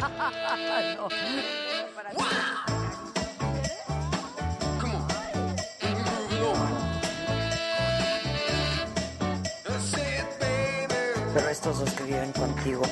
No. Para mí. Pero estos dos que viven contigo.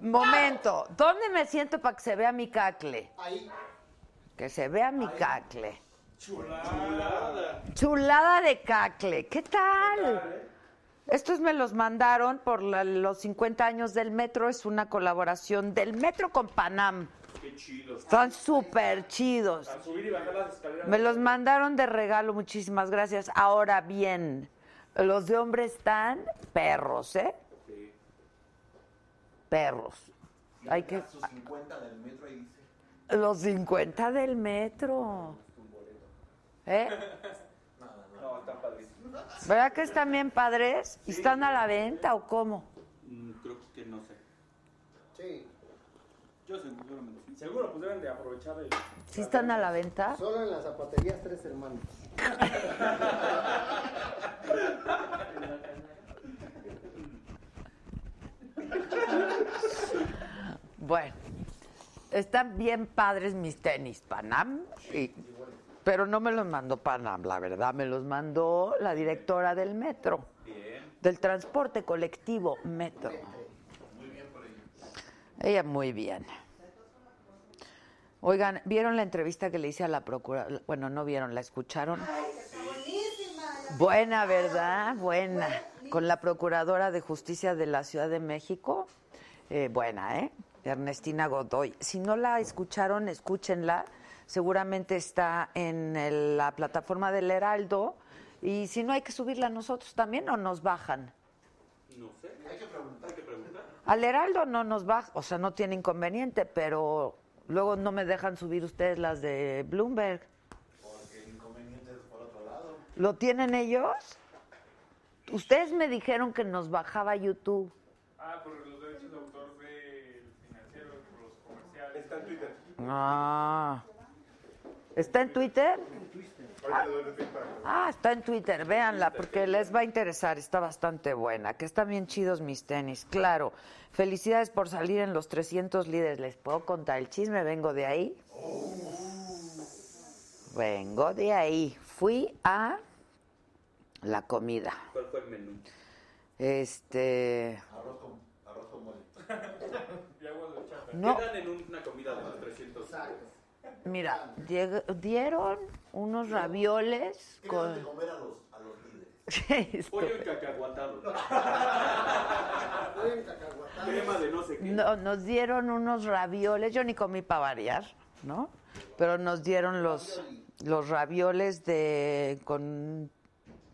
Momento, ¿dónde me siento para que se vea mi cacle? Ahí. Que se vea mi cacle. Chulada. ¿eh? Chulada de cacle. ¿Qué tal? Estos me los mandaron por la- los 50 años del metro. Es una colaboración del metro con Panam. Están súper chidos. Me los mandaron de regalo, muchísimas gracias. Ahora bien, los de hombre están perros, ¿eh? Perros. Hay que... Los 50 del metro. ¿Eh? ¿Verdad que están bien padres? ¿Y están a la venta o cómo? Mm, Creo que no sé. Sí. Yo seguramente sí. Seguro, pues deben de aprovechar el... ¿Sí están a la venta? Solo en las zapaterías Tres Hermanos. Bueno, están bien padres mis tenis, Panam. y- pero no me los mandó Panam, la verdad, me los mandó la directora del metro. Del transporte colectivo metro. Muy bien por ella. Ella muy bien. Oigan, ¿vieron la entrevista que le hice a la procuradora? Bueno, no vieron, la escucharon. Buena, ¿verdad? Buena. Con la Procuradora de Justicia de la Ciudad de México. Eh, buena, ¿eh? Ernestina Godoy. Si no la escucharon, escúchenla. Seguramente está en el- la plataforma del Heraldo. Y si no, hay que subirla nosotros también o nos bajan. No sé. Hay que preguntar. Hay que preguntar. Al Heraldo no nos baja, o sea, no tiene inconveniente, pero luego no me dejan subir ustedes las de Bloomberg. Porque el inconveniente es por otro lado. ¿Lo tienen ellos? Ustedes me dijeron que nos bajaba YouTube. Ah, por los derechos de autor del financiero, por los comerciales. Está en Twitter. Ah. ¿Está en Twitter? Ah, está en Twitter, véanla, porque les va a interesar, está bastante buena, que están bien chidos mis tenis, claro. Felicidades por salir en los 300 líderes, les puedo contar el chisme, vengo de ahí. Vengo de ahí, fui a la comida. ¿Cuál fue el menú? Este... Y agua de chapa. No. ¿Qué dan en una comida de los 300? Mira, llega- dieron unos ravioles con... Sí, Pollo y cacahuatado. Crema de no sé qué. No, nos dieron unos ravioles, yo ni comí para variar, ¿no? Pero nos dieron los, los ravioles de con,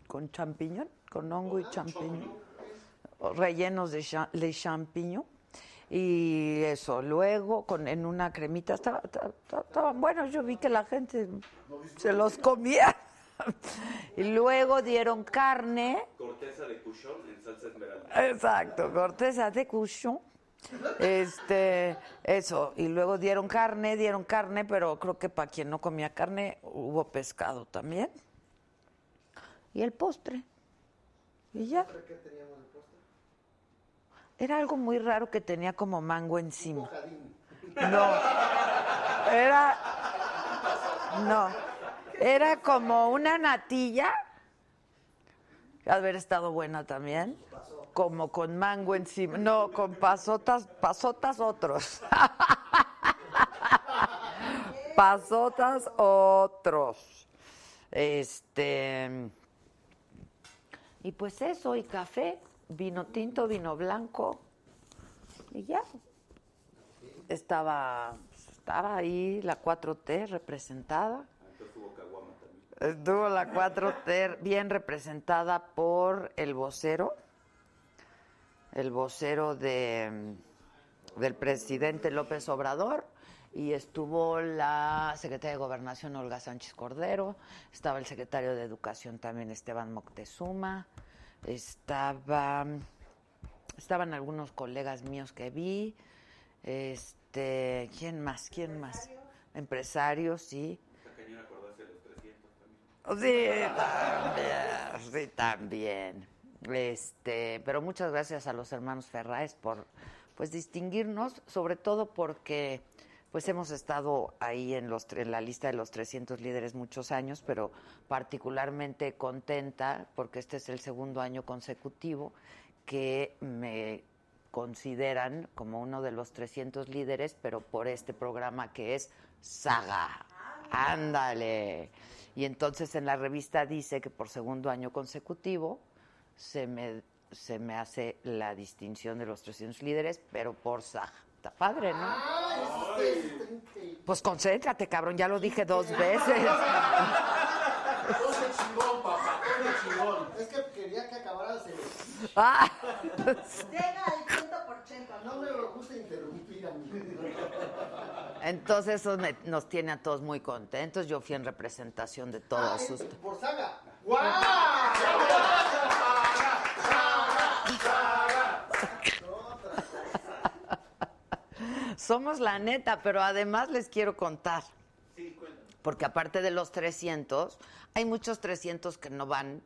con champiñón, con hongo Ah, y champiñón, o rellenos de, cha- de champiñón. Y eso, luego con, en una cremita, estaba- ta- ta- estaban buenos, yo vi que la gente se los comía. y luego dieron carne, Corteza de cuchón en salsa esmeralda. Exacto, corteza de cuchón Este, eso, y luego dieron carne, dieron carne, pero creo que para quien no comía carne hubo pescado también. Y el postre. Y ya. Era algo muy raro que tenía como mango encima. No. Era. No. Era como una natilla. Ha de Haber estado buena también. Como con mango encima. No, con pasotas, pasotas otros. pasotas otros. Este. Y pues eso, y café, vino tinto, vino blanco. Y ya. Estaba, pues, estaba ahí la 4T representada. Estuvo la 4T bien representada por el vocero, el vocero de, mm, del presidente López Obrador, y estuvo la secretaria de Gobernación Olga Sánchez Cordero, estaba el secretario de Educación también Esteban Moctezuma, estaba estaban algunos colegas míos que vi. Este, ¿quién más? ¿Quién más? Empresarios, sí. Sí, también, sí, también. Este, pero muchas gracias a los hermanos Ferraes por pues distinguirnos, sobre todo porque pues hemos estado ahí en los tre- en la lista de los 300 líderes muchos años, pero particularmente contenta porque este es el segundo año consecutivo que me consideran como uno de los 300 líderes, pero por este programa que es Saga. Ándale. Y entonces en la revista dice que por segundo año consecutivo se me, se me hace la distinción de los 300 líderes, pero por Saga. Está padre, ¿no? Pues concéntrate, cabrón, ya lo dije dos veces. Ponle chingón, papá, ponle chingón. Es que quería que acabara la selección. Ah, Llega al 100%, No me gusta interrumpir a mí. Entonces eso me- nos tiene a todos muy contentos. Yo fui en representación de todos sus... Por saga. ¡Guau! Somos la neta, pero además les quiero contar. Porque aparte de los 300, hay muchos 300 que no van.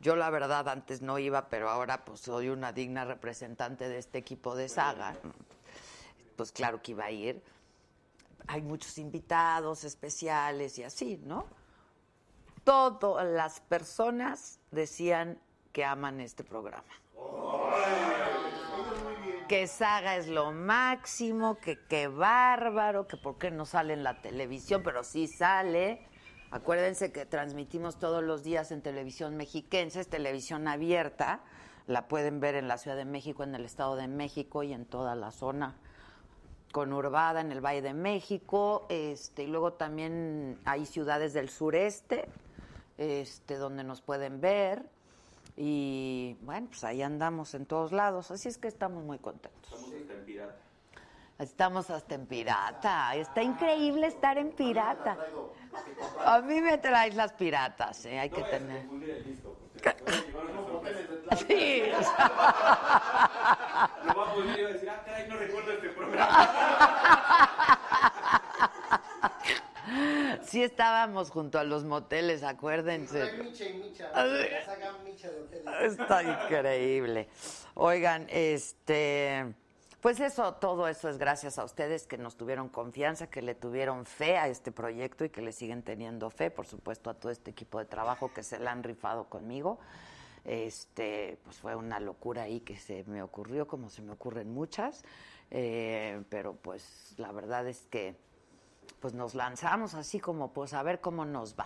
Yo la verdad antes no iba, pero ahora pues soy una digna representante de este equipo de saga. Pues claro que iba a ir. Hay muchos invitados especiales y así, ¿no? Todas las personas decían que aman este programa que Saga es lo máximo, que qué bárbaro, que por qué no sale en la televisión, pero sí sale. Acuérdense que transmitimos todos los días en televisión mexiquense, es televisión abierta. La pueden ver en la Ciudad de México, en el Estado de México y en toda la zona conurbada, en el Valle de México. Este, y luego también hay ciudades del sureste este, donde nos pueden ver. Y bueno, pues ahí andamos en todos lados, así es que estamos muy contentos. Estamos hasta en pirata. Está increíble estar en pirata. A mí me traes las piratas, ¿eh? hay que tener. Sí. Lo va a poner y va a decir, ah, caray, no recuerdo este programa. sí estábamos junto a los moteles, acuérdense. Soy Micha y Micha. La saga Micha de ustedes. Está increíble. Oigan, este, pues eso, todo eso es gracias a ustedes que nos tuvieron confianza, que le tuvieron fe a este proyecto y que le siguen teniendo fe, por supuesto, a todo este equipo de trabajo que se la han rifado conmigo. Este, pues fue una locura ahí que se me ocurrió, como se me ocurren muchas, eh, pero pues la verdad es que pues nos lanzamos así como pues a ver cómo nos va.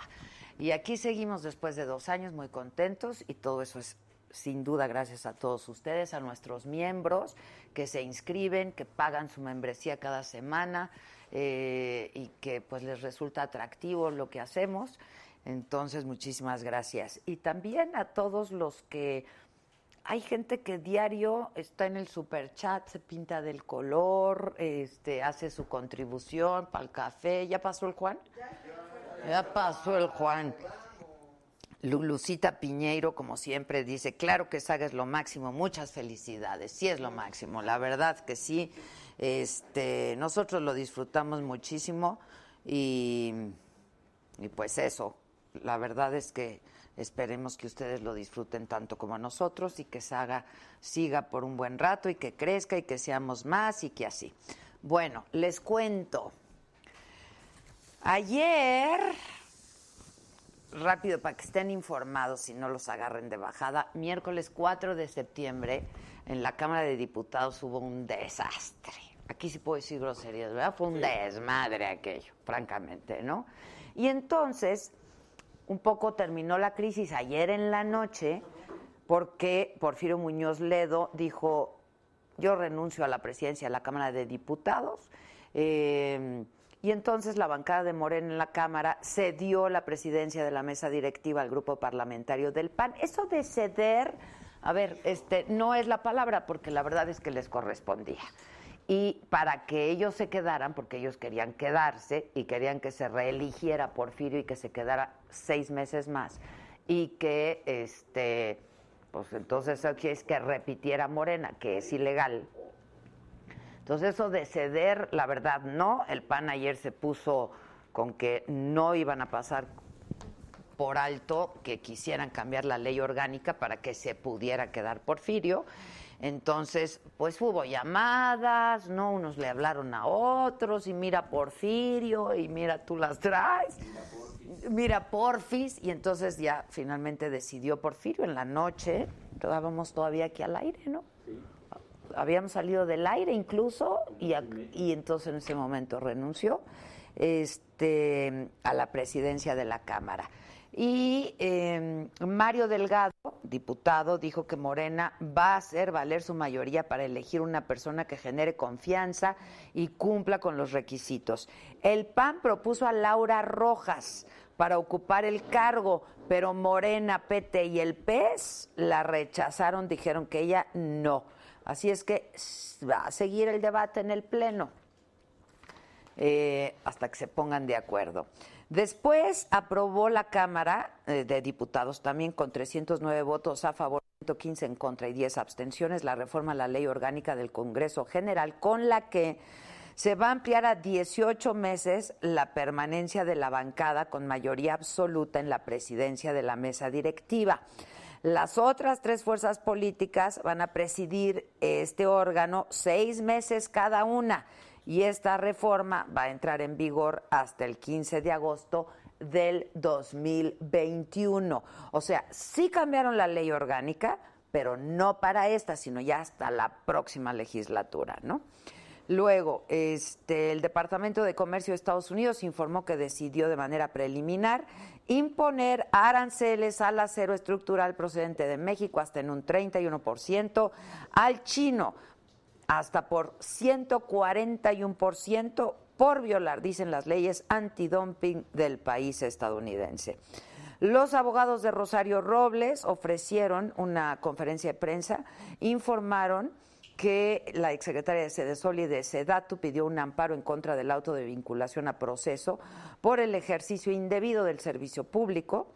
Y aquí seguimos después de dos años muy contentos y todo eso es sin duda gracias a todos ustedes, a nuestros miembros que se inscriben, que pagan su membresía cada semana eh, y que pues les resulta atractivo lo que hacemos. Entonces muchísimas gracias. Y también a todos los que hay gente que diario está en el superchat, se pinta del color, este, hace su contribución para el café. ¿Ya pasó el Juan? Ya pasó el Juan. Lulucita Piñeiro, como siempre, dice, claro que Saga es lo máximo, muchas felicidades, sí es lo máximo, la verdad que sí. Este, nosotros lo disfrutamos muchísimo y, y pues eso, la verdad es que esperemos que ustedes lo disfruten tanto como nosotros y que Saga siga por un buen rato y que crezca y que seamos más y que así. Bueno, les cuento. Ayer, rápido para que estén informados y no los agarren de bajada, miércoles 4 de septiembre en la Cámara de Diputados hubo un desastre. Aquí sí puedo decir groserías, ¿verdad? Fue un desmadre aquello, francamente, ¿no? Y entonces, un poco terminó la crisis ayer en la noche porque Porfirio Muñoz Ledo dijo, yo renuncio a la presidencia de la Cámara de Diputados. eh, y entonces la bancada de Morena en la Cámara cedió la presidencia de la mesa directiva al grupo parlamentario del PAN. Eso de ceder, a ver, este, no es la palabra porque la verdad es que les correspondía. Y para que ellos se quedaran, porque ellos querían quedarse y querían que se reeligiera Porfirio y que se quedara seis meses más, y que este, pues entonces aquí es que repitiera Morena, que es ilegal, entonces eso de ceder, la verdad no. El PAN ayer se puso con que no iban a pasar por alto que quisieran cambiar la ley orgánica para que se pudiera quedar Porfirio. Entonces, pues hubo llamadas, ¿no? Unos le hablaron a otros y mira Porfirio y mira tú las traes. Mira Porfis y entonces ya finalmente decidió Porfirio en la noche. Estábamos todavía aquí al aire, ¿no? habíamos salido del aire incluso y, ac- y entonces en ese momento renunció este, a la presidencia de la Cámara. Y eh, Mario Delgado, diputado, dijo que Morena va a hacer valer su mayoría para elegir una persona que genere confianza y cumpla con los requisitos. El PAN propuso a Laura Rojas para ocupar el cargo, pero Morena, PT y el PES la rechazaron, dijeron que ella no. Así es que s- va a seguir el debate en el Pleno eh, hasta que se pongan de acuerdo. Después aprobó la Cámara eh, de Diputados también con 309 votos a favor, 115 en contra y 10 abstenciones la reforma a la ley orgánica del Congreso General con la que se va a ampliar a 18 meses la permanencia de la bancada con mayoría absoluta en la presidencia de la mesa directiva. Las otras tres fuerzas políticas van a presidir este órgano seis meses cada una y esta reforma va a entrar en vigor hasta el 15 de agosto del 2021. O sea, sí cambiaron la ley orgánica, pero no para esta, sino ya hasta la próxima legislatura, ¿no? Luego, este, el Departamento de Comercio de Estados Unidos informó que decidió de manera preliminar imponer aranceles al acero estructural procedente de México hasta en un 31%, al chino hasta por 141% por violar, dicen las leyes antidumping del país estadounidense. Los abogados de Rosario Robles ofrecieron una conferencia de prensa, informaron que la exsecretaria de Sedesol y de Sedatu pidió un amparo en contra del auto de vinculación a proceso por el ejercicio indebido del servicio público.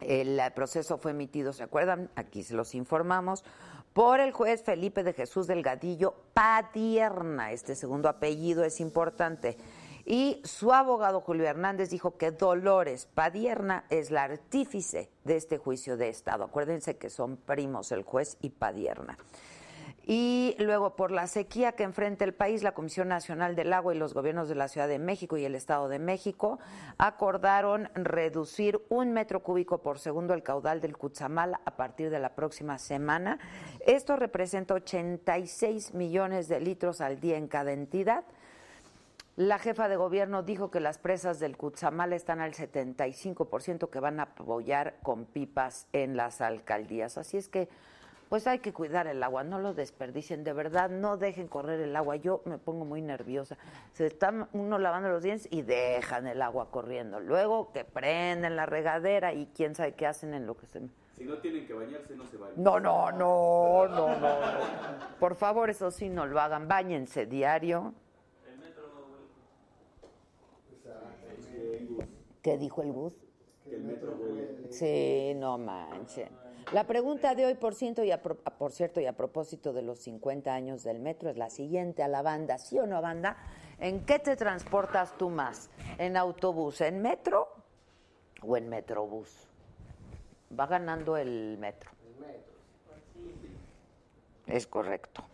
El eh, proceso fue emitido, ¿se acuerdan? Aquí se los informamos. Por el juez Felipe de Jesús Delgadillo Padierna. Este segundo apellido es importante. Y su abogado Julio Hernández dijo que Dolores Padierna es la artífice de este juicio de Estado. Acuérdense que son primos el juez y Padierna. Y luego, por la sequía que enfrenta el país, la Comisión Nacional del Agua y los gobiernos de la Ciudad de México y el Estado de México acordaron reducir un metro cúbico por segundo el caudal del Cuchamal a partir de la próxima semana. Esto representa 86 millones de litros al día en cada entidad. La jefa de gobierno dijo que las presas del Cuchamal están al 75% que van a apoyar con pipas en las alcaldías. Así es que, pues hay que cuidar el agua, no lo desperdicien, de verdad, no dejen correr el agua. Yo me pongo muy nerviosa. Se está uno lavando los dientes y dejan el agua corriendo. Luego que prenden la regadera y quién sabe qué hacen en lo que se... Si no tienen que bañarse, no se bañen. No, no, no, no, no. no. Por favor, eso sí, no lo hagan. Báñense diario. ¿Qué dijo el Gus? Que el metro huele. Sí, no manchen. La pregunta de hoy, por, ciento y a pro- por cierto, y a propósito de los 50 años del metro, es la siguiente a la banda, ¿sí o no, banda? ¿En qué te transportas tú más? ¿En autobús, en metro o en metrobús? Va ganando el metro. Es correcto.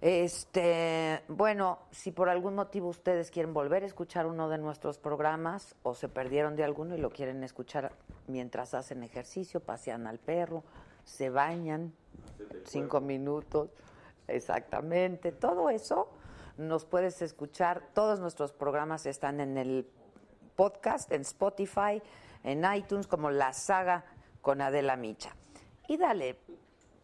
Este, bueno, si por algún motivo ustedes quieren volver a escuchar uno de nuestros programas o se perdieron de alguno y lo quieren escuchar mientras hacen ejercicio, pasean al perro, se bañan cinco minutos, exactamente, todo eso nos puedes escuchar. Todos nuestros programas están en el podcast, en Spotify, en iTunes, como La Saga con Adela Micha. Y dale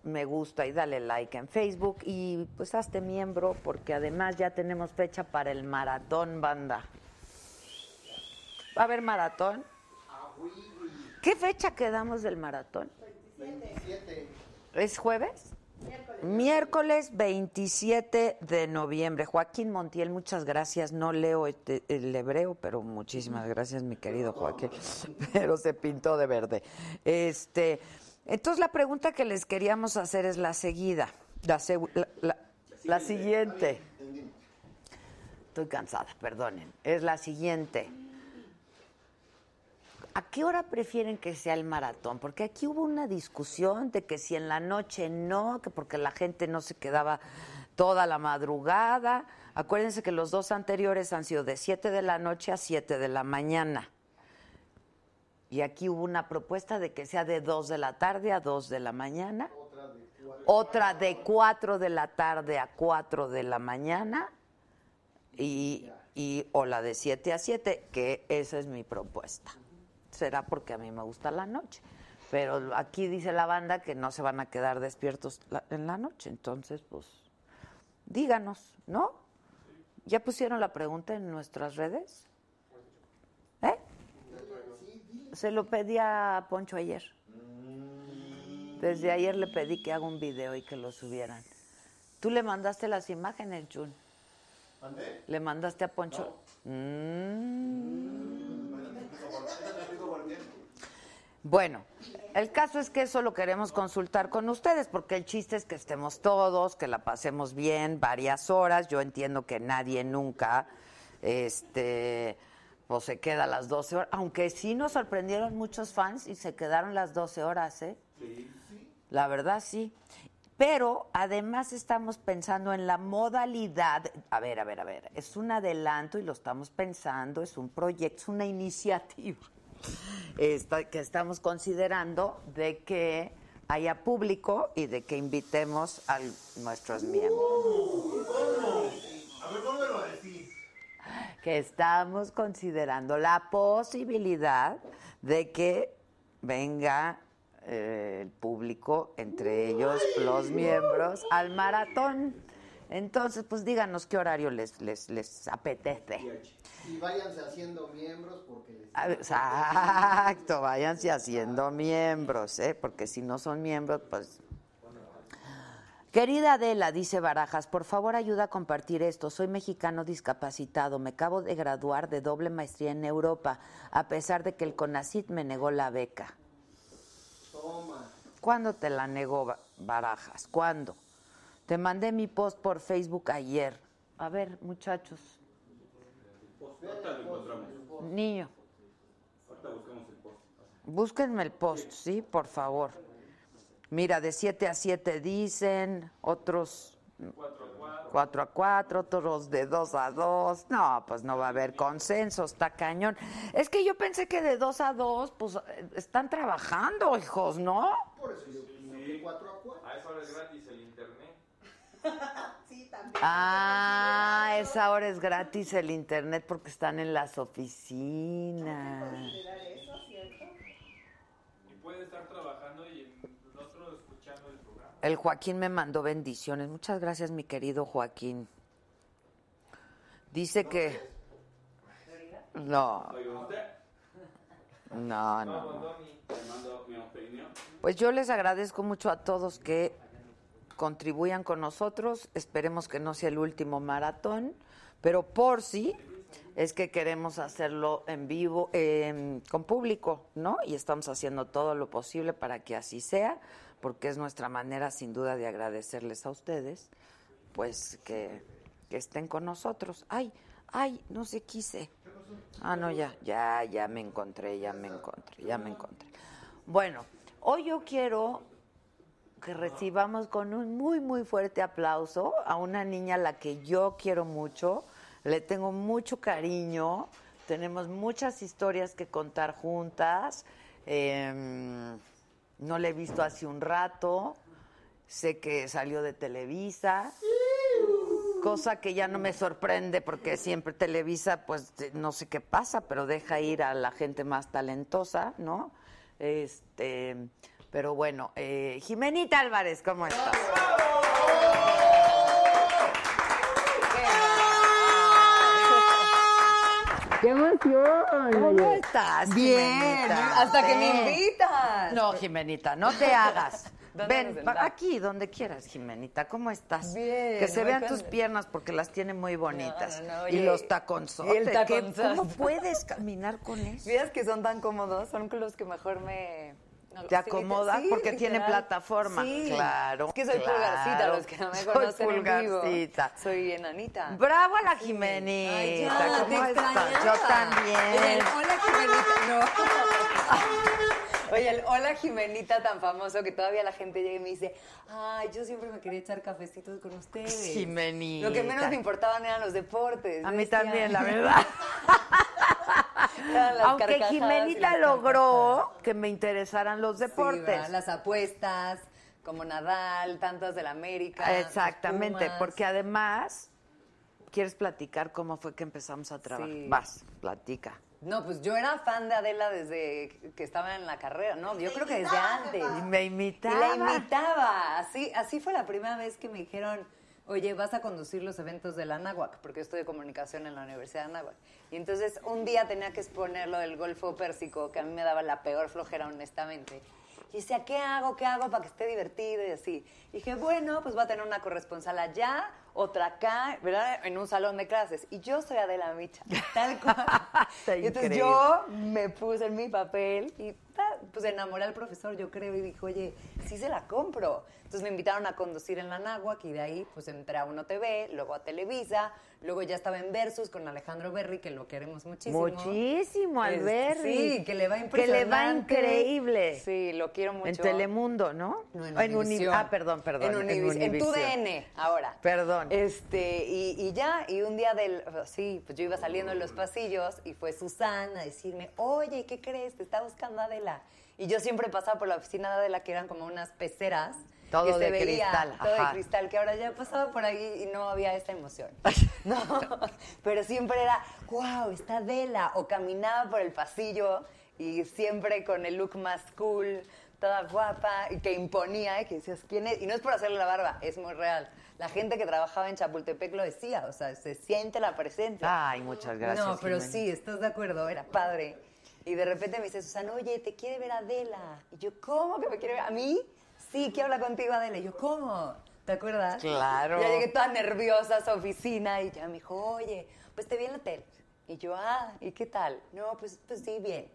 me gusta y dale like en Facebook y pues hazte miembro porque además ya tenemos fecha para el maratón banda. ¿Va a haber maratón? ¿Qué fecha quedamos del maratón? ¿Es jueves? Miércoles 27 de noviembre. Joaquín Montiel, muchas gracias. No leo este- el hebreo, pero muchísimas gracias, mi querido Joaquín. Pero se pintó de verde. Este, entonces la pregunta que les queríamos hacer es la seguida, la, segu- la- la- la siguiente. Estoy cansada, perdonen. Es la siguiente. ¿A qué hora prefieren que sea el maratón? Porque aquí hubo una discusión de que si en la noche no, que porque la gente no se quedaba toda la madrugada. Acuérdense que los dos anteriores han sido de 7 de la noche a 7 de la mañana. Y aquí hubo una propuesta de que sea de 2 de la tarde a 2 de la mañana. Otra de 4 de la tarde a 4 de la mañana. Y, y- o la de 7 a 7, que esa es mi propuesta. Será porque a mí me gusta la noche. Pero aquí dice la banda que no se van a quedar despiertos la- en la noche. Entonces, pues, díganos, ¿no? ¿Ya pusieron la pregunta en nuestras redes? ¿Eh? Se lo pedí a Poncho ayer. Desde ayer le pedí que haga un video y que lo subieran. Tú le mandaste las imágenes, Jun. ¿Le mandaste a Poncho? Mm. Bueno, el caso es que eso lo queremos consultar con ustedes, porque el chiste es que estemos todos, que la pasemos bien varias horas. Yo entiendo que nadie nunca este, pues se queda las 12 horas, aunque sí nos sorprendieron muchos fans y se quedaron las 12 horas, ¿eh? La verdad sí. Pero además estamos pensando en la modalidad, a ver, a ver, a ver, es un adelanto y lo estamos pensando, es un proyecto, es una iniciativa esta- que estamos considerando de que haya público y de que invitemos a nuestros miembros. A ver, vuélvelo a decir. Que estamos considerando la posibilidad de que venga eh, el público, entre ellos los miembros, al maratón. Entonces, pues díganos qué horario les, les, les apetece. Y váyanse haciendo miembros porque les... A ver, Exacto, váyanse haciendo miembros, ¿eh? porque si no son miembros, pues... Querida Adela, dice Barajas, por favor ayuda a compartir esto. Soy mexicano discapacitado, me acabo de graduar de doble maestría en Europa, a pesar de que el CONACIT me negó la beca. ¿Cuándo te la negó Ba- Barajas? ¿Cuándo? Te mandé mi post por Facebook ayer. A ver, muchachos, niño. Búsquenme el post, ¿sí? Por favor. Mira, de 7 a 7 dicen, otros 4 a 4, otros de 2 a 2. No, pues no va a haber consenso, está cañón. Es que yo pensé que de 2 a 2, pues eh, están trabajando, hijos, ¿no? Por eso yo opino que 4 a 4. A esa hora es gratis el internet. Sí, también. Ah, esa hora es gratis el internet porque están en las oficinas. Considerar eso, ¿cierto? Y puede estar trabajando y el otro escuchando el programa. El Joaquín me mandó bendiciones. Muchas gracias, mi querido Joaquín. Dice que... No, Oiga, usted no, no. no. le mando mi opinión. Pues yo les agradezco mucho a todos que contribuyan con nosotros. Esperemos que no sea el último maratón, pero por si es que queremos hacerlo en vivo, eh, con público, ¿no? Y estamos haciendo todo lo posible para que así sea, porque es nuestra manera sin duda de agradecerles a ustedes, pues que, que estén con nosotros. Ay, ay, no se quise. Ah, no, ya, ya, ya me encontré, ya me encontré, ya me encontré. Bueno, hoy yo quiero que recibamos con un muy, muy fuerte aplauso a una niña a la que yo quiero mucho, le tengo mucho cariño, tenemos muchas historias que contar juntas, eh, no la he visto hace un rato, sé que salió de Televisa, cosa que ya no me sorprende porque siempre Televisa, pues te- no sé qué pasa, pero deja ir a la gente más talentosa, ¿no? Este, pero bueno, eh, Jimenita Álvarez, ¿cómo estás? ¡Qué emoción! ¿Cómo Oye, estás? Bien, Jimenita? hasta que me Ven. invitas. ¿eh? No, Jimenita, no te hagas. ¿Dónde Ven, nos va- sentamos? aquí, donde quieras, Jimenita. ¿Cómo estás? Bien, Que se muy vean con- tus piernas porque las tiene muy bonitas. No, no, no, y oye, los taconzotes. y el ¿qué- taconzote. ¿Cómo puedes caminar con eso? ¿Vías que son tan cómodos? Son los que mejor me... no, Te sí, acomodas sí, porque tiene literal. plataforma. Sí. Claro. Es que soy claro. pulgarcita, los que no me Soy conocen en vivo. pulgarcita. Soy enanita. Bravo a la Jimenita. Ay, ya, te ¿Cómo estás? extrañaba. Yo también. Oye, el hola Jimenita, no. Oye, el hola Jimenita tan famoso que todavía la gente llega y me dice, ay, yo siempre me quería echar cafecitos con ustedes. Pues, Jimenita. Lo que menos me importaban eran los deportes. A Yo mí decía, también, la verdad. eran las Aunque carcajadas y Jimenita las logró que me interesaran los carcajadas. Sí, deportes. ¿verdad? las apuestas, como Nadal, tantas del América. los Exactamente, Pumas. porque además, ¿quieres platicar cómo fue que empezamos a trabajar? Sí. Vas, platica. No, pues yo era fan de Adela desde que estaba en la carrera, ¿no? Yo creo que desde antes. Y me Y imitaba. la imitaba. Así, así fue la primera vez que me dijeron, oye, vas a conducir los eventos de la Náhuac, porque yo estudié comunicación en la Universidad de Náhuac. Y entonces un día tenía que exponer lo del Golfo Pérsico, que a mí me daba la peor flojera, honestamente. Y decía, ¿qué hago? ¿Qué hago para que esté divertido? Y así. Y dije, bueno, pues voy a tener una corresponsal allá, otra acá, ¿verdad? En un salón de clases. Y yo soy Adela Micha, tal cual. Está Y entonces increíble. yo me puse en mi papel y ta, pues enamoré al profesor, yo creo, y dijo, oye, sí se la compro. Entonces me invitaron a conducir en la Náhuac y de ahí pues entré a Uno TV, luego a Televisa, luego ya estaba en Versus con Alejandro Berry, que lo queremos muchísimo. Muchísimo, al Este, Berry. Sí, que le va Que le va impresionante. increíble. Sí, lo quiero mucho. En Telemundo, ¿no? No, en, O en Uni- Univisión. Ah, perdón, perdón. En, Univis- en tu Univisión. DN, ahora. Perdón. Este, y, y ya, y un día del. Sí, pues yo iba saliendo en los pasillos y fue Susana a decirme: Oye, ¿qué crees? Te está buscando Adela. Y yo siempre pasaba por la oficina de Adela, que eran como unas peceras. Todo que se de veía, cristal, Todo ajá. de cristal, que ahora ya pasaba por ahí y no había esta emoción. No, pero siempre era: ¡Wow! Está Adela. O caminaba por el pasillo y siempre con el look más cool, toda guapa, y que imponía, ¿eh? que decías, ¿quién es? Y no es por hacerle la barba, es muy real. La gente que trabajaba en Chapultepec lo decía, o sea, se siente la presencia. Ay, muchas gracias. no, pero Jimena. sí, estás de acuerdo, era padre. Y de repente me dice Susana, oye, te quiere ver Adela. Y yo, ¿cómo que me quiere ver? ¿A mí? Sí, que habla contigo Adela. Y yo, ¿cómo? ¿Te acuerdas? Claro. Ya llegué toda nerviosa a su oficina y ya me dijo, oye, pues te vi en la tele. Y yo, ah, ¿y qué tal? No, pues, pues sí, bien.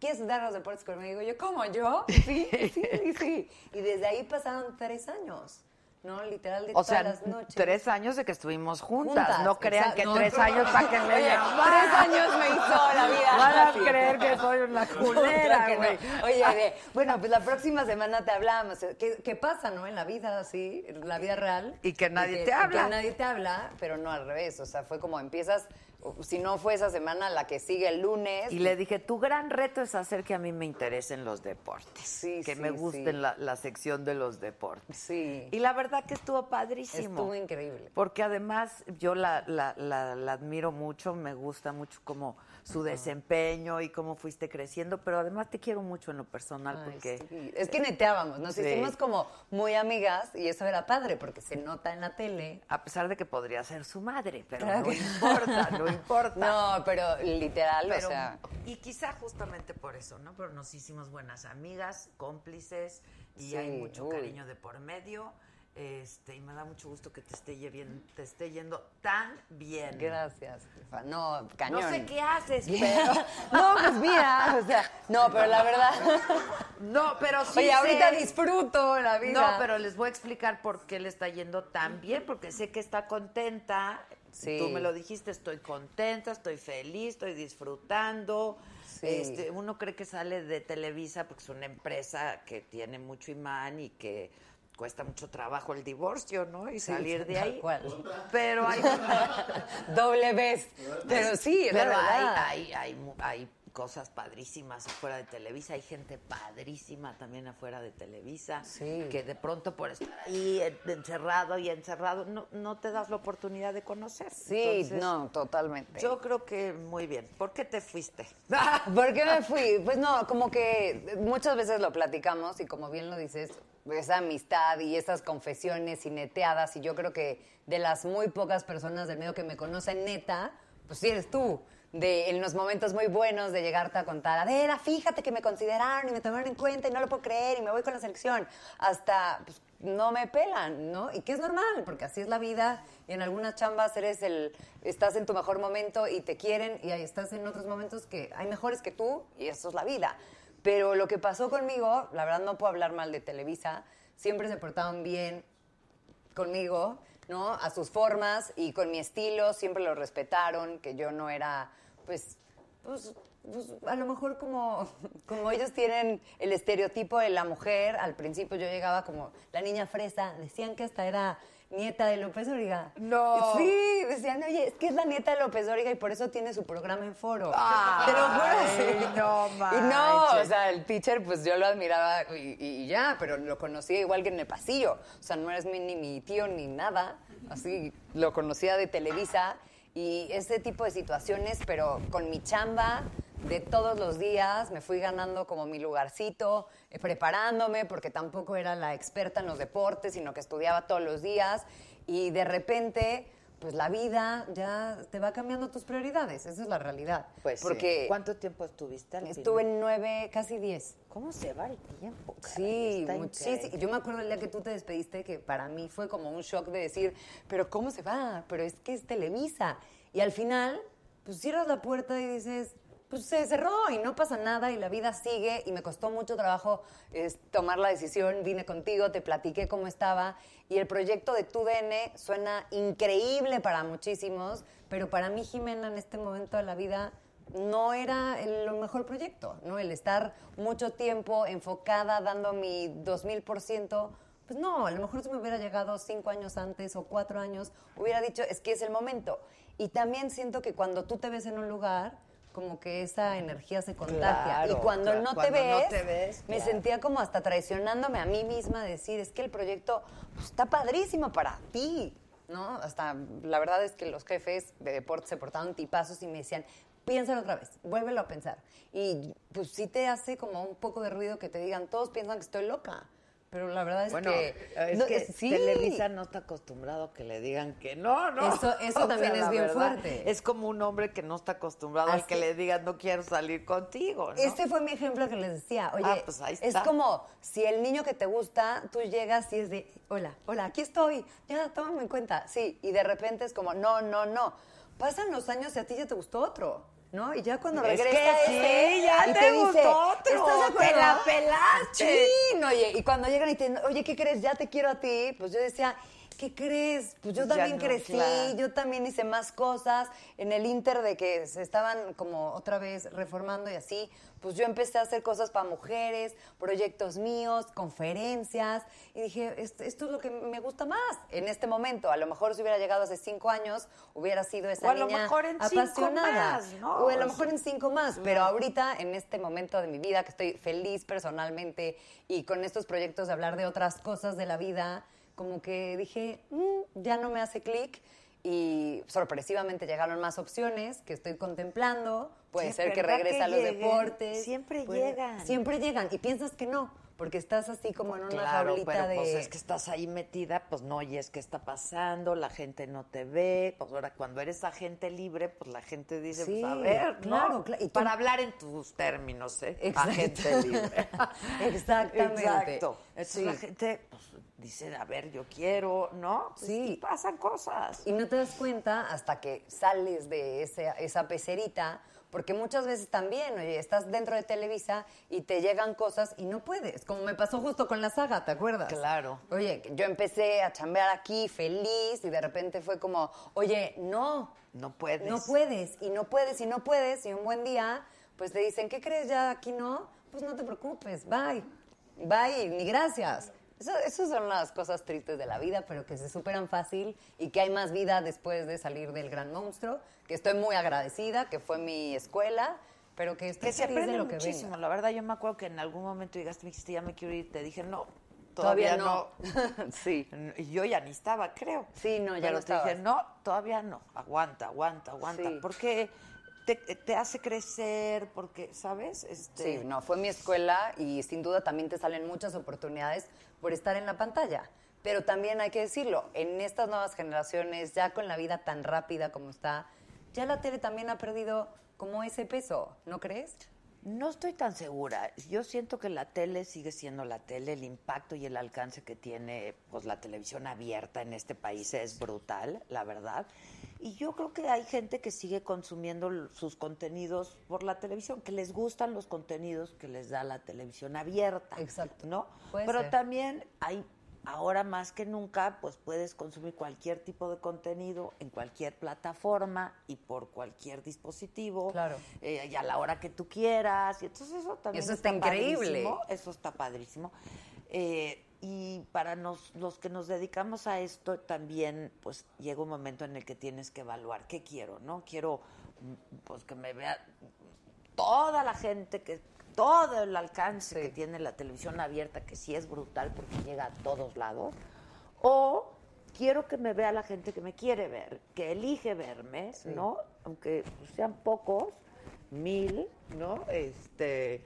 ¿Quieres dar los deportes conmigo? Y yo, ¿cómo? ¿Yo? Sí, sí, sí, sí. Y desde ahí pasaron tres años, ¿no? Literal de O todas sea, las noches. tres años de que estuvimos juntas. Juntas, No crean exacto. que No. tres años para que me Oye, tres años me hizo la vida. Van a Sí. creer que soy una Claro que culera, no. güey. Oye, de, bueno, pues la próxima semana te hablamos. ¿Qué, qué pasa, no? En la vida, así, en la vida real. Y que nadie Y te habla. Que nadie te habla, pero no al revés. O sea, fue como empiezas, o- si no fue esa semana, la que sigue el lunes. Y le dije, tu gran reto es hacer que a mí me interesen los deportes. Sí, que sí, me sí. gusten la, la sección de los deportes. Sí. Y la verdad que estuvo padrísimo. Estuvo increíble. Porque además yo la, la- la- la admiro mucho, me gusta mucho como su desempeño y cómo fuiste creciendo, pero además te quiero mucho en lo personal Ay, porque... sí. Es que neteábamos, nos Ah, Sí. hicimos como muy amigas y eso era padre porque se nota en la tele. A pesar de que podría ser su madre, pero Claro no que- importa, no importa. Ah, No, pero literal, Pero- o sea. y quizá justamente por eso, ¿no? Pero nos hicimos buenas amigas, cómplices y Sí, hay mucho uy. cariño de por medio Este, y me da mucho gusto que te esté, ye- bien- te esté yendo tan bien. Gracias, jefa. No, No cañón. sé qué haces, Pero- no, pues mira, o sea, no, pero la verdad. pero. No, pero sí. Oye, ahorita sé- disfruto la vida. No, pero les voy a explicar por qué le está yendo tan bien, porque sé que está contenta. Sí. Tú me lo dijiste, estoy contenta, estoy feliz, estoy disfrutando. Sí. Este, uno cree que sale de Televisa porque es una empresa que tiene mucho imán y que cuesta mucho trabajo el divorcio, ¿no? Y salir de tal ahí. cual. Pero hay Doble vez. Pero sí, la pero hay, verdad. hay, hay, mu- hay cosas padrísimas afuera de Televisa, hay gente padrísima también afuera de Televisa, Sí. que de pronto por estar ahí en- encerrado y encerrado, no, no te das la oportunidad de conocer. Sí, Entonces, no, totalmente. Yo creo que muy bien. ¿Por qué te fuiste? ¿Por qué me fui? Pues no, como que muchas veces lo platicamos y como bien lo dices, esa amistad y esas confesiones y neteadas y yo creo que de las muy pocas personas del medio que me conocen neta, pues sí eres tú. De en los momentos muy buenos de llegarte a contar, Adela, fíjate que me consideraron y me tomaron en cuenta y no lo puedo creer y me voy con la selección. Hasta pues, no me pelan, ¿no? Y que es normal, porque así es la vida. Y en algunas chambas eres el, estás en tu mejor momento y te quieren, y ahí estás en otros momentos que hay mejores que tú, y eso es la vida. Pero lo que pasó conmigo, la verdad no puedo hablar mal de Televisa, siempre se portaban bien, conmigo, ¿no? A sus formas y con mi estilo, siempre lo respetaron, que yo no era, pues, pues, pues, a lo mejor como, como ellos tienen el estereotipo de la mujer, al principio yo llegaba como la niña fresa, decían que hasta era nieta de López Origa. No. Sí, decían, oye, es que es la nieta de López Origa y por eso tiene su programa en foro. Ay, Te lo juro. sí. Ah. no Y no, o manches. sea, sea, el teacher, pues yo lo admiraba y, y- y ya, pero lo conocía igual que en el pasillo. O sea, no eres mi- ni mi tío ni nada. Así lo conocía de Televisa y ese tipo de situaciones, pero con mi chamba de todos los días me fui ganando como mi lugarcito, eh, preparándome, porque tampoco era la experta en los deportes, sino que estudiaba todos los días y de repente. Pues la vida ya te va cambiando tus prioridades, esa es la realidad. Pues sí. Porque ¿Cuánto tiempo estuviste al estuve final? en nueve, casi diez. ¿Cómo se va el tiempo? Sí, muchísimo. muchísimo. Yo me acuerdo el día que tú te despediste que para mí fue como un shock de decir, pero ¿cómo se va? Pero es que es Televisa. Y al final, pues cierras la puerta y dices, pues se cerró y no pasa nada y la vida sigue y me costó mucho trabajo es, tomar la decisión. Vine contigo, te platiqué cómo estaba y el proyecto de Tu DN suena increíble para muchísimos, pero para mí Jimena en este momento de la vida no era el mejor proyecto, ¿no? El estar mucho tiempo enfocada, dando mi 2000%, pues no, a lo mejor si me hubiera llegado cinco años antes o cuatro años, hubiera dicho, es que es el momento. Y también siento que cuando tú te ves en un lugar, como que esa energía se contagia. Claro, y cuando, claro, no, cuando te ves, no te ves, me claro. sentía como hasta traicionándome a mí misma, decir, es que el proyecto pues, está padrísimo para ti, ¿no? Hasta la verdad es que los jefes de deporte se portaban tipazos y me decían, piénsalo otra vez, vuélvelo a pensar. Y pues sí te hace como un poco de ruido que te digan, todos piensan que estoy loca. Pero la verdad es Bueno, que... es no, que es- sí. Televisa no está acostumbrado a que le digan que no, ¿no? Eso- eso también es la bien fuerte. Es como un hombre que no está acostumbrado a Así- que le digan no quiero salir contigo, ¿no? Este fue mi ejemplo que les decía. Oye, Ah, pues ahí es está. como si el niño que te gusta, tú llegas y es de, hola, hola, aquí estoy, ya, tómame en cuenta. Sí, y de repente es como, no, no, no. Pasan los años y a ti ya te gustó otro, ¿no? Y ya cuando Es que regresa sí, este, ya y te dice, gustó otro, ¿estás de te la acuerdo?" pelaste. Chin, oye, y cuando llegan y te dicen, oye, ¿qué crees? Ya te quiero a ti. Pues yo decía... ¿Qué crees? Pues yo Ya también no, crecí, claro. yo también hice más cosas. En el Inter de que se estaban como otra vez reformando y así, pues yo empecé a hacer cosas para mujeres, proyectos míos, conferencias. Y dije, "Est- esto es lo que me gusta más en este momento. A lo mejor si hubiera llegado hace cinco años, hubiera sido esa O a lo niña mejor en cinco apasionada. más, ¿no? O a lo O mejor sea, en cinco más. Pero ahorita, en este momento de mi vida, que estoy feliz personalmente y con estos proyectos de hablar de otras cosas de la vida, como que dije, "Mm, ya no me hace clic. Y sorpresivamente llegaron más opciones que estoy contemplando. Puede Sí, ser que ¿verdad regrese que a los lleguen? deportes. Siempre Puede- llegan. Siempre llegan. Y piensas que no. Porque estás así como en una Claro, jaulita pero de... pues es que estás ahí metida, pues no oyes qué está pasando, la gente no te ve, pues ahora cuando eres agente libre, pues la gente dice, Sí, pues a ver, ¿no? claro, cla- y tú- para hablar en tus términos, ¿eh? Exacto. Agente libre. Exactamente. Exacto. Entonces Sí. la gente pues, dice, a ver, yo quiero, ¿no? Pues, Sí. y pasan cosas. Y no te das cuenta hasta que sales de ese- esa pecerita, porque muchas veces también, oye, estás dentro de Televisa y te llegan cosas y no puedes, como me pasó justo con la saga, ¿te acuerdas? Claro. Oye, yo empecé a chambear aquí feliz y de repente fue como, oye, no, No puedes. no puedes, y no puedes, y no puedes, y un buen día, pues te dicen, ¿qué crees ya aquí no? Pues no te preocupes, bye, bye, ni gracias. Eso, esas son las cosas tristes de la vida, pero que se superan fácil y que hay más vida después de salir del gran monstruo, que estoy muy agradecida, que fue mi escuela, pero que estoy Que se feliz de aprende lo que muchísimo. venga. La verdad, yo me acuerdo que en algún momento llegaste y me dijiste, ya me quiero ir. Te dije, no, todavía, Todavía no. no. Sí. Y yo ya ni estaba, creo. Sí, no, ya Pero no te dije, estabas. no, todavía no. Aguanta, aguanta, aguanta. Sí. Porque te, te hace crecer, porque, ¿sabes? Este, Sí, no, fue mi escuela y sin duda también te salen muchas oportunidades por estar en la pantalla. Pero también hay que decirlo, en estas nuevas generaciones, ya con la vida tan rápida como está, ya la tele también ha perdido como ese peso, ¿no crees? No estoy tan segura. Yo siento que la tele sigue siendo la tele. El impacto y el alcance que tiene pues, la televisión abierta en este país es brutal, la verdad. Y yo creo que hay gente que sigue consumiendo l- sus contenidos por la televisión, que les gustan los contenidos que les da la televisión abierta. Exacto. ¿No? Puede Pero ser. también hay. Ahora más que nunca, pues puedes consumir cualquier tipo de contenido en cualquier plataforma y por cualquier dispositivo Claro. eh, y a la hora que tú quieras. Y entonces eso también Eso está increíble. padrísimo, Eso está padrísimo. Eh, y para nos, los que nos dedicamos a esto también, pues llega un momento en el que tienes que evaluar qué quiero, ¿no? Quiero mm, pues que me vea toda la gente que todo el alcance que tiene la televisión abierta, que sí es brutal porque llega a todos lados, o quiero que me vea la gente que me quiere ver, que elige verme, ¿no? Aunque sean pocos, mil, ¿no? Este,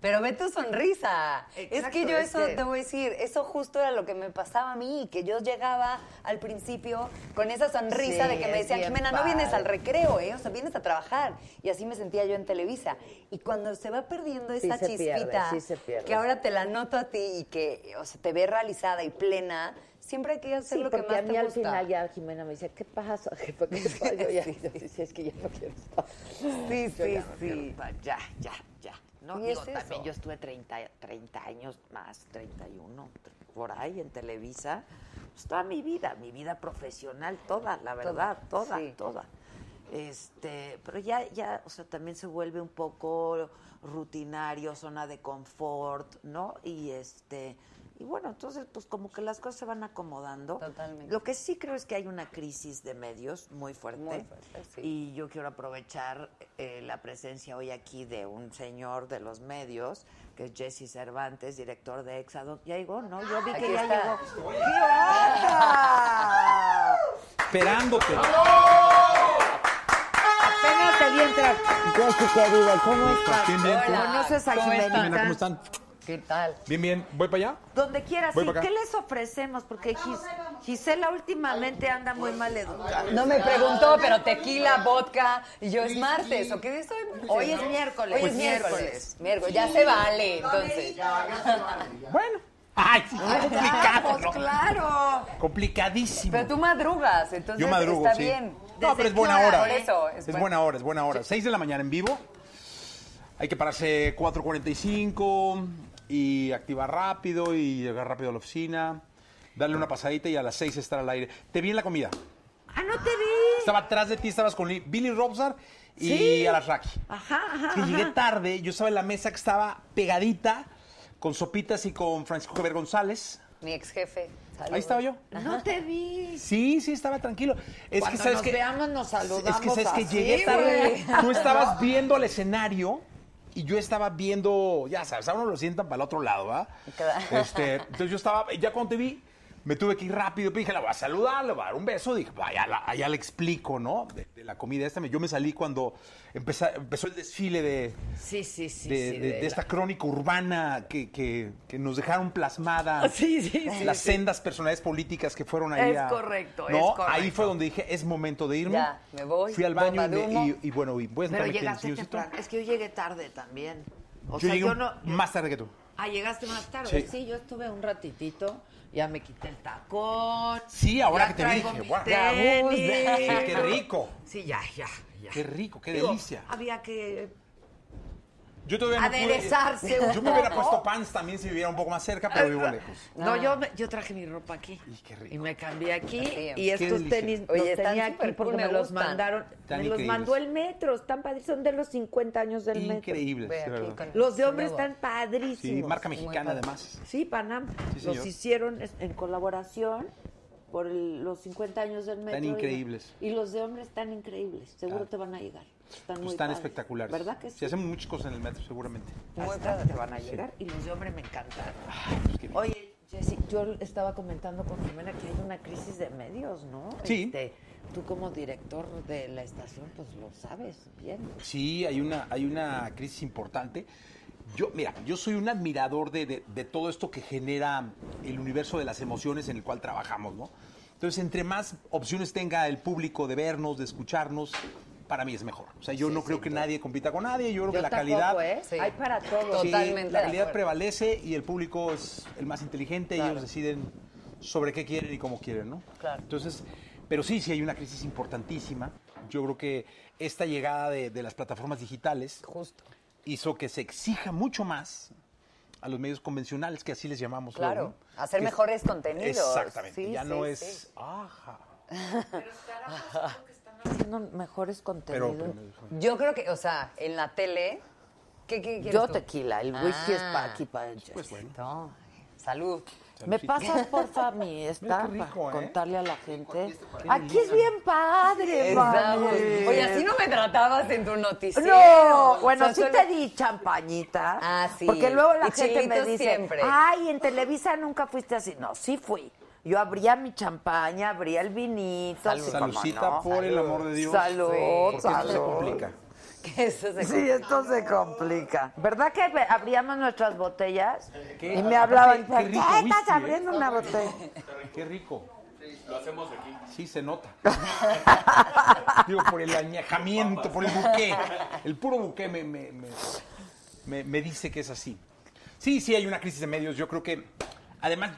Pero ve tu sonrisa. es Exacto, que yo es eso, que- te voy a decir, eso justo era lo que me pasaba a mí, que yo llegaba al principio con esa sonrisa Sí, de que me es decían, bien Jimena, no vienes al padre". recreo, ¿eh? o sea, vienes a trabajar. Y así me sentía yo en Televisa. Y cuando se va perdiendo Sí esa se pierde, chispita, sí se pierde. que ahora te la noto a ti y que, o sea, te ve realizada y plena, siempre hay que hacer sí, lo que porque más a mí te al gusta. final ya Jimena me dice, ¿qué pasa, jefa? ¿Qué pasa? Yo ya, yo decía, es que ya no quiero estar. Sí, Yo sí, ya no quiero sí. estar, Ya, ya, ya. No, Y digo, es eso. también yo estuve 30, 30 años más, 31, tr- por ahí en Televisa. Pues toda mi vida, mi vida profesional, toda, la verdad, toda, sí. toda. Este, pero ya, ya, o sea, también se vuelve un poco rutinario, zona de confort, ¿no? Y este, y bueno, entonces, pues como que las cosas se van acomodando. Totalmente. Lo que sí creo es que hay una crisis de medios muy fuerte. Muy fuerte, sí. Y yo quiero aprovechar eh, la presencia hoy aquí de un señor de los medios, que es Jesse Cervantes, director de Exadon. Ya llegó, ¿no? Yo vi Aquí que ya está. llegó. ¡Qué onda! Esperando que. Pégate bien, tra- Jesse, querida, ¿cómo estás? Bien, bien, ¿cómo- ¿Conoces a ¿cómo Jimenita? Jimena, ¿Cómo están? ¿Qué tal? Bien, bien. ¿Voy para allá? Donde quieras, Voy sí. para acá. ¿qué les ofrecemos? Porque Gis- Gisela últimamente anda muy mal educada. No me preguntó, pero tequila, vodka, y yo es martes, ¿o qué es hoy? Hoy es miércoles. Hoy Pues es miércoles. miércoles. Miércoles, ya se vale, entonces. Bueno. ¡Ay! sí, complicado, Pues ¿no? claro. Complicadísimo. Pero tú madrugas, entonces Yo madrugo, está sí. bien. No, pero ¿Desde es buena qué hora. ¿eh? Por eso, es buena hora, es buena hora. 6 de la mañana en vivo. Hay que pararse 4.45 y activar rápido y llegar rápido a la oficina. Darle una pasadita y a las 6 estar al aire. Te vi en la comida. Ah, no te vi. Estaba atrás de ti, estabas con Li- Billy Robsar y Sí. Alarraqui. Ajá, ajá, Que llegué ajá. tarde, yo estaba en la mesa que estaba pegadita con sopitas y con Francisco Javier González. Mi ex jefe. Ahí estaba yo. No te vi. Sí, sí, estaba tranquilo. Es Cuando que sabes nos que veamos, nos saludamos Es que sabes que así, llegué tarde. güey. Tú estabas viendo al escenario y yo estaba viendo, ya sabes, a uno lo sientan para el otro lado, ¿va? Claro. Este, entonces yo estaba, ya cuando te vi, Me tuve que ir rápido, pero dije, la voy a saludar, le voy a dar un beso. Dije, vaya, la- allá le explico, ¿no? De, de la comida esta. Yo me salí cuando empeza- empezó el desfile de, Sí, sí, sí. de, sí, de- de de esta crónica urbana que, que- que nos dejaron plasmada. Sí, sí, sí, Las sí. sendas personalidades políticas que fueron ahí. Es a- correcto, es ¿no? Ahí correcto. fue donde dije, es momento de irme. Ya, me voy, Fui al baño bomba y, de me- humo. y- y bueno, y voy a Pero entrar aquí en llegaste el instituto. temprano. Es que yo llegué tarde también. O Yo sea, llegué yo no. más tarde que tú. Ah, llegaste más tarde. Sí. Sí. yo estuve un ratitito. Ya me quité el tacón. Sí, ahora ya que te traigo dije, mi guau. tenis. Sí, qué rico. Sí, ya, ya, ya. Qué rico, qué Digo, delicia. Había que. Yo todavía no pude- aderezarse un Yo me hubiera poco. puesto pants también si viviera un poco más cerca, pero vivo lejos. No, Ah. yo, me- yo traje mi ropa aquí. Y qué rico. Y me cambié aquí. Así es. Y Qué estos delicia. tenis los Oye, están tenía súper aquí porque cool, me, me los gustan. mandaron. Están me los increíbles. mandó el metro. Están padres. Son de los 50 años del metro. Increíble, Ve de aquí verdad. con- Los de hombre Nuevo. están padrísimos. Sí, marca Muy mexicana padre. además. Sí, Panam. Sí, los señor. hicieron es- en colaboración por el- los 50 años del metro. Están y- increíbles. Y, los de hombres están increíbles. Seguro Claro. te van a llegar. Están Pues muy están padres. espectaculares. ¿Verdad que sí? Sí, hacemos muchas cosas en el metro, seguramente. Muy padre. te van a llegar. Y los de hombre me encantaron. pues Oye, Jessy, yo estaba comentando con Jimena que hay una crisis de medios, ¿no? Sí. Este, tú como director de la estación, pues lo sabes bien. Sí, hay una, hay una crisis importante. Yo, mira, yo soy un admirador de, de- de todo esto que genera el universo de las emociones en el cual trabajamos, ¿no? Entonces, entre más opciones tenga el público de vernos, de escucharnos, para mí es mejor. O sea, yo no creo que nadie compita con nadie, yo creo que la tampoco, calidad... ¿eh? Sí. Hay para todos. Sí, Totalmente la de calidad acuerdo. prevalece y el público es el más inteligente y Claro. ellos deciden sobre qué quieren y cómo quieren, ¿no? Claro. Entonces, pero sí, sí hay una crisis importantísima. Yo creo que esta llegada de, de las plataformas digitales Justo. hizo que se exija mucho más a los medios convencionales, que así les llamamos. hoy, Claro, ¿no? hacer Que- mejores contenidos. Exactamente, Sí, ya sí, no sí. es... Ajá. Haciendo mejores Pero, contenidos. Yo creo que, o sea, en la tele. ¿Qué, qué quieres Yo tú? tequila, el whisky es Ah. para aquí, para Pues, el Jessy. No, Salud. ¿Me pasas, porfa, mi esta qué para rico, ¿eh? Este contarle a la gente? Aquí es bien padre, Exacto. padre. Oye, así no me tratabas en tu noticiero. No, bueno, O sea, sí solo- te di champañita. Ah, sí. Porque luego la Y gente me chilitos dice, siempre. ay, en Televisa nunca fuiste así. No, sí fui. Yo abría mi champaña, abría el vinito. Salud. sí, cómo Salucita, no. por el amor de Dios. Salud, porque esto se salud. complica. Que eso se- Sí, esto se complica. ¿Verdad que ve- abríamos nuestras botellas? ¿Qué? Y me Aparte, hablaban, qué rico "¿Qué estás whisky, eh?" abriendo una botella? Qué rico. Lo hacemos aquí. Sí, se nota. Digo, por el añejamiento, por el buque. El puro buque me, me- me- me- me dice que es así. Sí, sí, hay una crisis de medios. Yo creo que, además,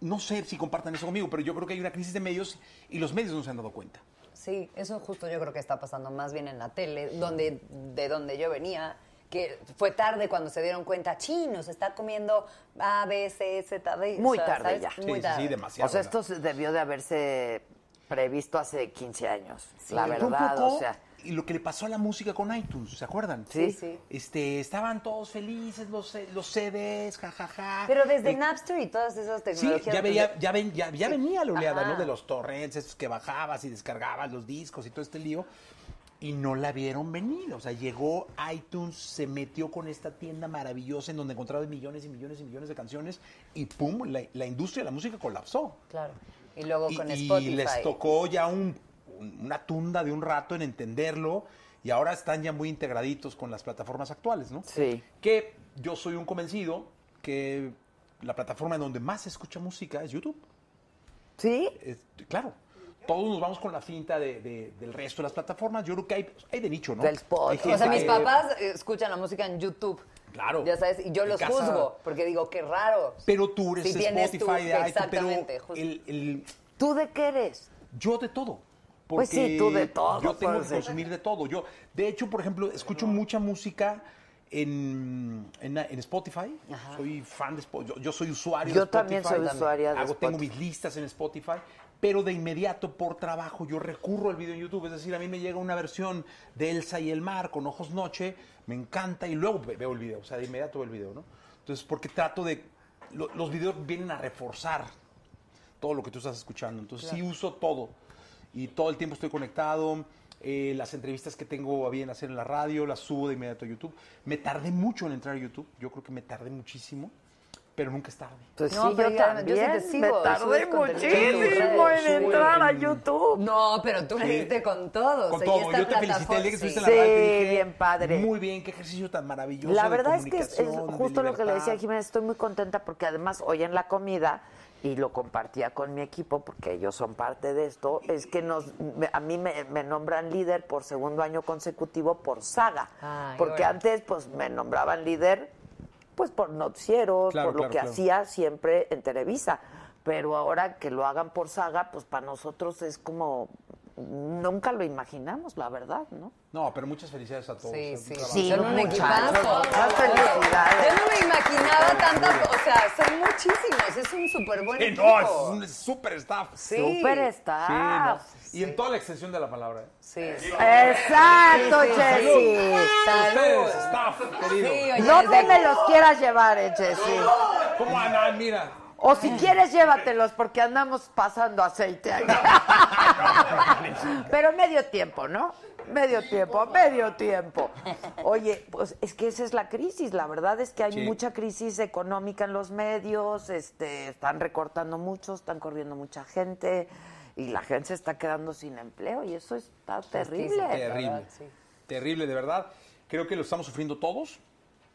no sé si compartan eso conmigo, pero yo creo que hay una crisis de medios y los medios no se han dado cuenta. Sí, eso justo yo creo que está pasando más bien en la tele, donde de donde yo venía, que fue tarde cuando se dieron cuenta, sí, nos está comiendo A, B, C, Z, D. Muy tarde ya. Sí, Muy sí, tarde. sí, demasiado. O sea, esto se debió de haberse previsto hace 15 años, la Fue un verdad, poco o sea. Y lo que le pasó a la música con iTunes, ¿se acuerdan? Sí. sí. Este, estaban todos felices, los, los CDs, jajaja. Pero desde El- Napster y todas esas Sí, tecnologías. ya, pues, veía, ya, ven- ya- ya venía la oleada, Ajá. ¿no? De los torrents, estos que bajabas y descargabas los discos y todo este lío. Y no la vieron venir. O sea, llegó iTunes, se metió con esta tienda maravillosa en donde encontrabas millones y millones y millones de canciones y ¡pum! La, la industria de la música colapsó. Claro. Y luego Y, con y Spotify. les tocó ya un- un- una tunda de un rato en entenderlo y ahora están ya muy integraditos con las plataformas actuales, ¿no? Sí. Que yo soy un convencido que la plataforma en donde más se escucha música es YouTube. ¿Sí? Es- claro. Todos nos vamos con la finta de- de- del resto de las plataformas. Yo creo que hay, hay de nicho, ¿no? Del spot. Hay gente O sea, mis que- papás eh, escuchan la música en YouTube. Claro. Ya sabes, y yo En los casa- juzgo, porque digo, qué raro. Pero tú eres Si tienes Spotify, tú- de iTunes, exactamente, pero justo. el- el- ¿Tú de qué eres? yo de todo. Pues sí, Porque tú de todo, Yo tengo pues, que sí. consumir de todo. Yo, de hecho, por ejemplo, escucho mucha música en, en- en Spotify. Soy fan de Spotify. Yo, yo soy usuario Yo de Spotify. también soy usuaria de Hago- Tengo Spotify. mis listas en Spotify. Pero de inmediato, por trabajo, yo recurro al video en YouTube. Es decir, a mí me llega una versión de Elsa y el mar con Ojos Noche. Me encanta y luego ve- veo el video. O sea, de inmediato veo el video, ¿no? Entonces, porque trato de... lo- los videos vienen a reforzar todo lo que tú estás escuchando. Entonces sí uso todo y todo el tiempo estoy conectado. Eh, las entrevistas que tengo a bien hacer en la radio las subo de inmediato a YouTube. Me tardé mucho en entrar a YouTube. Yo creo que me tardé muchísimo. pero nunca es tarde. Pues No, sí, pero yo ya- yo sí te también. sigo, me subes tardé contenido en tus muchísimo redes, en sube entrar a en- YouTube. No, pero tú le diste con todo. Con o sea, y todo. esta Yo te felicité el día plataforma- que estuviste en sí. la radio. te Sí, dije, bien padre. Muy bien, qué ejercicio tan maravilloso. La de verdad es que es, es comunicación, de justo lo que le decía a libertad. Jiménez, estoy muy contenta porque además hoy en la comida, y lo compartía con mi equipo porque ellos son parte de esto, es que nos, me- a mí me, me nombran líder por segundo año consecutivo por saga, Ay, porque órale. antes pues me nombraban líder pues por noticieros, Claro, por lo claro, que claro. hacía siempre en Televisa, pero ahora que lo hagan por saga, pues para nosotros es como, nunca lo imaginamos, la verdad, ¿no? No, pero muchas felicidades a todos. Sí, Es un sí, trabajo. Sí, Son un muchachos, equipazo. muchas felicidades. Yo no me imaginaba tantas, o sea, son muchísimos, es un súper buen Eh, equipo. no, es un super staff. Sí. Súper Sí, no. staff. Y en toda la extensión de la palabra. ¿eh? Sí, sí. Exacto, Jessy. Salud. Ustedes, staff, querido. Sí, oye, ¿Dónde desde- me los quieras llevar, eh, Jessy? ¿Cómo andan? Mira. O si quieres, llévatelos porque andamos pasando aceite ahí. Pero medio tiempo, ¿no? Medio tiempo, medio tiempo. Oye, pues es que esa es la crisis. La verdad es que hay Sí. mucha crisis económica en los medios. Este, están recortando mucho, están corriendo mucha gente y la gente se está quedando sin empleo y eso está terrible. Terrible. ¿verdad? Sí. Terrible, de verdad. Creo que lo estamos sufriendo todos.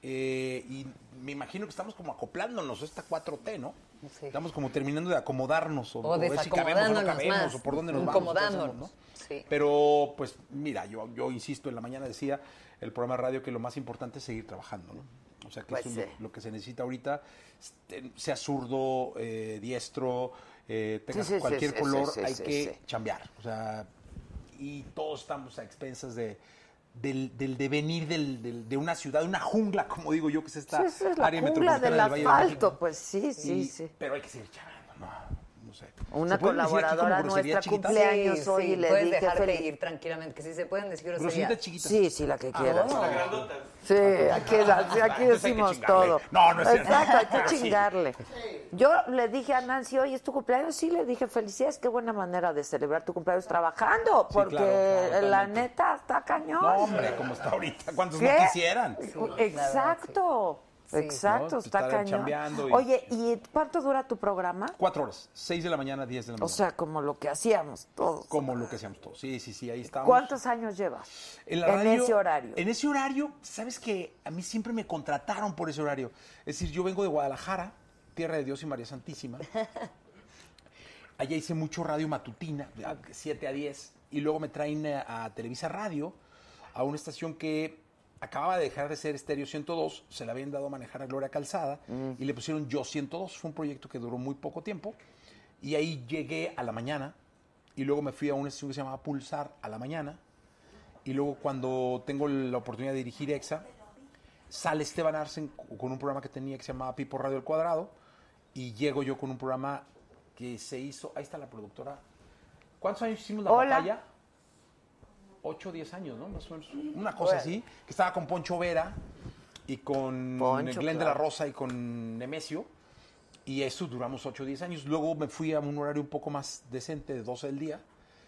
eh, y me imagino que estamos como acoplándonos a esta 4T, ¿no? Sí. Estamos como terminando de acomodarnos. O, O o ver si cabemos o no desacomodándonos cabemos. más. O por dónde nos vamos. o qué Incomodándonos. hacemos, ¿no? Sí. Pero, pues, mira, yo, yo insisto, en la mañana decía el programa de radio que lo más importante es seguir trabajando, ¿no? O sea, que Pues eso es sí. lo- lo que se necesita ahorita, este, sea zurdo, eh, diestro, eh, tengas Sí, sí, sí, cualquier sí, sí, color, sí, hay sí, que sí. chambear. O sea, y todos estamos a expensas de, del, del devenir del- del- de una ciudad, una jungla, como digo yo, que es esta Sí, esa es la área jungla metropolitana del del Valle de asfalto, México. pues sí, sí, Y- sí. Pero hay que seguir chambeando, no, no sé. Una ¿Se pueden decir aquí como colaboradora groserías nuestra chiquitas? cumplea- cumpleaños hoy y le puedes dije dejarte feliz- ir tranquilamente, que sí se pueden decir Groserías groserías. chiquitas. Ah, Sí, sí, la que quieras. no. Sí, aquí, aquí Entonces hay que decimos chingarle. todo. No, no es cierto. Exacto, hay que Sí. chingarle. Yo le dije a Nancy, hoy es tu cumpleaños. Sí, le dije, felicidades, qué buena manera de celebrar tu cumpleaños trabajando, Sí, porque claro, claro, la totalmente. neta está cañón. No, hombre, como está ahorita, ¿cuántos ¿Qué? no quisieran? Exacto. Sí. Exacto, No, está estar cañón. chambeando y- Oye, ¿y cuánto dura tu programa? Cuatro horas, seis de la mañana, diez de la mañana. O sea, como lo que hacíamos todos. como lo que hacíamos todos. Sí, sí, sí, ahí estamos. ¿Cuántos años llevas? la radio- ese horario. En ese horario, sabes que a mí siempre me contrataron por ese horario. Es decir, yo vengo de Guadalajara, Tierra de Dios y María Santísima. Allá hice mucho radio matutina, de 7 a 10, y luego me traen eh, a, Televisa Radio, a una estación que acababa de dejar de ser Estéreo 102, se la habían dado a manejar a Gloria Calzada, Mm. y le pusieron Yo 102, fue un proyecto que duró muy poco tiempo, y ahí llegué a la mañana, y luego me fui a una estación que se llamaba Pulsar a la mañana, y luego cuando tengo la oportunidad de dirigir EXA, sale Esteban Arce con un programa que tenía que se llamaba Pipo Radio al Cuadrado y llego yo con un programa que se hizo, ahí está la productora. ¿Cuántos años hicimos la Hola. batalla? Ocho o diez años, ¿no? Más o menos. Una cosa así, que estaba con Poncho Vera y con Poncho, Glenn de claro. la Rosa y con Nemesio. Y eso duramos 8 o 10 años. Luego me fui a un horario un poco más decente, de 12 del día.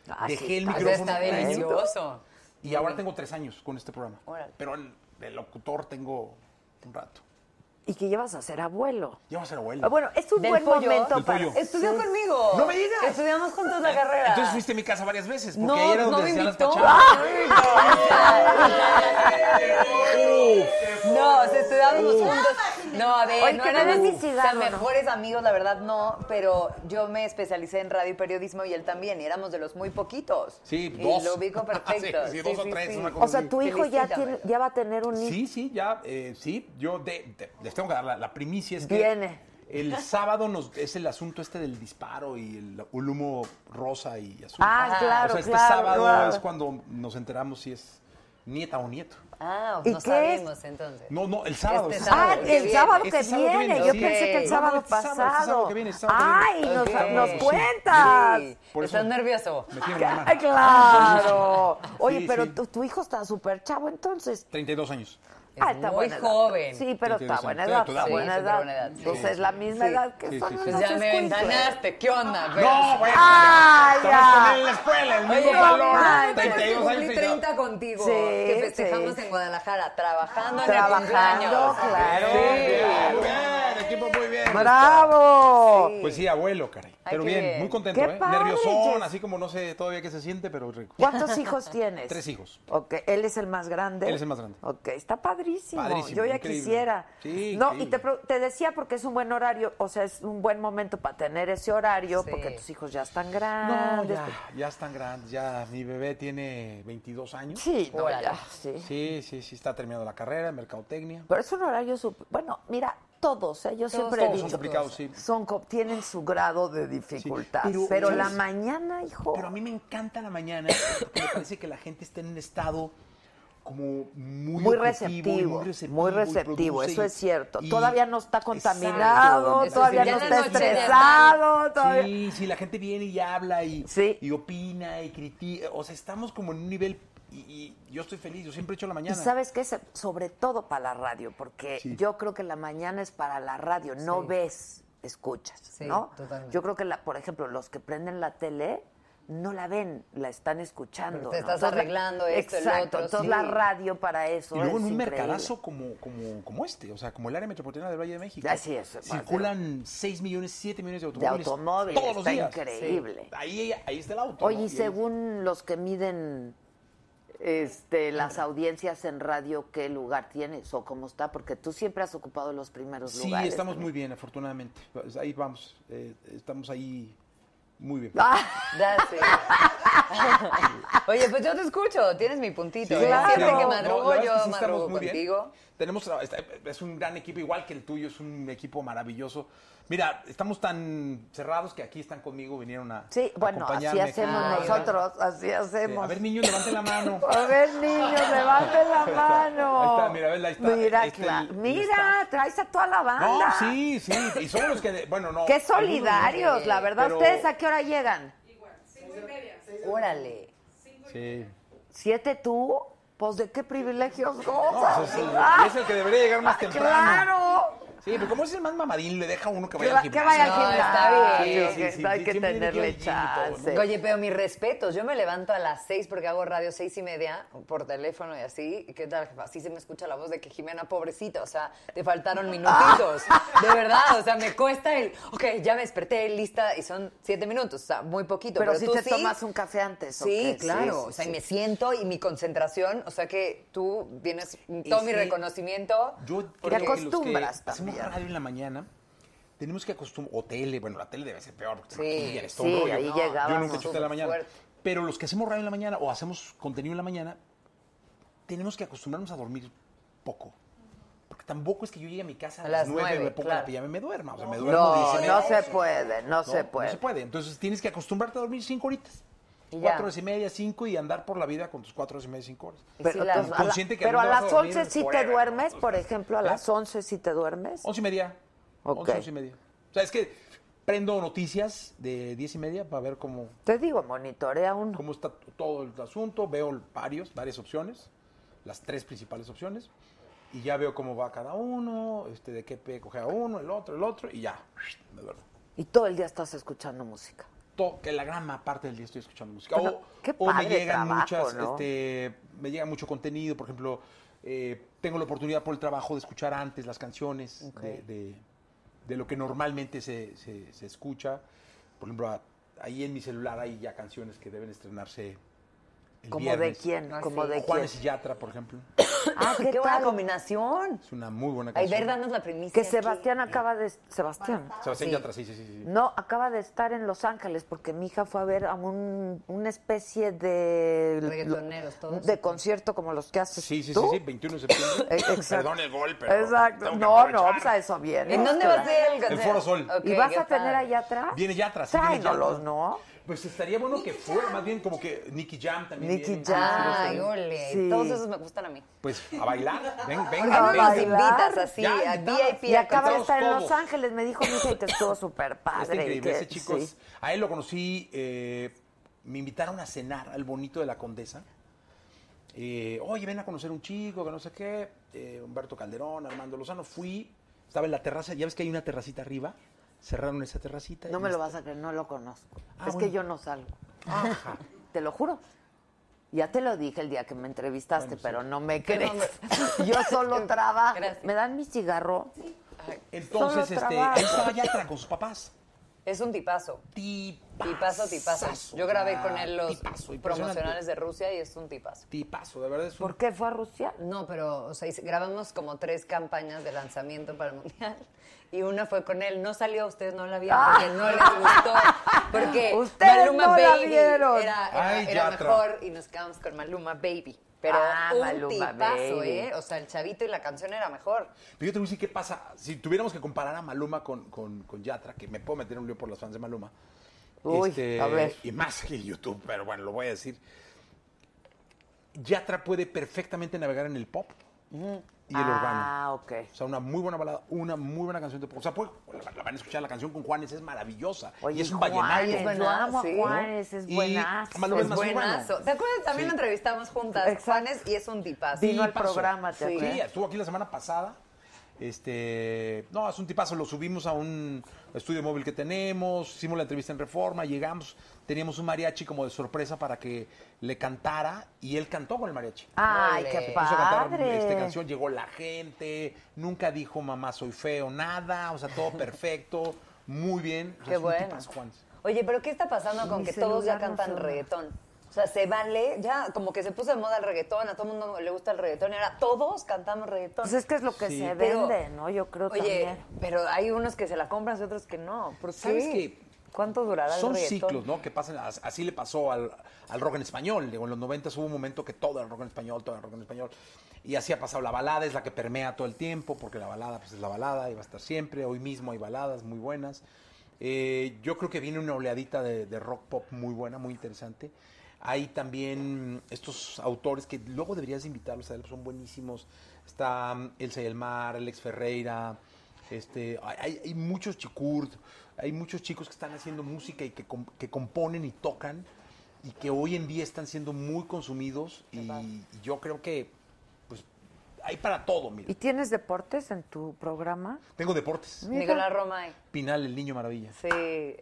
Ah, Dejé sí, el está- Eso micrófono. está un año. delicioso. Y ahora tengo tres años con este programa. Órale. Pero el, de locutor tengo un rato. ¿Y que llevas a ser abuelo? Ya va a ser abuelo. Ah, Bueno, es un Del buen pollo. momento Del para... pollo. Estudió conmigo. ¡No me digas! Estudiamos juntos la carrera. Entonces fuiste a mi casa varias veces, porque no, ahí era donde no me hacían las invitó. pachangas. No, se estudiábamos Uh. juntos. No, a ver, Oye, no que me éramos des mi cigarro, tan ¿no? mejores amigos, la verdad no, pero yo me especialicé en radio y periodismo y él también, y éramos de los muy poquitos. Sí, Y dos. lo ubico perfecto. Sí, sí, dos o tres, una cosa O sea, tu hijo ya, Felicítame. tiene, ya va a tener un hijo. Sí, sí, ya, eh, sí. Yo de- de- les tengo que dar la, la primicia. Es que Viene. El sábado nos, es el asunto este del disparo y el, el humo rosa y azul. Ah, claro, O sea, este claro, sábado claro. es cuando nos enteramos si es nieta o nieto. Ah, ¿Y no qué es? sabemos entonces. No, no, el sábado. Este este sábado. Ah, que el viene. sábado que Este sábado que viene. viene, Yo sí. pensé que Ah, el No, sábado no, este sábado, pasado. este sábado que viene, este sábado que Ay, viene. nos, Ok. nos Sí. cuentas. Sí. Por eso- Estás nervioso. Me tiene la Ay, mano. claro. Oye, Sí, pero sí. Tu, tu hijo está súper chavo, entonces. Ah, 32 años. Es muy buena edad. joven. Sí, pero Sí, está sí, sí. buena Sí, edad, tu está edad. buena Sí, edad. súper buena edad. Entonces Sí. es la misma Sí. edad que Sí, son sí, los sí. Pues ya me escuincles. ventanaste, ¿qué onda? No, bueno. Ah, ya. pues Estabas con él en la escuela, el Oye, mismo no valor. manches, 32 años. cumplí 32. 30 contigo, Sí, que festejamos sí. en Guadalajara, trabajando en el Trabajando, cumpleaños. claro. Muy bien, muy bien, equipo muy bien. ¡Bravo! Pues sí, abuelo, caray. Ay, Pero qué bien, bien. muy contento, ¡Qué ¿eh? padre, Nerviosón, Jess! así como no sé todavía qué se siente, pero rico. ¿Cuántos hijos tienes? Tres hijos. Ok, él es el más grande. Él es el más grande. Ok, está padrísimo. Padrísimo, Yo ya increíble. quisiera. Sí, no, increíble. y te, pro- te decía porque es un buen horario, o sea, es un buen momento para tener ese horario Sí. porque tus hijos ya están No, grandes. ya, ya están grandes. Ya mi bebé tiene 22 años. Sí, no, Órale. ya, sí. Sí, sí, sí, está terminando la carrera en mercadotecnia. Pero es un horario súper. Bueno, mira, todos, ¿eh? yo siempre he todos dicho. son complicados, sí. son co- tienen su grado de dificultad. pero, pero la ¿sabes? mañana, hijo. Pero a mí me encanta la mañana porque me parece que la gente está en un estado como muy, Muy objetivo, receptivo, muy receptivo, y produce eso y- es cierto. y- Todavía no está Exacto. contaminado, Eso todavía sí, no ya está en la noche ya estresado, todavía... Sí, sí, la gente viene y habla y, Sí. y opina y critica. O sea, estamos como en un nivel. Y, y yo estoy feliz, yo siempre he hecho la Y mañana. sabes qué, Se- sobre todo para la radio, porque Sí. yo creo que la mañana es para la radio, no Sí. ves, escuchas, Sí, ¿no? totalmente. Yo creo que, la, por ejemplo, los que prenden la tele no la ven, la están escuchando. Pero te ¿no? estás la- arreglando esto, el Exacto, otro, entonces sí. la radio para eso Y luego es en un increíble. mercadazo como, como, como este, o sea, como el área metropolitana del Valle de México. Así es, más Circulan 6 millones, 7 millones de de automóviles. automóvil, todos los está días. increíble. Ahí, ahí está el auto. Oye, ¿no? y ahí- según los que miden este, las audiencias en radio, ¿qué lugar tienes o cómo está? Porque tú siempre has ocupado los primeros Sí, lugares. estamos ¿no? muy bien, afortunadamente. Pues Ahí vamos. eh, estamos ahí muy bien. Ah, That's it. Oye, pues yo te escucho, tienes mi puntito. ¿eh? claro. Siempre que No, madrugo, la verdad es yo que sí estamos madrugo muy bien. contigo. Tenemos, tra- está- es un gran equipo, igual que el tuyo, es un equipo maravilloso. Mira, estamos tan cerrados que aquí están conmigo, vinieron a sí, a bueno, así acompañarme acá. hacemos Ah, ya. nosotros, así hacemos. A ver, niños, levanten la mano. A ver, niños, levanten la mano. Ahí está, mira, ves, ahí está, Mira, ahí está cla- el- el mira staff. traes a toda la No, banda. sí, sí. Y son los que, de- bueno, no. Qué algunos no. eh, solidarios, la verdad. Pero- ¿Ustedes a qué hora llegan? Órale. Sí. ¿Siete tú? Pues, ¿de qué privilegios No, o sea, gozas? sí, Ah, es el que debería llegar más temprano. ¡Claro! Sí, pero como es el más mamadín, le deja a uno que Que vaya va- al que gimnasio. vaya al No, gimnasio. está bien. Ah, Sí, que sí, sí, hay sí, que siempre tiene que ir tenerle al gym y todo, ¿no? chance. Oye, pero mis respetos, yo me levanto a las seis porque hago radio seis y media por teléfono y así. ¿y ¿Qué tal, jefa? Así se me escucha la voz de que Jimena, pobrecita, o sea, te faltaron minutitos. De verdad, o sea, me cuesta el. Ok, ya me desperté, lista, y son siete minutos, o sea, muy poquito. Pero Pero, si tú te sí, tomas un café antes, ¿o qué? Sí, claro. Sí, sí, o sea, sí. y me siento y mi concentración, o sea que tú vienes todo Y mi sí, reconocimiento. Yo porque- creo que los que acostumbras Hacemos también. radio en la mañana. Tenemos que acostumbrar, o tele, bueno, la tele debe ser peor, porque Sí, te maquillan, es todo sí, un rollo. ahí No, Yo llegábamos nunca escuché la súper mañana. fuerte. Pero los que hacemos radio en la mañana o hacemos contenido en la mañana, tenemos que acostumbrarnos a dormir poco. Porque tampoco es que yo llegue a mi casa a, A las las nueve, nueve, me ponga claro. la pijama y me duerma. O sea, me duermo No, diez y media. no se puede, no, No, se puede. No se puede. Entonces tienes que acostumbrarte a dormir cinco horitas. Y ya. Cuatro horas y media, cinco, y andar por la vida con tus cuatro horas y media, cinco horas. Sí, Pero, la- entonces, a, la- consciente que pero a no vas a las dormir 11 sí te forever, duermes, ¿no? por ejemplo, a ¿Ya? las 11 sí te duermes. Once y media. Ok. Once, once y media. O sea, es que prendo noticias de diez y media para ver cómo, Te digo, monitorea uno. cómo está todo el asunto. Veo varios, varias opciones, las tres principales opciones. Y ya veo cómo va cada uno, este, de qué pe coge a uno, el otro, el otro, y ya. Me duermo. Y todo el día estás escuchando música. to- que la gran parte del día estoy escuchando música. Bueno, o, qué o me padre llegan trabajo, muchas, ¿no? este, me llega mucho contenido, por ejemplo, eh, tengo la oportunidad por el trabajo de escuchar antes las canciones de, de- de lo que normalmente se, se- se escucha. Por ejemplo, a- ahí en mi celular hay ya canciones que deben estrenarse el ¿Como viernes. de quién? Ah, ¿Como sí. de Juan quién? Yatra, por ejemplo. Ah, qué, ¿qué buena tal? combinación. Es una muy buena Ay, canción. ver, danos la primicia. Que aquí. Sebastián acaba de... Sebastián. Sebastián Sí. Yatra, sí, sí, sí. sí. No, acaba de estar en Los Ángeles porque mi hija fue a ver a un, una especie de... Reggaetoneros, todos. De concierto como los que haces Sí, sí, sí, tú. sí, 21 de septiembre. Eh, Exacto. Perdón el gol, pero Exacto. tengo que No, no, aprovechar. pues a eso viene. ¿En dónde va a ser el El Foro Sol. Ok, ¿Y vas qué a tener padre. allá atrás? Viene Yatra, sí, viene Tráenolos, Yatra. ¿no? Pues estaría bueno que fuera, más bien como que Nicky Jam también. Nicky viene. Jam. Ay, ole. Sí. Todos esos me gustan a mí. Pues a bailar. Ven, ¿Por venga, qué no venga. nos bailar. invitas así Ya, a invitados. VIP? Y a acaba de todos, estar en todos. Los Ángeles, me dijo mi hija y que estuvo súper padre. Está increíble, que- ese chico es- sí. A él lo conocí, eh, me invitaron a cenar al bonito de la condesa. Eh, Oye, ven a conocer un chico que no sé qué, eh, Humberto Calderón, Armando Lozano. Fui, estaba en la terraza, ya ves que hay una terracita arriba. Cerraron esa terracita. No y me lo Ah. está- vas a creer, no lo conozco. Ah, es bueno. que yo no salgo. Te lo juro. Ya te lo dije el día que me entrevistaste, pero no me crees. Yo solo trabajo. Gracias. ¿Me dan mi cigarro? Entonces, Solo este, trabajo. ahí estaba Yatra con sus papás. Es un tipazo. Tipazo, tipazo. Yo grabé ah, con él los promocionales de Rusia y es un tipazo. Tipazo, de verdad es un... ¿Por qué fue a Rusia? No, pero o sea, hice- grabamos como tres campañas de lanzamiento para el Mundial y una fue con él. No salió, ustedes no la vieron porque no les gustó. Porque Ah. Ustedes Maluma no la Baby vieron. era, era- Ay, era Yatra. mejor y nos quedamos con Maluma Baby. Pero Ah, un Maluma tipazo, Baby. ¿eh? O sea, el chavito y la canción era mejor. Pero yo te voy a decir qué pasa. Si tuviéramos que comparar a Maluma con, con, con Yatra, que me puedo meter en un lío por los fans de Maluma. este, Uy, a ver. Y más que YouTube, pero bueno, lo voy a decir. Yatra puede perfectamente navegar en el pop y el urbano. Ah, ok. O sea, una muy buena balada, una muy buena canción de pop. O sea, pues, la, la van a escuchar, la canción con Juanes es maravillosa. y es un vallenato. Juanes, Es yo amo a buenazo, sí. Juanes, es Y buenazo. Maluma es Es más urbano. buenazo. ¿Te acuerdas? También Sí. lo entrevistamos juntas, Exacto. Juanes, y es un tipazo. Vino al tipazo. programa, ¿te Sí, acuerdas? estuvo aquí la semana pasada. Este, no, es un tipazo, lo subimos a un estudio móvil que tenemos, hicimos la entrevista en Reforma, llegamos, teníamos un mariachi como de sorpresa para que le cantara y él cantó con el mariachi. Ay, Ole. qué Puso a cantar padre. este, canción, llegó la gente, nunca dijo mamá soy feo, nada, o sea, todo perfecto, muy bien. O sea, Qué es un bueno. tipazo, Juan. Oye, pero ¿qué está pasando con Mi que todos ya celular no cantan suena. reggaetón? O sea, se vale, ya como que se puso de moda el reggaetón, a todo el mundo le gusta el reggaetón y ahora todos cantamos reggaetón. Pues es que es lo que Sí. se Pero- vende, ¿no? Yo creo Oye, también. pero hay unos que se la compran y otros que no. ¿Por qué? ¿Sabes qué? ¿Cuánto durará Son el reggaetón? ciclos, ¿no? Que pasan, as- así le pasó al, al rock en español. Digo, en los 90 hubo un momento que todo era rock en español, todo era rock en español. Y así ha pasado. La balada es la que permea todo el tiempo, porque la balada pues, es la balada y va a estar siempre. Hoy mismo hay baladas muy buenas. Eh, yo creo que viene una oleadita de, de rock pop muy buena, muy interesante. Hay también estos autores que luego deberías invitarlos a él, son buenísimos. Está mm, Elsa y el Mar, Alex Ferreira, este, hay- hay, hay muchos chicurt, hay muchos chicos que están haciendo música y que, com- que componen y tocan y que hoy en día están siendo muy consumidos y, y yo creo que pues hay para todo, mira. ¿Y tienes deportes en tu programa? Tengo deportes. Nicolás Romay. Pinal, el niño maravilla. Sí.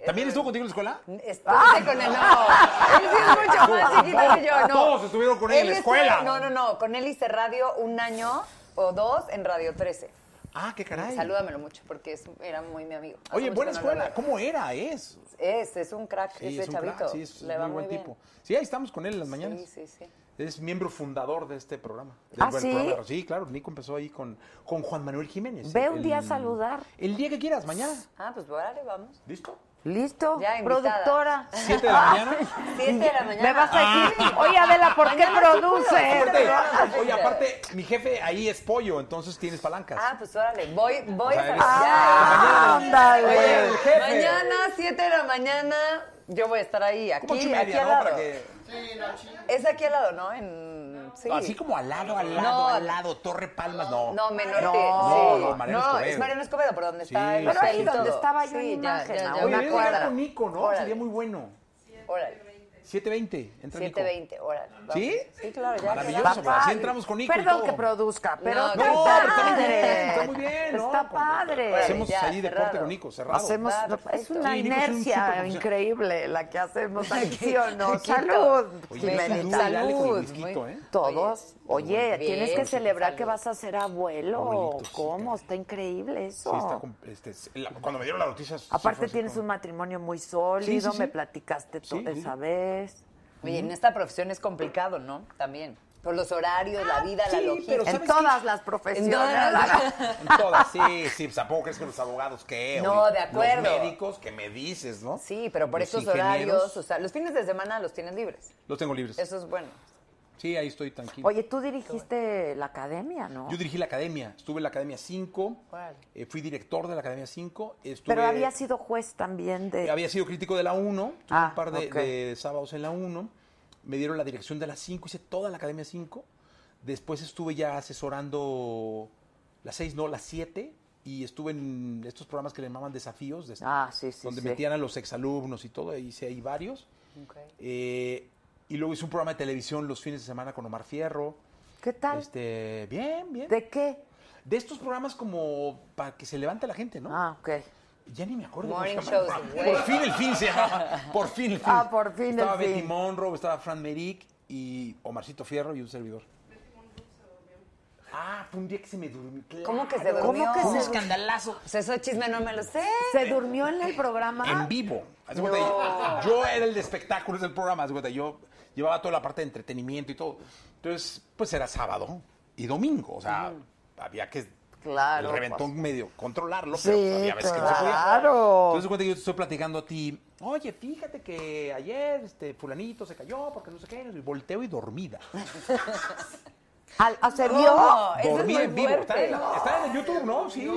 ¿También es- estuvo contigo en la escuela? Estuve con él, no. Él sí es Ah. mucho más chiquito que yo, no. Todos estuvieron con él en la estuvo- escuela. No, no, no. Con él hice radio un año o dos en Radio 13. Ah, qué caray. Salúdamelo mucho porque es- era muy mi amigo. Hace Oye, mucho buena que no lo escuela. veo. ¿Cómo era? Es. Es, es un crack Sí, ese es un chavito. crack, sí, es, Le es va muy buen bien. tipo. Sí, ahí estamos con él en las mañanas. Sí, sí, sí. Es miembro fundador de este programa. ¿Ah, Del- bueno, sí? programa de- sí, claro, Nico empezó ahí con, con Juan Manuel Jiménez. Ve un día a saludar. El día que quieras, mañana. Ah, pues vale, vamos. ¿Listo? ¿Listo? Ya, invitada. Productora. ¿Siete de la mañana? Siete de la mañana. Ah. Me vas a decir, oye Adela, ¿por qué Aparte, produce? oye, aparte, mi jefe ahí es pollo, entonces tienes palancas. Ah, pues órale, voy, voy O sea, a eres- Ah, ya. Ándale. Oye, el jefe. Mañana, 7 de la mañana, yo voy a estar ahí, aquí, Como ocho y aquí media, al ¿no? lado. Para que... Es aquí al lado, ¿no? En... Sí. Así como al lado, al lado, No. al lado, Torre Palmas, no. No, menor No, no, sí. no, Mariano Escobedo. es Mariano Escobedo, por donde está. Sí, el Pero ahí hotel y donde todo. estaba yo en Sí, imagen, ya, ya, a ya, Oye, una deberías cuadra. llegar con Nico, ¿no? Órale, Sería muy bueno. Órale, 7.20, entra Nico. 7.20, órale. vamos. ¿Sí? Sí, claro, ya. Maravilloso, quedamos. pues, así entramos con Nico y Perdón todo. que produzca, pero No, está, no, pero padre. está muy bien, está muy bien, ¿no? Pues, Está padre. Hacemos Pues, Ya, ahí deporte cerrado. con Nico, cerrado. Hacemos, Ah, no, es perfecto. una Sí, Nico es un pues, inercia superprofesional. increíble la que hacemos aquí, ¿sí o no? Quito. Salud, Oye, Jimenez, es un dúo Jimenita. salud. ideal con el Salud, whisky, muy- ¿eh? Todos. Oye, Bien, tienes que salud. celebrar que vas a ser abuelo. Abuelito, sí, ¿Cómo? caray. Está increíble eso. Sí, está com- este, sí, la- cuando me dieron la noticia. sí fue Aparte así tienes como- un matrimonio muy sólido, sí. me platicaste to- Sí, sí. esa vez. Oye, en esta profesión es complicado, ¿no? También. Por los horarios, la vida, la sí, logística. Pero En ¿sabes todas qué? las profesiones. En todas En todas, sí, sí, pues, tampoco crees que los abogados que No, de acuerdo. Los médicos que me dices, ¿no? Sí, pero por Los estos ingenieros, horarios, o sea, los fines de semana los tienes libres. Los tengo libres. Eso es bueno. Sí, ahí estoy tranquilo. Oye, tú dirigiste la academia, ¿no? Yo dirigí la academia, estuve en la academia 5, Órale. eh, fui director de la academia 5, estuve Pero había sido juez también de... Eh, Había sido crítico de la 1, tuve Ah, un par de, ok. de sábados en la 1, me dieron la dirección de la 5, hice toda la Academia 5, después estuve ya asesorando la 6, no, la 7, y estuve en estos programas que le llamaban desafíos, de- Ah, sí, sí, donde sí. metían a los exalumnos y todo, e hice ahí varios. Eh, y luego hice un programa de televisión los fines de semana con Omar Fierro. ¿Qué tal? Este, bien, bien. De, ¿De qué? estos programas como para que se levante la gente, ¿no? Ah, ok. Ya ni me acuerdo. Morning cómo se llama. shows, güey. Por fin el fin se llamaba. Por fin el fin. Ah, por fin el Estaba Betty fin. Monroe, estaba Fran Merick y Omarcito Fierro y un servidor. Ah, fue un día que se me durmió. ¿Cómo que se Claro. durmió? ¿Cómo que Un se escandalazo. eso chisme no me lo sé. ¿Se durmió en el programa? En vivo. Haz de cuenta, Ah. No. Yo era el de espectáculos del programa. haz de cuenta, Yo llevaba toda la parte de entretenimiento y todo. Entonces, pues era sábado y domingo. O sea, había que Claro. el reventón pues. medio controlarlo, Sí, pero había veces que no se podía. claro. Entonces, haz de cuenta, yo te estoy platicando a ti. Oye, fíjate que ayer este fulanito se cayó porque no sé qué. Y volteo y dormida. Al- ah, ¿Se No, vio? eso es Dormí muy en vivo. Está en, la- fuerte. está en el YouTube, ¿no? Sí. Lo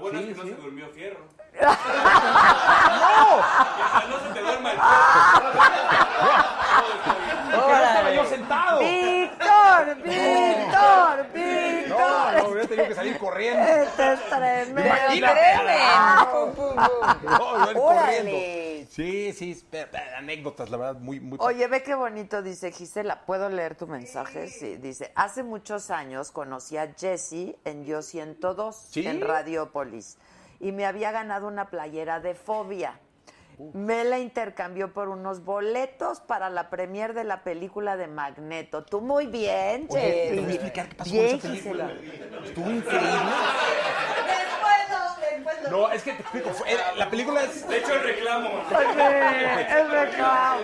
bueno Sí, es que sí. no se durmió fierro. ¡No! Mientras no se te duerma el fierro. Que no estaba yo sentado. Víctor, Víctor, No, Víctor. no, hubiera tenido que salir corriendo. Este es tremendo. Imagínate. Tremen. Pum, pum, pum. No, yo Órale. corriendo. Sí, sí, espera, espera, anécdotas, la verdad, muy, muy. Oye, ve qué bonito, dice Gisela, ¿puedo leer tu mensaje? Sí, dice, hace muchos años conocí a Jesse en Yo 102, ¿Sí? en Radiopolis, y me había ganado una playera de fobia. Me la intercambió por unos boletos para la premier de la película de Magneto. Tú muy bien, Oye, te Jessy. voy a explicar qué pasó con Bien, esa película. Gisela. Estuvo increíble. Después no, después no. No, es que te explico. fue- era- la película es De hecho, el reclamo. Es verdad.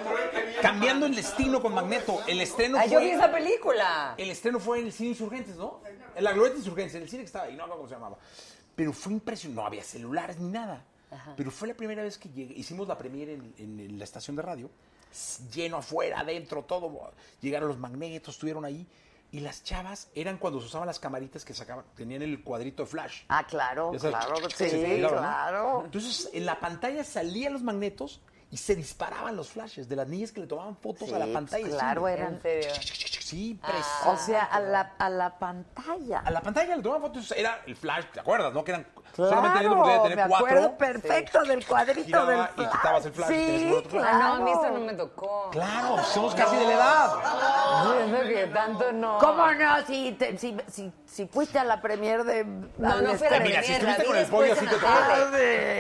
cambiando el destino con Magneto. El estreno Ah, fue. yo vi esa película. El estreno fue en el cine Insurgentes, ¿no? En la Glorieta Insurgentes, en el cine que estaba ahí, no me acuerdo cómo se llamaba. Pero fue impresionante, no había celulares ni nada. Pero fue la primera vez que llegué, hicimos la premiere en, en la estación de radio, s- lleno afuera, adentro, todo. Llegaron los magnetos, estuvieron ahí. Y las chavas eran cuando se usaban las camaritas que sacaban, tenían el cuadrito de flash. Ah, claro, Ya sabes, claro, que se sí, pegaba, ¿no? claro. Entonces, en la pantalla salían los magnetos y se disparaban los flashes de las niñas que le tomaban fotos Sí, a la pues, pantalla. sí. Ah, claro, Ah. eran. En serio. Sí, impresionante. O sea, a la, a la pantalla. A la pantalla le tomaban fotos, era el flash, ¿te acuerdas? No que eran Claro, solamente tenías la oportunidad de me tener acuerdo cuatro. perfecto del cuadrito Giraba del y flash. quitabas el flash y tenías Sí, el otro claro. Ah, no, a mí eso no me tocó. Claro, somos casi de la edad. Siento que tanto no. ¿Cómo no? Si, te- si, si, si fuiste a la premier de... No, no fue la Ay, mira, si primera, la estuviste vi con el después pollo, sí pues en te la tocó. tele. Ah,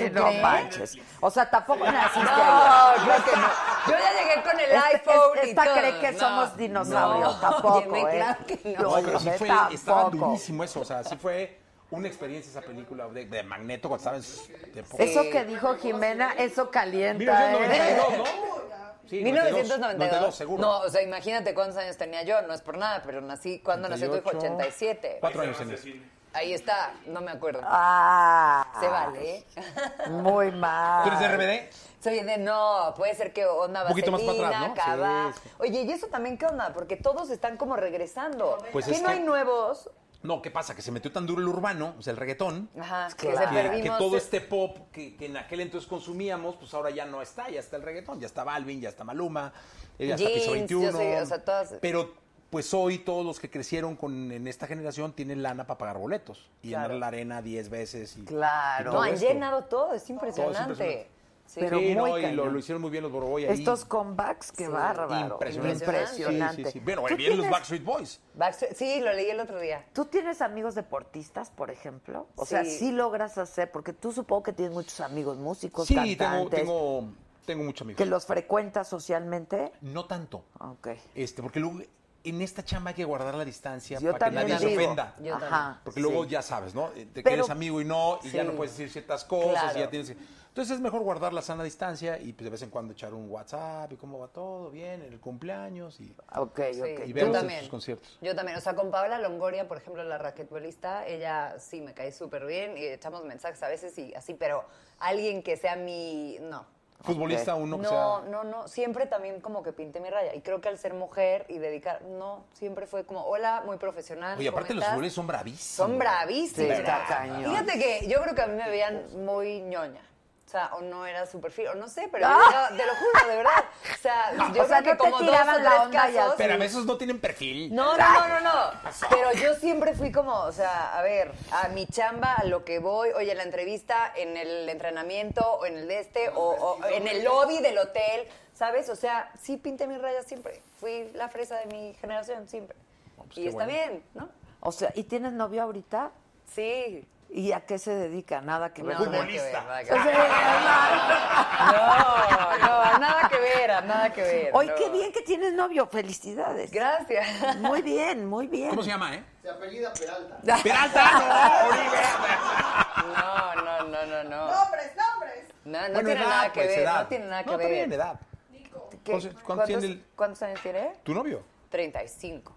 de... ¿Tú No crees? manches. O sea, tampoco naciste No, ahí. creo que no. Yo ya llegué con el Este- iPhone es- y esta todo. cree que No, somos dinosaurios, no. tampoco, Óyeme, ¿eh? claro que No, no. No, pero sí Oye, fue, tampoco. estaba durísimo eso, o sea, sí fue una experiencia esa película de, de Magneto cuando estaba en su época. Eso que dijo Jimena, eso calienta, ¿eh? 1992, ¿no? Sí, 1992. 92, seguro. No, o sea, imagínate cuántos años tenía yo, no es por nada, pero nací, ¿cuándo nació tu hijo? 88. 87. Cuatro años en eso. Ahí está, no me acuerdo. Ah, Se vale, ¿eh? muy mal. ¿Tú eres de RBD? Soy de no, puede ser que onda Un poquito más para vaselina, atrás, ¿no? cava. Sí, sí. Oye, ¿y eso también qué onda? Porque todos están como regresando. Pues ¿Qué es no que- hay nuevos? No, ¿qué pasa? Que se metió tan duro el urbano, o sea, el reggaetón, Ajá, que Claro. se que, que perdimos. todo este pop que, que en aquel entonces consumíamos, pues ahora ya no está, ya está el reggaetón, ya está Balvin, ya está Maluma, eh, ya está Jeans, Piso yo 21. sé, o sea, todas- Pero pues hoy todos los que crecieron con, en esta generación tienen lana para pagar boletos y llenar la arena 10 veces. Y, Claro. y No, todo han esto. llenado todo, es impresionante. impresionante. Sí. Pero sí, muy no, y lo, cañón. lo hicieron muy bien los Boroboy ahí. Estos comebacks, qué Sí, bárbaro. impresionante. Impresionante. Sí, sí, sí. Bueno, ¿Tú bien los tienes- Backstreet Boys. Backstreet- sí, lo leí el otro día. ¿Tú tienes amigos deportistas, por ejemplo? O sea, Sí. sí logras hacer, porque tú supongo que tienes muchos amigos músicos, Sí, tengo, cantantes, tengo, tengo mucho amigo. que los frecuentas socialmente. No tanto. Ok. Este, porque luego en esta chamba hay que guardar la distancia Yo para que también nadie se digo. ofenda. Yo Ajá. Porque luego sí. ya sabes, ¿no? Eh, Te Pero- eres amigo y no, y ya Sí. no puedes decir ciertas cosas, Claro. y ya tienes que... Entonces es mejor guardar la sana distancia y pues, de vez en cuando echar un WhatsApp y cómo va todo, bien, el cumpleaños y... Ok, ok. Y Sí, ver yo sus- también. sus conciertos. Yo también. O sea, con Paola Longoria, por ejemplo, la raquetbolista, ella sí me cae súper bien y echamos mensajes a veces y así, pero alguien que sea mi. No. Futbolista uno que No, sea- no, no. Siempre también como que pinté mi raya. Y creo que al ser mujer y dedicar. No, siempre fue como, hola, muy profesional. Oye, aparte ¿cómo los estás? futbolistas son bravísimos. Son bravísimos. Sí, está cañón. Fíjate que yo creo que a mí me veían muy ñoña. O sea, o no era súper fit, o no sé, pero yo Ah. era- te lo juro, de verdad. O sea, yo O sea, no creo que te como dos o tiraban la tres onda y casos- así. Pero a veces no tienen perfil. no, no, no, no, no. Pero yo siempre fui como, o sea, a ver, a mi chamba, a lo que voy, oye, en la entrevista, en el entrenamiento, o en el de este, o, o en el lobby del hotel, ¿sabes? O sea, sí pinté mis rayas siempre. Fui la fresa de mi generación siempre. pues y qué está bueno. bien, ¿no? O sea, ¿y tienes novio ahorita? Sí. ¿Y a qué se dedica? Nada que ver. No, nada que ver, Futbolista. nada que Sí, ver. nada. No, no, nada que ver, nada que ver, Hoy no. qué bien que tienes novio, felicidades. Gracias. Muy bien, muy bien. ¿Cómo se llama, eh? Se apellida Peralta. ¡Peralta! ¡No, Oribe! No, no, no, no, no. Nombres, nombres. No, no Bueno, tiene edad, nada que pues, ver, edad. no tiene nada que No, está ver. bien, edad. ¿Qué- ¿Cuántos- cuántos tiene el- cuántos años tiene? ¿Tu novio? 35.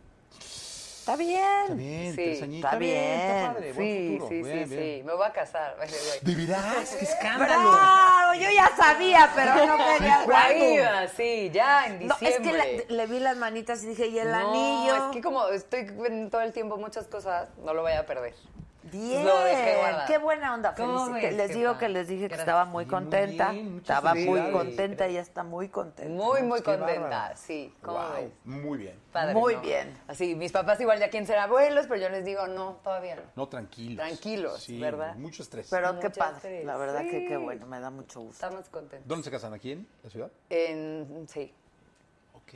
Está bien. Está bien, Sí, tres añitos. está bien. Está padre, buen sí, futuro. sí, Bien, sí, bien. sí. Me voy a casar. Ay, güey. ¿De veras? ¡Qué escándalo! Bravo, yo ya sabía, pero no quería. La vida, sí, ya en No, es que diciembre. le, le vi las manitas y dije, y el No, anillo. Es que como estoy en todo el tiempo muchas cosas, no lo voy a perder. Bien, pues Lo dejé guardado. qué buena onda. ¿Cómo Felici- ves, Les digo Germán? que les dije que Gracias. estaba muy Sí, muy contenta. bien, muchas estaba muy felicidades. contenta, ya está muy contenta. Muy, muy Qué bárbaro. contenta. Sí, ¿cómo Guau, ves? Muy bien. Padre, Muy ¿no? bien. Así, mis papás igual ya quieren ser abuelos, pero yo les digo, no, todavía no. No, tranquilos. Tranquilos, Sí, ¿verdad? Mucho estrés. Pero qué Muchas padre, gracias. la verdad que qué Sí. bueno, me da mucho gusto. Estamos contentos. ¿Dónde se casan? ¿Aquí en la ciudad? En, sí, Ok.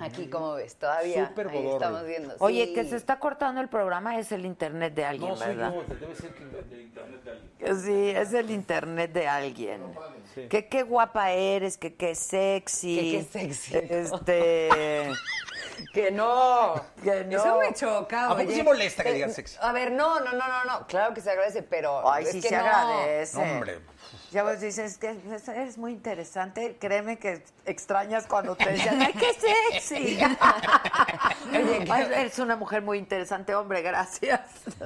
aquí como ves, todavía. Súper ahí bodorrio. estamos viendo. Oye, sí. que se está cortando el programa es el internet de alguien, No, soy ¿verdad? yo, debe ser que... Que Sí, es el internet de alguien. Que qué guapa eres, que qué sexy. Que qué sexy, ¿no? Este. Que no. Que no. Eso me choca, ¿A poco oye. sí molesta que Eh, digas sexy? A ver, no, no, no, no, no. Claro que se agradece, pero Ay, es sí que se no. agradece. No, hombre. Ya vos dices que eres muy interesante. Créeme que extrañas cuando te dicen, ¡ay, qué sexy! Oye, Ay, que- eres una mujer muy interesante, hombre, gracias.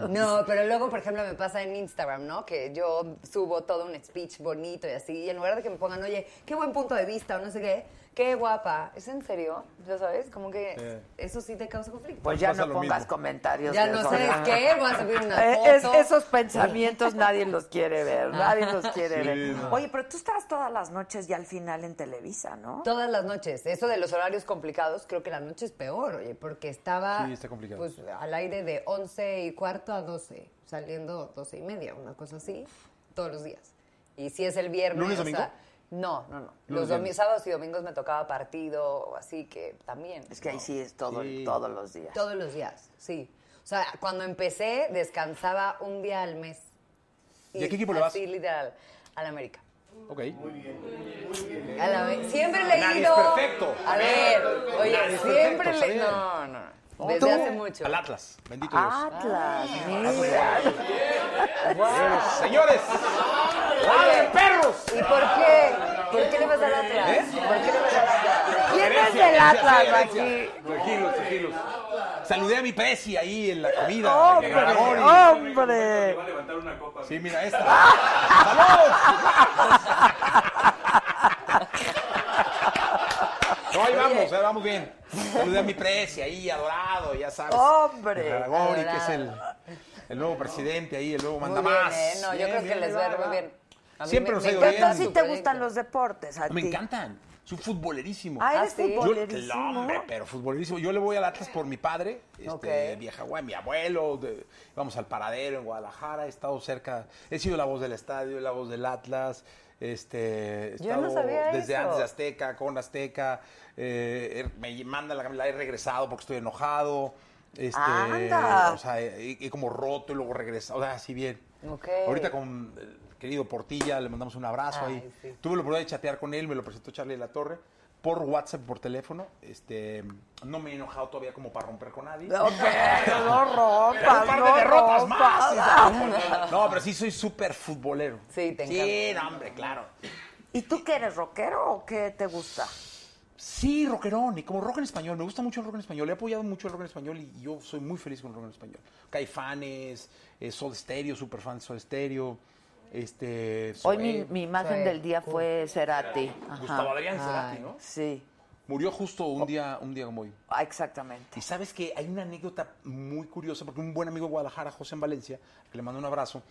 No, pero luego, por ejemplo, me pasa en Instagram, ¿no? Que yo subo todo un speech bonito y así, y en lugar de que me pongan, oye, qué buen punto de vista o no sé qué, qué guapa. ¿Es en serio? ¿Ya sabes? Como que eso sí te causa conflicto. Pues ya Pasa no lo pongas mismo. comentarios. ya de no eso, sé ¿verdad? qué, voy a subir una foto. Eh, es- esos pensamientos nadie los quiere ver, nadie los quiere Sí, ver. no. Oye, pero tú estabas todas las noches y al final en Televisa, ¿no? Todas las noches. Eso de los horarios complicados, creo que la noche es peor, oye, porque estaba Sí, está complicado. pues, al aire de 11 y cuarto a 12, saliendo 12 y media, una cosa así, todos los días. Y si es el viernes. ¿Lunes, o domingo? sea, no, no, no. Lunes, Los viernes. domingos, sábados y domingos me tocaba partido, así que también. Es que ahí ¿no? sí es todo, Sí. todos los días. Todos los días, sí. O sea, cuando empecé, descansaba un día al mes. ¿Y a qué equipo le vas? Sí, literal, al América. Ok. A la vez. Siempre le he Nadie ido. es perfecto. A ver, Nadie oye, es siempre perfecto, le. está No, no. No, Desde tú. hace mucho. Ah, Al Atlas. Bendito Atlas, mira. pues, Dios. Señores. ¡Madre perros! ¿Y por qué? ¿Por qué le vas al Atlas? ¿Eh? ¿Por qué le vas al Atlas? ¿Quién es Herencia, del herencia, Atlas herencia. aquí? Tranquilos, tranquilos. Saludé a mi presi ahí en la comida. Hombre, en el dragón. Le hombre. va a levantar una copa. Sí, mira esta. ¡Salud! No, ahí vamos, ahí vamos bien. Saludé a mi presi ahí, adorado, ya sabes. Hombre. El Dragón, y que es el, Adorado. el nuevo presidente ahí, el nuevo Muy bien, mandamás. ¿eh? No, yo Bien, creo bien, que les va a ir muy bien. A mí Siempre me- nos me ha ido encanta bien. Entonces sí su te proyecto. gustan los deportes a Me ti? encantan. Soy futbolerísimo. Ah, ¿Ah, eres sí? Yo, futbolerísimo. no, hombre, pero futbolerísimo. Yo le voy al Atlas por mi padre, este, Ok. vieja guay, mi abuelo. de- vamos al paradero en Guadalajara. He estado cerca. He sido la voz del estadio, la voz del Atlas. Este, he Yo no estado sabía desde eso. antes de Azteca, con Azteca. eh, he- me manda la, la he regresado porque estoy enojado. Este, Anda. O sea, he, he como roto y luego regresado. O sea, así bien. Ok. Ahorita con el querido Portilla le mandamos un abrazo Ay, ahí. sí. Tuve la oportunidad de chatear con él, me lo presentó Charlie de la Torre por WhatsApp, por teléfono. Este, no me he enojado todavía como para romper con nadie. Ok, no Pero rompas, un par de no derrotas rompas. más. y ya. No, pero sí soy súper futbolero. Sí, te Sí, no, hombre, claro. ¿Y tú qué eres, rockero o qué te gusta? Sí, rockerón, y como rock en español, me gusta mucho el rock en español, he apoyado mucho el rock en español y yo soy muy feliz con el rock en español. Caifanes, eh, Sol Stereo, super fan de Sol Stereo, este... Hoy Zoé, mi, mi imagen Soy- del día fue Cerati. Ajá. Gustavo Adrián Cerati, ¿no? Sí, Murió justo Oh. un día, un día como hoy. ah, exactamente. Y sabes que hay una anécdota muy curiosa, porque un buen amigo de Guadalajara, José en Valencia, que le mando un abrazo,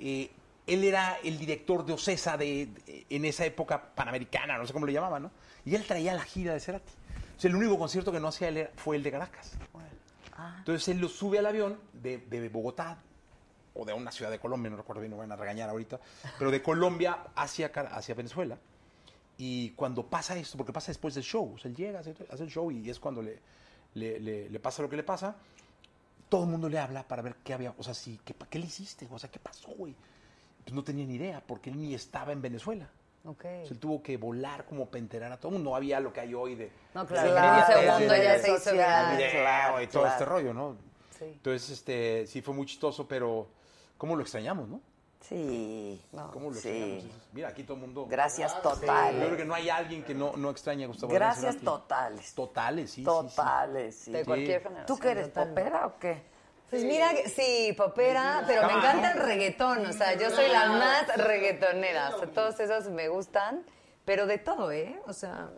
eh, él era el director de Ocesa de, de- en esa época panamericana, no sé cómo lo llamaban, ¿no? Y él traía la gira de Cerati. O sea, el único concierto que no hacía él era- fue el de Caracas. Entonces él lo sube al avión de, de Bogotá, o de una ciudad de Colombia, no recuerdo bien, no me van a regañar ahorita, pero de Colombia hacia, Car- hacia Venezuela. Y cuando pasa esto, porque pasa después del show, o sea, él llega, hace, hace el show y es cuando le, le, le- le pasa lo que le pasa, todo el mundo le habla para ver qué había, o sea, si, ¿qué, pa- qué le hiciste? O sea, ¿qué pasó, güey? Pues no tenía ni idea, porque él ni estaba en Venezuela. Ok. O sea, él tuvo que volar como para enterar a todo el mundo. No había lo que hay hoy de... No, de claro, las en un redes segundo ya sociales, se hizo del viral. video Claro, y todo claro. este rollo, ¿no? Sí. Entonces, este, sí fue muy chistoso, pero ¿cómo lo extrañamos, no? Sí. No, ¿Cómo lo sí. extrañamos? Mira, aquí todo el mundo... Gracias Sí. totales. Yo creo que no hay alguien que no, no extrañe a Gustavo Gracias Adolfo aquí. totales. Totales, sí, sí, sí. Totales, sí. De Sí. cualquier generación. ¿Tú que eres totalmente. popera o qué? Pues mira, que- sí, popera, pero me encanta el reggaetón, o sea, yo soy la más reggaetonera, o sea, todos esos me gustan, pero de todo, ¿eh? O sea,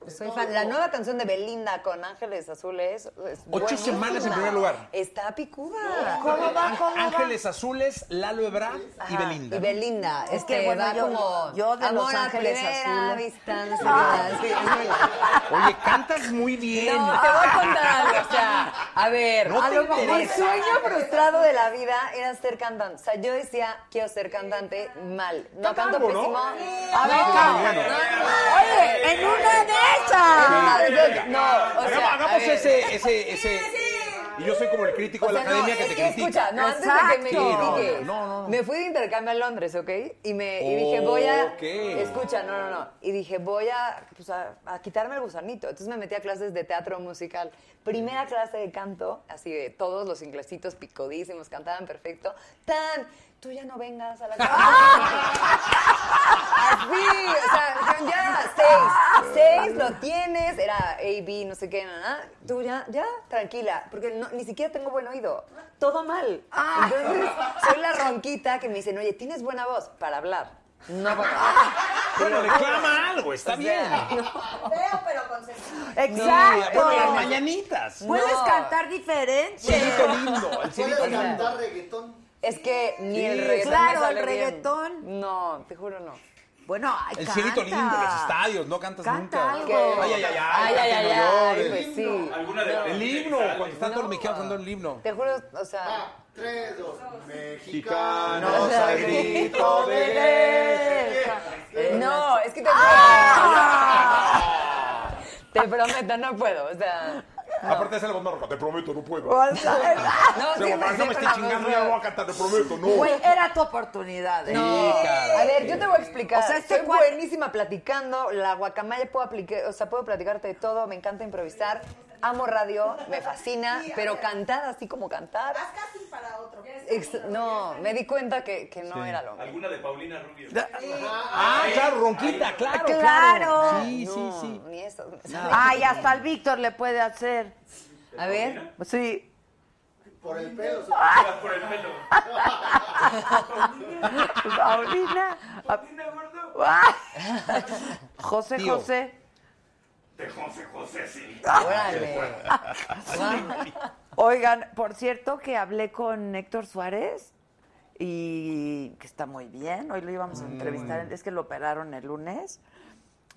Pues soy fan. La nueva canción de Belinda con Ángeles Azules es buenísima. semanas en primer lugar. Está picuda. Ángel- Ángeles Azules, Lalo Ebrard y Ajá, Belinda. Y Belinda, es que bueno, va yo- como yo de Los amor a Ángeles primera Azules. Ah, Distancia, sí, Oye, cantas muy bien. No, te voy a contar algo. O sea, a ver, No a te lo mejor mi interesa. sueño frustrado de la vida era ser cantante. O sea, yo decía, quiero ser cantante mal. No canto algo, ¿no? pésimo. A ver, no, Cam. bueno. Oye, en una de esas. Entonces, ah, No, o Hagamos- sea, a hagamos ver. ese, ese, ese. Y yo soy como el crítico O sea, de la academia no, que es te que critica. escucha, no, antes de que me Exacto. critiques, Sí, no, no, no, no. me fui de intercambio a Londres, ¿ok? Y, me, y dije, voy a, Ok. escucha, no, no, no, y dije, voy a, pues, a, a quitarme el gusanito. Entonces me metí a clases de teatro musical, Mm. primera clase de canto, así de todos los inglesitos picodísimos, cantaban perfecto, tan, tú ya no vengas a la Así, o sea, yo ya seis, seis lo tienes, era A, B, no sé qué, nada, tú ya, ya, tranquila, porque no- ni siquiera tengo buen oído, todo mal. Ah. Entonces, soy la ronquita que me dicen, oye, tienes buena voz para hablar, no para Bueno, reclama algo, está bien. Veo, pero con sentido. Exacto. Bueno, las mañanitas. Puedes No. cantar diferente. El cirito lindo, el ¿Puedes cirito lindo. cantar reggaetón? Es que ni Sí, el reggaetón claro, me sale el bien. reggaetón. No, te juro no. Bueno, ay, El canta. cirito lindo, los estadios, no cantas Canta nunca. algo. Ay, ay, ay, Ay, ay, ay, que ay, no ay, llores. pues sí. Alguna de El himno, cuando están todos los mexicanos cantando el himno. Te juro, o sea, Ah, tres, dos. Mexicanos al grito pues, no, es que te Ah. Te prometo, no puedo, o sea. Aparte es algo morro, te prometo, no puedo. O sea, No, Se sí, lo me sé mandó, me con estoy la chingando, voz, ya pero- no voy a cantar, te prometo, no. Güey, era tu oportunidad. ¿eh? No. Sí, caray. A ver, yo te voy a explicar. O sea, este Soy cuate- buenísima platicando. La guacamaya puedo aplique- o sea, puedo platicarte de todo. Me encanta improvisar. Amo radio, me fascina, pero cantar así como cantar. Haz casting para otro. ex- No, me di cuenta que, que no era lo mío. Alguna de Paulina Rubio. Ah, claro, ronquita, claro, claro. Claro. Sí, sí, No, sí. Ni eso. Ay, hasta al Víctor le puede hacer. A ver. Sí. Por el pelo. Por el pelo. pues, Paulina. Paulina Gordo. Ah. José Tío. José. De José José, sí. Órale. Oigan, por cierto que hablé con Héctor Suárez y que está muy bien. Hoy lo íbamos a entrevistar. Es que lo operaron el lunes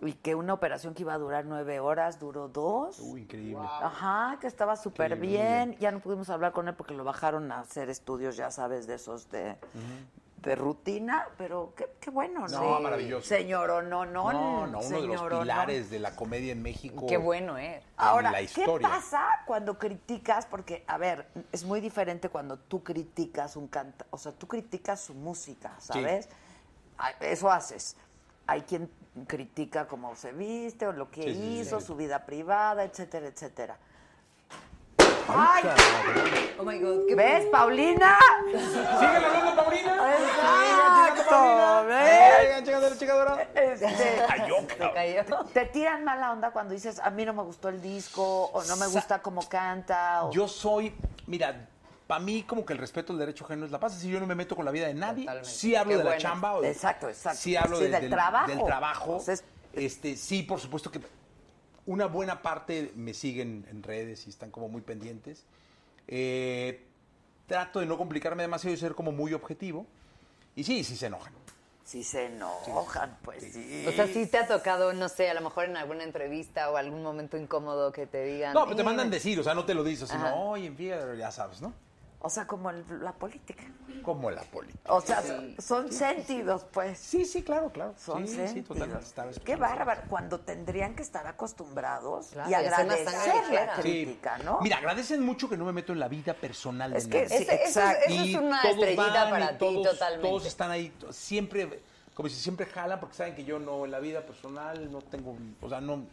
y que una operación que iba a durar nueve horas duró dos. Uy, increíble. Ajá, que estaba súper Qué bien. Ya no pudimos hablar con él porque lo bajaron a hacer estudios, ya sabes, de esos de, de rutina, pero qué, qué bueno, ¿no? No, maravilloso. Señor o no, no. No, no, uno de los señor o no. pilares de la comedia en México. Qué bueno, ¿eh? Ahora, en la ¿qué historia. pasa cuando criticas? Porque, a ver, es muy diferente cuando tú criticas un canta, o sea, tú criticas su música, ¿sabes? Ay, Eso haces. Hay quien critica cómo se viste o lo que Sí, sí, sí, hizo, sí. su vida privada, etcétera, etcétera. Ay, Oh my God. Qué ¿Ves, Paulina? ¡Sigue hablando, Paulina! Exacto, ¿ves? ¡Venga, checadora, checadora! Este, ¡Cayó, Se cabrón! cayó. te tiran mala onda cuando dices, a mí no me gustó el disco, o no me gusta cómo canta, o... Yo soy, mira, para mí como que el respeto al derecho ajeno es la paz. Si yo no me meto con la vida de nadie, Totalmente. sí hablo Qué de la bueno. chamba. o de- Exacto, exacto. Sí hablo Sí, de- del trabajo. Del trabajo. O sea, es- este, sí, por supuesto que una buena parte me siguen en redes y están como muy pendientes. Eh, trato de no complicarme demasiado y ser como muy objetivo. Y sí, sí se enojan. Si se enojan, pues sí. O sea, sí te ha tocado, no sé, a lo mejor en alguna entrevista o algún momento incómodo que te digan. No, pero te "Eh, mandan decir, o sea, no te lo dices, Ajá. sino, oye, en fin", ya sabes, ¿no? O sea, como el- la política. Como la política. O sea, Sí. son sentidos, pues. Sí, sí, claro, claro. Son Sí, sí, totalmente, sentidos. estaba Qué escuchando. bárbaro. Cuando tendrían que estar acostumbrados Claro, y y hacer una sangre agradecer la ligera. Sí. crítica, ¿no? Mira, agradecen mucho que no me meto en la vida personal de Es que nadie. sí, Ese- ese- exacto. esa es Y una todos estrellita van y para ti, todos- totalmente. Todos están ahí, to- siempre, como si siempre jalan, porque saben que yo no, en la vida personal no tengo, o sea, no,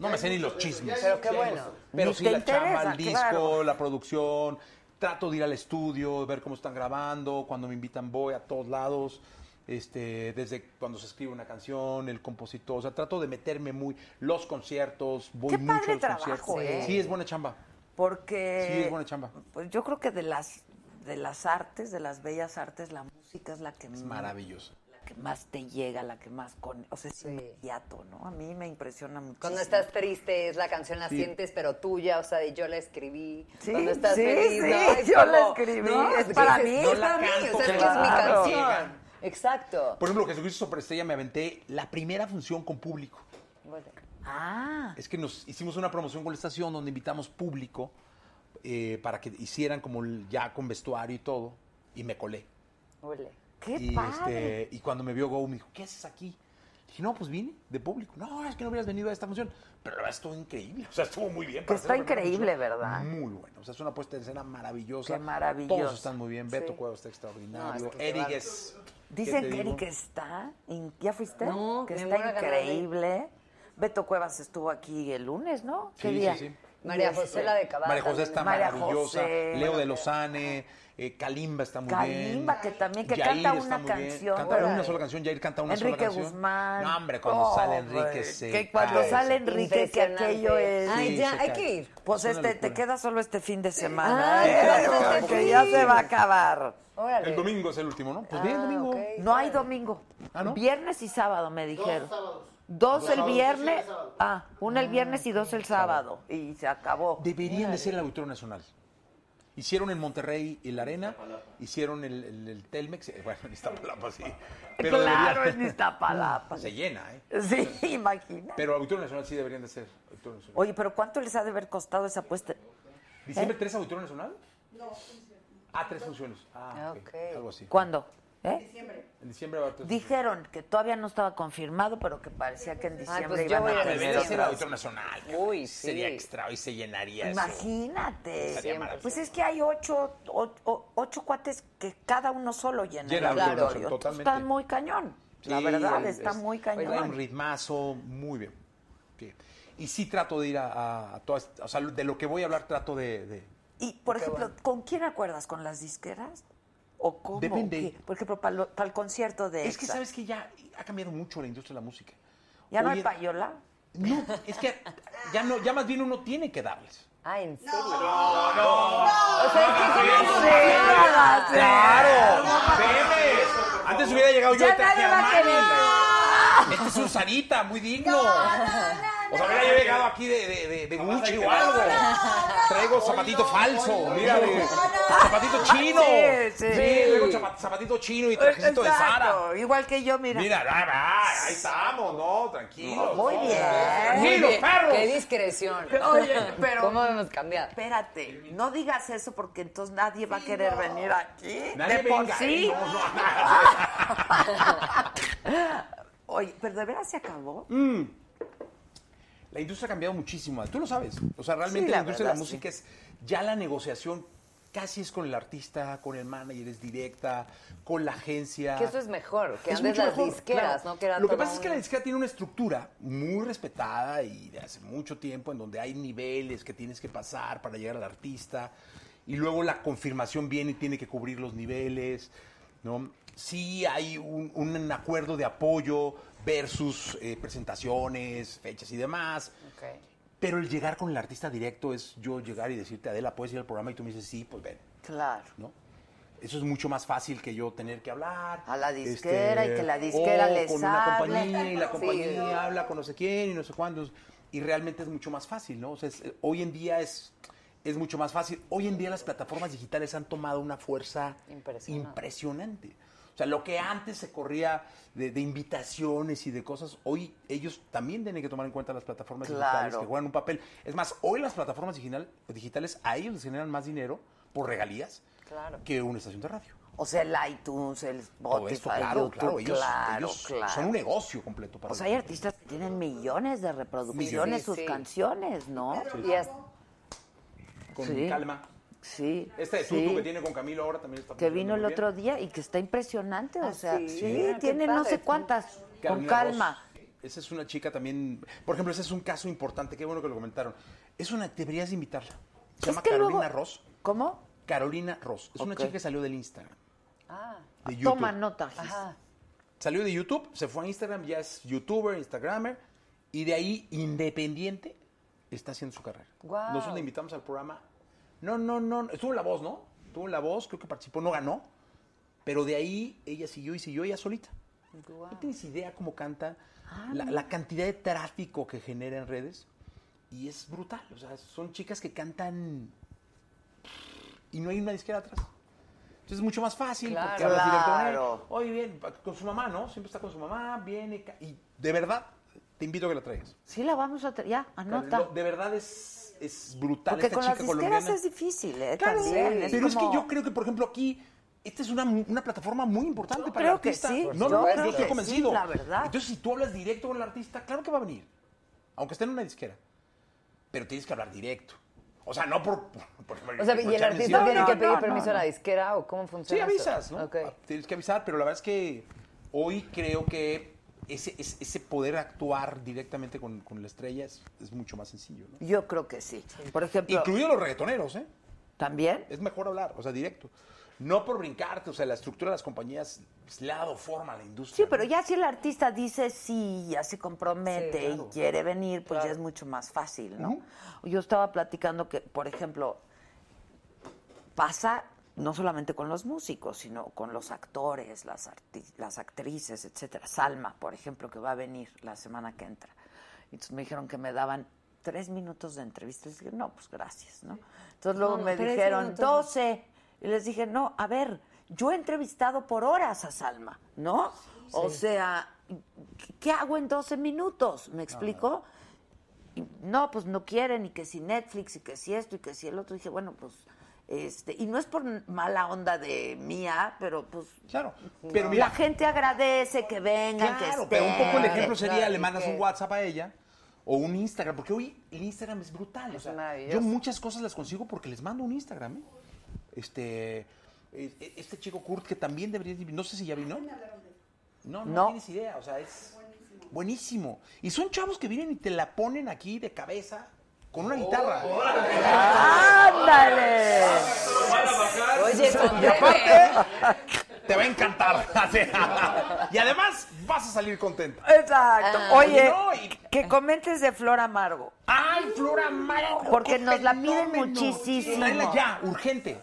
no me sé ni los chismes. Pero qué bueno. Pero Ni sí te la chamba, interesa, el disco, claro. la producción. Trato de ir al estudio, ver cómo están grabando. Cuando me invitan voy a todos lados. Este, desde cuando se escribe una canción, el compositor. O sea, trato de meterme muy. Los conciertos, voy Qué mucho padre a los trabajo, conciertos. ¿eh? Sí, es buena chamba. Porque. Sí, es buena chamba. Pues yo creo que de las de las artes, de las bellas artes, la música es la que Es más- maravilloso. la que más te llega, la que más con, o sea, es inmediato, ¿no? A mí me impresiona mucho. Cuando estás triste, es la canción la Sí. sientes, pero tuya, o sea, de yo la escribí. Sí, Cuando estás sí, feliz, sí, ¿no? Es yo la escribí, es Porque para dices, mí, no es la para mí, canto, o sea, es claro. que es mi canción. Exacto. Por ejemplo, Jesucristo Superestrella me aventé la primera función con público. Ah, Es que nos hicimos una promoción con la estación donde invitamos público eh, para que hicieran como el- ya con vestuario y todo. Y me colé. Ole. qué y, padre. este, y cuando me vio Go, me dijo, ¿qué haces aquí? Le dije, no, pues vine de público. No, es que no hubieras venido a esta función. Pero la verdad estuvo increíble. O sea, estuvo muy bien. para Está hacer la primera increíble, función. ¿verdad? Muy bueno. O sea, es una puesta en escena maravillosa. Qué maravilloso. Todos están muy bien. Beto Sí. Cuevas está extraordinario. No, es que qué Eric bárbaro. es... Dicen ¿qué te que digo? Eric está, in- ¿ya fuiste? No, que me está muero de ganas de ir. increíble. Beto Cuevas estuvo aquí el lunes, ¿no? ¿Qué Sí, sí, día? sí. María Y José este, la de Cabada. María José también. está María maravillosa. José. Leo de Lozane. eh, Kalimba está muy bien. Kalimba, que también- que canta está una muy bien. canción, Canta órale. una sola canción. Jair canta una sola Enrique canción. Guzmán. No, hombre, cuando sale Hombre, Enrique se Que cuando cae, sale se- Enrique, que aquello Impresionante. es... Ay, Sí, ya, se hay cae. que ir. Pues Es una este, te locura. queda solo este fin de semana. Ay, ¿eh? claro, claro, que sí. ya se va a acabar. Órale. El domingo es el último, ¿no? Pues bien, Ah, domingo. ok. No hay domingo. Ah, ¿no? Viernes y sábado, me dijeron. Dos sábados. Dos, el sábados, viernes. sí, el sábado. Ah, una el viernes y Ah, dos el sábado. Y se acabó. Deberían de ser el Auditorio Nacional. Hicieron en Monterrey y la Arena, hicieron el, el- el Telmex, eh, bueno, en Iztapalapa sí. Pero claro, debería- en Iztapalapa. se llena, ¿eh? Sí, imagina. Pero Auditorio Nacional sí deberían de ser. Auditorio Nacional. Oye, pero ¿cuánto les ha de haber costado esa apuesta? ¿Diciembre ¿eh? 3 Auditorio Nacional? No, Ah, tres funciones. Ah, Ah, ok. ok. Algo así. ¿Cuándo? ¿Eh? En diciembre va a haber tres funciones. Dijeron que todavía no estaba confirmado, pero que parecía que en diciembre pues yo iban voy a a ir a tener Ah, Debería ser el otras. Auditorio Nacional. Uy, cabrón. Sería sí. extra, hoy se llenaría eso. Imagínate. Sería maravilloso. Pues es que hay ocho, o- o- ocho cutes que cada uno solo llena Llena el el auditorio, auditorio. Entonces, totalmente. Está muy cañón. La Sí, verdad, el- está es- muy Trae un cañón. ritmazo, muy bien. Sí. Y sí trato de ir a, a- a todas, o sea, de lo que voy a hablar trato de... de- Y, por ejemplo, ¿con quién acuerdas? ¿Con las disqueras? ¿O cómo? Depende. ¿Qué? Por ejemplo, para, el concierto de Es que Exa. sabes que ya ha cambiado mucho la industria de la música. ¿Ya no Oye, hay payola? No, es que ya, no, ya más bien uno tiene que darles. Ah, ¿en serio? O sea, es que ¡Claro! ¡Pemes! Antes hubiera llegado yo Ya y te nadie hacía va a Manny. querer. Este es un Sarita, muy digno. O sea, hubiera yo llegado aquí de, de, de- de Gucci o algo. Traigo zapatito falso, mira, de- zapatito chino. Sí, sí. traigo chapa- zapatito chino y trajecito de Sara. Exacto, Igual que yo, mira. Mira, ah, ah, ahí estamos, ¿no? Tranquilos. Muy bien. Ni los Oye, perros. ¡Qué discreción! Oye, pero- ¿Cómo hemos cambiado? Espérate, no digas eso porque entonces nadie va a querer venir aquí. Nadie de por venga, sí. ¿eh? No, no. Oye, pero de veras se acabó. La industria ha cambiado muchísimo, tú lo sabes. O sea, realmente Sí, la, la industria de la verdad, música es ya la negociación casi es con el artista, con el manager, es directa, con la agencia. Que eso es mejor, que Es antes mucho las mejor, disqueras, claro. ¿no? Que era Lo que todo pasa es que un- la disquera tiene una estructura muy respetada y de hace mucho tiempo en donde hay niveles que tienes que pasar para llegar al artista y luego la confirmación viene y tiene que cubrir los niveles, ¿no? Sí hay un, un acuerdo de apoyo versus eh, presentaciones, fechas y demás. Ok. Pero el llegar con el artista directo es yo llegar y decirte, Adela, ¿puedes ir al programa? Y tú me dices, sí, pues ven. Claro. ¿no? Eso es mucho más fácil que yo tener que hablar. este, A la disquera y que la disquera o les con una hable. compañía y la Sí. compañía habla con no sé quién y no sé cuántos. Y realmente es mucho más fácil, ¿no? O sea, es- eh, hoy en día es, es mucho más fácil. Hoy en día las plataformas digitales han tomado una fuerza Impresionante. impresionante. O sea, lo que antes se corría de, de invitaciones y de cosas, hoy ellos también tienen que tomar en cuenta las plataformas digitales Claro. que juegan un papel. Es más, hoy las plataformas digital- digitales a ellos les generan más dinero por regalías Claro. que una estación de radio. O sea, el iTunes, el Todo Spotify, Oh, esto, claro, YouTube, claro, ellos, claro, ellos claro. son un negocio completo para O sea, hay artistas que tienen millones de reproducciones Millones. sus Sí. canciones, ¿no? Y hasta- con sí. calma. Sí. Este de sí. Tutu que tiene con Camilo ahora también está que vino el funcionando otro día y que está impresionante, o Ah, sea, sí. sí, Ah, qué tiene no padre. sé cuántas, bien. con Carolina calma. Ross, Esa es una chica también, por ejemplo, ese es un caso importante, qué bueno que lo comentaron. Es una, deberías de invitarla. Se llama que Carolina luego- Ross. ¿Cómo? Ah, Carolina Ross. Es una Ok. chica que salió del Instagram. Ah, De YouTube. Toma nota, Gis. ajá. Salió de YouTube, se fue a Instagram, ya es youtuber, instagramer, y de ahí, independiente, está haciendo su carrera. Guau. Nosotros la invitamos al programa. No, no, no, no, estuvo en La Voz, ¿no? Estuvo en La Voz, creo que participó, no ganó, pero de ahí ella siguió y siguió ella solita. Guau. Ah, No tienes idea cómo canta, la, la cantidad de tráfico que genera en redes, y es brutal. O sea, son chicas que cantan y no hay una disquera atrás. Entonces es mucho más fácil. Claro. porque hablas directo con él. Claro. Oye, bien, pa- con su mamá, ¿no? Siempre está con su mamá, viene. ca- Y de verdad, te invito a que la traigas. Sí la vamos a... tra- Ya, anota. Lo- De verdad es, es brutal Porque esta con las chica disqueras colombiana. es difícil, ¿eh? Claro, También, es pero es que como- yo creo que, por ejemplo, aquí. Esta es una, una plataforma muy importante Yo para el creo que artista. sí, yo no, no, creo yo estoy que convencido. sí, la verdad. Entonces, si tú hablas directo con el artista, claro que va a venir. Aunque esté en una disquera. Pero tienes que hablar directo. O sea, no por. por- por- O sea, por ¿y el echarle artista encima. tiene No, que no, pedir no, permiso no. a la disquera o cómo Sí, funciona? eso? avisas, ¿no? Ok. Ah, Tienes que avisar, pero la verdad es que hoy creo que ese, ese- ese poder actuar directamente con, con la estrella es, es mucho más sencillo, ¿no? Yo creo que sí. Por ejemplo, Incluido los reggaetoneros, ¿eh? ¿también? Es mejor hablar, o sea, directo. No por brincarte, o sea, la estructura de las compañías pues, le ha dado forma a la industria. Sí, pero ¿no? ya si el artista dice sí, ya se compromete Sí, claro. y quiere venir, pues ya Claro. es mucho más fácil, ¿no? Yo estaba platicando que, por ejemplo, pasa no solamente con los músicos, sino con los actores, las, arti- las actrices, etcétera. Salma, por ejemplo, que va a venir la semana que entra. Y Entonces me dijeron que me daban tres minutos de entrevista. Les dije, no, pues gracias, ¿no? Entonces luego No, me tres dijeron, minutos no. doce. Y les dije, no, a ver, yo he entrevistado por horas a Salma, ¿no? O sea, ¿qué hago en 12 minutos? ¿Me explico? y, no, pues no quieren, y que si Netflix, y que si esto, y que si el otro. Dije, bueno, pues, este, y no es por mala onda de mía, pero pues. Claro, pero no, mira- la gente agradece que vengan, que Claro, estén. pero un poco el ejemplo que- sería, claro, le mandas que- un WhatsApp a ella o un Instagram, porque hoy el Instagram es brutal. o sea, maravilloso. yo muchas cosas las consigo porque les mando un Instagram. ¿eh? Este, eh, este chico Kurt que también debería, no sé si ya vino. No, no, No. tienes idea, o sea, es buenísimo. Y son chavos que vienen y te la ponen aquí de cabeza con una guitarra. ¡Ándale! Oye, con Y aparte, te va a encantar. y además vas a salir contenta. Exacto. Oye, no, y- que comentes de Flor Amargo. ¡Ay, Flor Amargo! Porque ¡Qué nos la piden fenómeno! muchísimo. Tráela ya, urgente.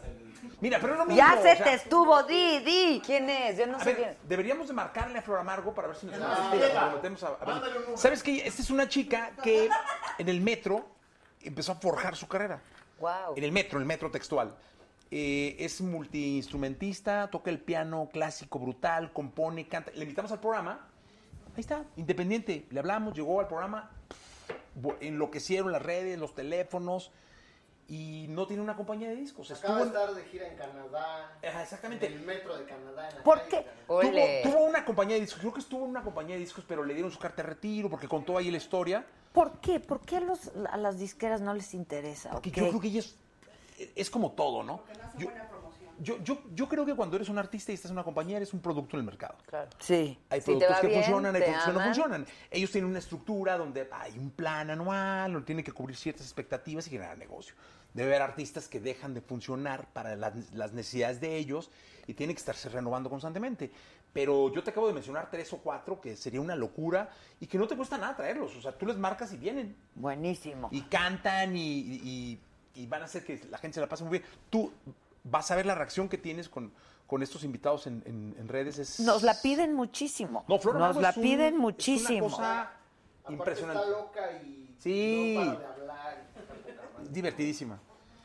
Mira, pero no me Ya digo, se o sea, te estuvo, di, di. ¿Quién es? Yo no A sé quién. ver, deberíamos de marcarle a Flor Amargo para ver si nos Ah, comprometemos a, a ver. ¿Sabes qué? Esta es una chica que en el metro empezó a forjar su carrera. Guau. En el metro, en el metro textual. Eh, es multiinstrumentista, toca el piano clásico brutal, compone, canta. Le invitamos al programa. Ahí está, independiente. Le hablamos, llegó al programa. Bo- Enloquecieron las redes, los teléfonos. Y no tiene una compañía de discos. Acaba Estuvo de en- estar de gira en Canadá. Ajá, exactamente. En el metro de Canadá. En la ¿Por calle qué? de Canadá. Tuvo, Ole. tuvo una compañía de discos, creo que estuvo en una compañía de discos, pero le dieron su carta de retiro porque contó ahí la historia. ¿Por qué? ¿Por qué a, los- a las disqueras no les interesa? Porque ¿O yo qué? creo que ella es, es como todo, ¿no? yo, yo, yo, yo creo que cuando eres un artista y estás en una compañía, eres un producto en el mercado. Claro. Sí. Hay Si te productos va que bien, funcionan, hay te productos que no aman. funcionan. Ellos tienen una estructura donde hay un plan anual, donde tienen que cubrir ciertas expectativas y generar negocio. Debe haber artistas que dejan de funcionar para las, las necesidades de ellos y tienen que estarse renovando constantemente. Pero yo te acabo de mencionar tres o cuatro que sería una locura y que no te cuesta nada traerlos. O sea, tú les marcas y vienen Buenísimo. y cantan y, y- y van a hacer que la gente se la pase muy bien. Tú vas a ver la reacción que tienes con, con estos invitados en, en- en redes. Es... Nos la piden muchísimo. No, Flor Nos Amargo la es un- piden es una muchísimo. cosa Aparte impresionante. Está loca y Sí. no para de hablar. y está poca madre. Divertidísima.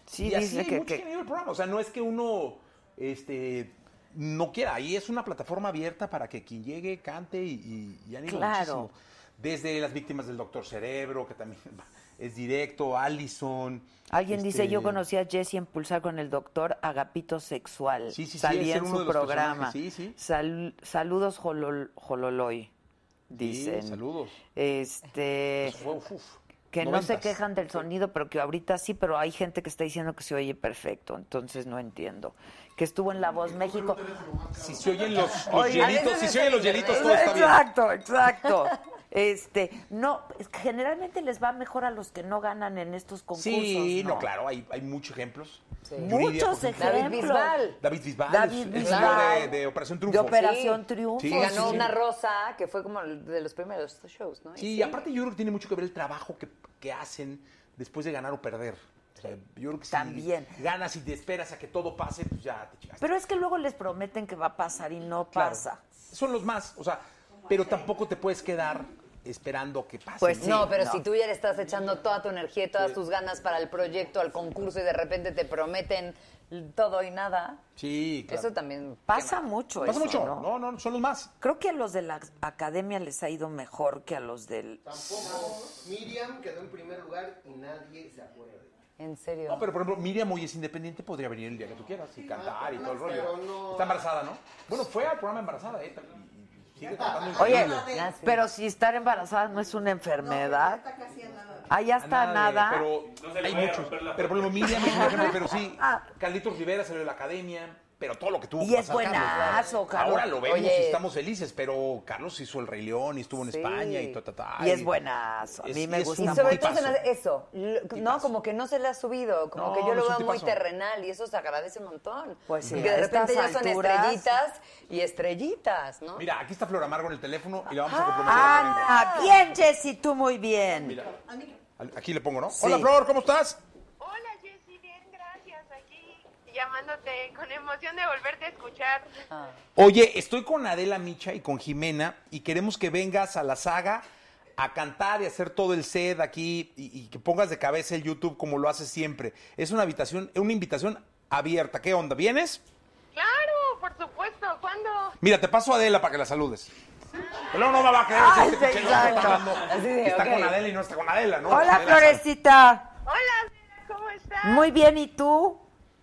Sí, y así dice hay que, muchos que han que- ido al programa. O sea, no es que uno este, no quiera. Ahí es una plataforma abierta para que quien llegue cante y, y, y anime Claro. muchísimo. Desde las víctimas del doctor Cerebro, que también es directo, Allison. Alguien dice, este, yo conocí a Jesse en Pulsar con el doctor Agapito Sexual. Sí, sí, sí, Salí ese era en uno su de los programa. personajes, sí, sí. Sal- saludos, Jolol- Jololoy, dicen. saludos. Este, Eso fue, uf, uf, que no se noventas. quejan del sonido, pero que ahorita sí, pero hay gente que está diciendo que se oye perfecto, entonces no entiendo. Que estuvo en La Voz México. Si se oyen los, los Oye, a veces hielitos, si es se oyen el los hielitos, todo internet. está bien. Exacto, exacto. Este, no, es que generalmente les va mejor a los que no ganan en estos concursos. Sí, no, claro, hay, hay muchos ejemplos. Yuridia, por Muchos ejemplo. ejemplos. Bisbal. David Bisbal. David el Bisbal. señor de, de Operación De Triunfo. Operación Sí. Triunfo. Sí, Ganó sí. Pues una rosa, que fue como el de los primeros shows, ¿no? Y Sí, y aparte yo creo que tiene mucho que ver el trabajo que, que hacen después de ganar o perder. O sea, yo creo que si También. ganas y te esperas a que todo pase, pues ya te chingaste. Pero es que luego les prometen que va a pasar y no Claro. pasa. Son los más, o sea, pero tampoco te puedes quedar esperando que pase. Pues no, pero no. si tú ya le estás echando toda tu energía y todas tus ganas para el proyecto, al concurso y de repente te prometen todo y nada, Sí, claro. eso también Pasa quema. mucho Pasa eso, mucho. ¿no? No, no, son los más. Creo que a los de la academia les ha ido mejor que a los del... Tampoco. Miriam quedó en primer lugar y nadie se acuerda. En serio. No, pero por ejemplo, Miriam hoy es independiente, podría venir el día que tú quieras y cantar y todo el rollo. pero no. Está embarazada, ¿no? Bueno, fue al programa embarazada, ¿eh? Y- y Sigue cantando. Oye, Ya sé. pero si estar embarazada no es una enfermedad. Está casi a nada. Ahí ya A está nada de- nada. Pero No se le hay vaya a muchos. romper la Pero por ejemplo, Miriam es un ejemplo, pero sí. Carlitos Rivera salió de la academia, pero todo lo que tuvo Ah. Y que es pasar buenazo, Carlos. Ahora lo vemos Oye. y estamos felices, pero Carlos hizo el Rey León y estuvo en Sí. España y ta, ta, ta, Y es buenazo. A mí Es- me es gusta y un sobre mucho. todo se me tipazo. hace eso, lo- no, Tipazo. como que no se le ha subido, como No, que yo no lo es un veo muy tipazo. terrenal y eso se agradece un montón. Pues sí, Porque a de repente ya estas son alturas- estrellitas y estrellitas, ¿no? Mira, aquí está Flor Amargo en el teléfono y la Ah. vamos a comprometer. a Ana, bien, Jessy, tú muy bien. que venga. Aquí le pongo, ¿no? Sí. Hola, Flor, ¿cómo estás? Hola Jessy, bien, gracias. Aquí llamándote con emoción de volverte a escuchar. Oye, estoy con Adela Micha y con Jimena y queremos que vengas a la saga a cantar y hacer todo el set aquí y, y que pongas de cabeza el YouTube como lo haces siempre. Es una habitación, una invitación abierta. ¿Qué onda? ¿Vienes? Claro, por supuesto. ¿Cuándo? Mira, te paso a Adela para que la saludes. Pero no me va a creer. Ay, si este exacto. chingado está hablando. Así de, Está ok. con Adela y no está con Adela, ¿no? Hola, Adela Florecita. Hola, Adela, ¿cómo estás? Muy bien, ¿y tú?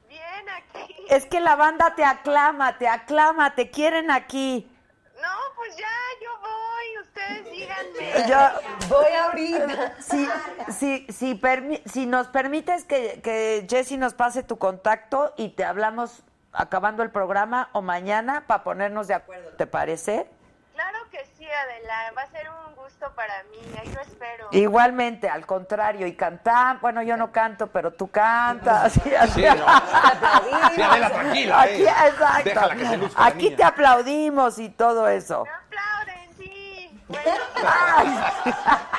bien aquí. Es que la banda te aclama, te aclama, te quieren aquí. No, pues ya, yo voy. Ustedes díganme. Ya. Voy ahorita. Si, si, si, permi- si nos permites que, que Jessy nos pase tu contacto y te hablamos acabando el programa o mañana para ponernos de acuerdo, ¿te parece? Claro que sí, Adela. Va a ser un gusto para mí. Ahí lo espero. Igualmente, al contrario, y cantar, bueno, yo no canto, pero tú cantas. Sí, Sí, no. Sí, Adela, tranquila. Aquí, eh. exacto. Déjala que se luzca la Aquí niña. te aplaudimos y todo eso. Me aplauden, sí. Bueno,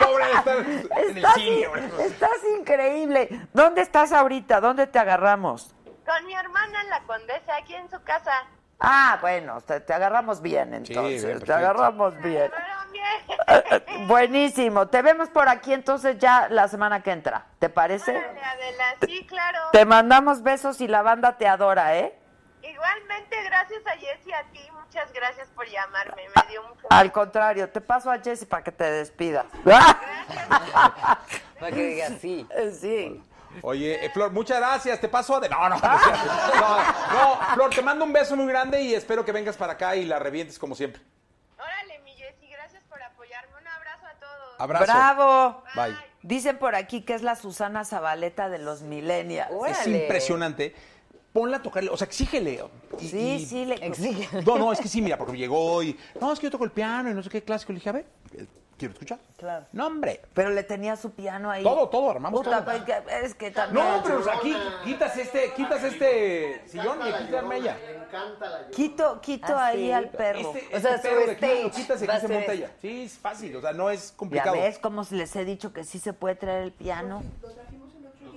Pobre de estar en el Estás, cine, in- güey. estás increíble. ¿Dónde estás ahorita? ¿Dónde te agarramos? con mi hermana, la condesa, aquí en su casa. Ah, bueno, te, te agarramos bien entonces. bien, te perfecto. agarramos Me bien. Eh, agarraron Buenísimo. Te vemos por aquí entonces ya la semana que entra. ¿Te parece? Órale, Adela, sí, claro. Te mandamos besos y la banda te adora, ¿eh? Igualmente, gracias a Jessy, a ti, muchas gracias por llamarme, me dio mucho Al contrario, te paso a Jessy para que te despida. Para que diga sí. Eh, sí. Oye, eh, Flor, muchas gracias. Te paso a de. No, no, no, es cierto. no, no, Flor, te mando un beso muy grande y espero que vengas para acá y la revientes como siempre. Órale, mi Jessy, gracias por apoyarme, un abrazo a todos. Abrazo. Bravo. Bye. Dicen por aquí que es la Susana Zabaleta de los millennials. Es Órale. impresionante. Ponla a tocarle, o sea, exígele. Y- Sí, y- sí, le Exige. No, no, es que sí, mira, porque llegó y. No, es que yo toco el piano y no sé qué clásico. Le dije, a ver, eh, quiero escuchar. Claro. No, hombre. Pero le tenía su piano ahí. Todo, todo, armamos Puta, todo. pues, que- es que también. No, pero o sea, aquí quitas este, quitas este sillón y aquí te arma ella. Me encanta la llorona. Quito, quito Ah, ahí sí. al perro. Este, O sea, este pedo su de aquí lo stage quitas y va a aquí se ser monta ese. ella. Sí, es fácil, o sea, no es ya complicado. ves cómo les he dicho que sí se puede traer el piano.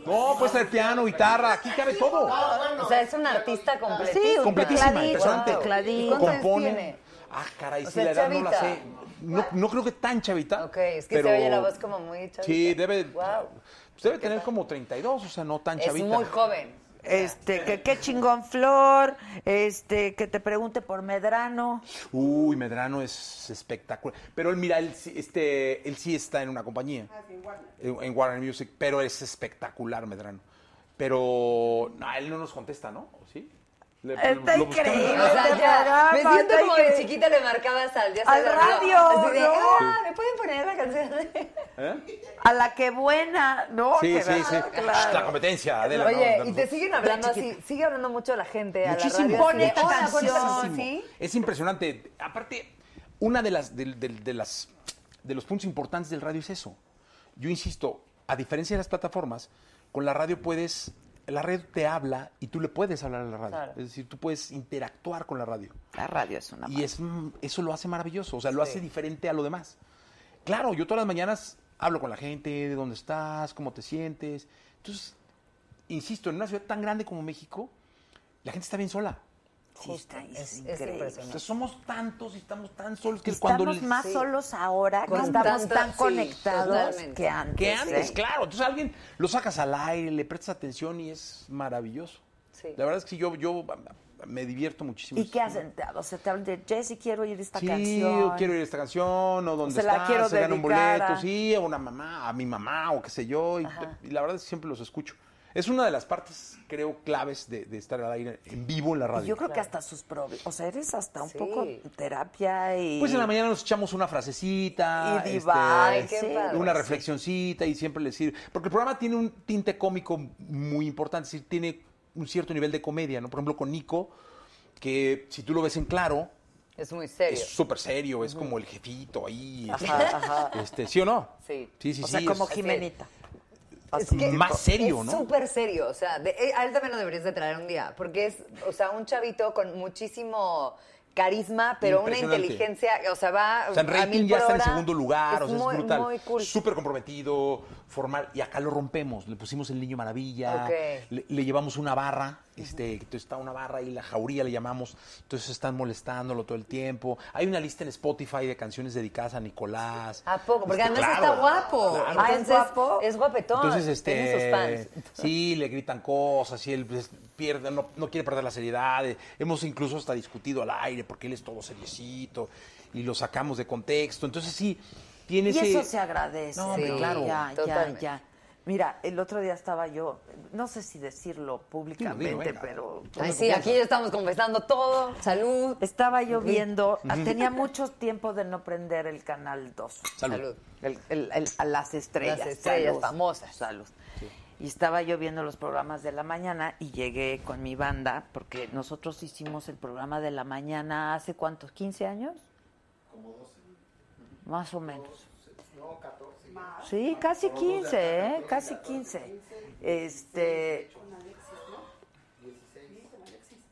No, puedes traer piano, guitarra, aquí cabe todo. O sea, es un artista completista. Sí, un Completísima, tecladito, impresionante. un tecladito. ¿Y cuántos años Compone. tiene? Ah, caray, O sí, sea, la edad no la chavita. sé. No, no creo que tan chavita. Ok, es que pero- se oye la voz como muy chavita. Sí, debe, Wow. pues debe tener como 32, o sea, no tan Es chavita. muy joven. Este, que qué chingón flor, este, que te pregunte por Medrano. Uy, Medrano es espectacular. Pero él, mira, él, sí- este, él sí está en una compañía, en, en Warner Music, pero es espectacular Medrano. Pero no, él no nos contesta, ¿no? ¿O ¿Sí? Le- Está lo buscamos. increíble. O sea, ya, Programa, me siento está como de increíble. chiquita le marcabas al ya Al sabes, radio, Así de, ¿no? ah, ¿me pueden poner la canción de...? ¿Eh? A la que buena, ¿no? Sí, Que sí, va- sí. Ah, claro. La competencia, Adela. Oye, ¿no? y te siguen hablando así, sigue hablando mucho la gente a Muchísimo. la radio. Pone así de, esta "Hola, ¿cuántas canción". son?", Muchísimo. ¿sí? Es impresionante. Aparte, una de las, del- del- de las de los puntos importantes del radio es eso. Yo insisto, a diferencia de las plataformas, con la radio puedes, la radio te habla y tú le puedes hablar a la radio. Claro. Es decir, tú puedes interactuar con la radio. La radio es una Y es, mm, eso lo hace maravilloso, o sea, lo hace diferente a lo demás. Claro, yo todas las mañanas hablo con la gente, de dónde estás, cómo te sientes. Entonces, insisto, en una ciudad tan grande como México, la gente está bien sola. Sí, está, es, increíble. O sea, somos tantos y estamos tan solos que Estamos cuando... le- más Sí. solos ahora que Con estamos tanto- tan sí, conectados totalmente. que antes. Que antes, ¿eh? claro. Entonces alguien lo sacas al aire, le prestas atención y es maravilloso. Sí. La verdad es que yo, yo ah, me divierto muchísimo. ¿Y qué hacen? Te- O sea, te hablan de Jessy, quiero oír esta Sí, canción. quiero ir a esta canción, o donde Se la quiero se gana un dedicar boleto, a- sí, a una mamá, a mi mamá, o qué sé yo, y, y la verdad es que siempre los escucho. Es una de las partes, creo, claves de, de estar al aire en vivo en la radio. Y yo creo que hasta sus propios. O sea, eres hasta un Sí. poco terapia y. Pues en la mañana nos echamos una frasecita, Y este, divagar, Ay, qué sí. padre, una sí. reflexioncita y siempre les sirve. Porque el programa tiene un tinte cómico muy importante, es decir, tiene un cierto nivel de comedia, ¿no? Por ejemplo, con Nico, que si tú lo ves en claro, Es muy serio. es súper serio, es como el jefito ahí. Ajá, ajá. Este, ¿Sí o no? Sí. Sí, sí, o sea, sí, como es- Jimenita. Es que más serio, es ¿no? súper serio, o sea, de- eh, a él también lo deberías de traer un día, porque es, o sea, un chavito con muchísimo carisma, pero una Impresionante. inteligencia, o sea, va O sea, en a rating mil ya por está en hora. segundo lugar, o sea, muy, es brutal. muy cool. Súper comprometido, formal. Y acá lo rompemos. Le pusimos el niño maravilla. Ok. Le, le llevamos una barra. Este, entonces está una barra y la jauría le llamamos. Entonces están molestándolo todo el tiempo. Hay una lista en Spotify de canciones dedicadas a Nicolás. ¿A poco? Porque Este, además claro, está guapo. Ah, Ah, claro. Entonces, es guapo. Es guapetón. Entonces, este, Tiene sus fans. sí, le gritan cosas, y él pues, pierde, no, no quiere perder la seriedad. eh, Hemos incluso hasta discutido al aire porque él es todo seriecito y lo sacamos de contexto. Entonces, sí, tiene Y ese... eso se agradece. No, hombre, Sí, claro. Ya, ya, totalmente. ya. Mira, el otro día estaba yo, no sé si decirlo públicamente, venga. pero Ay, sí, aquí ya estamos confesando todo. Salud. estaba yo viendo, ah, tenía mucho tiempo de no prender el canal 2. Salud. El- el- el- a las estrellas. Las estrellas Salud. famosas. Salud. Y estaba yo viendo los programas de la mañana y llegué con mi banda, porque nosotros hicimos el programa de la mañana hace cuántos, 15 años? Como 12. Más o menos. No, 14. Sí, casi 15, ¿eh? Casi 15. Este.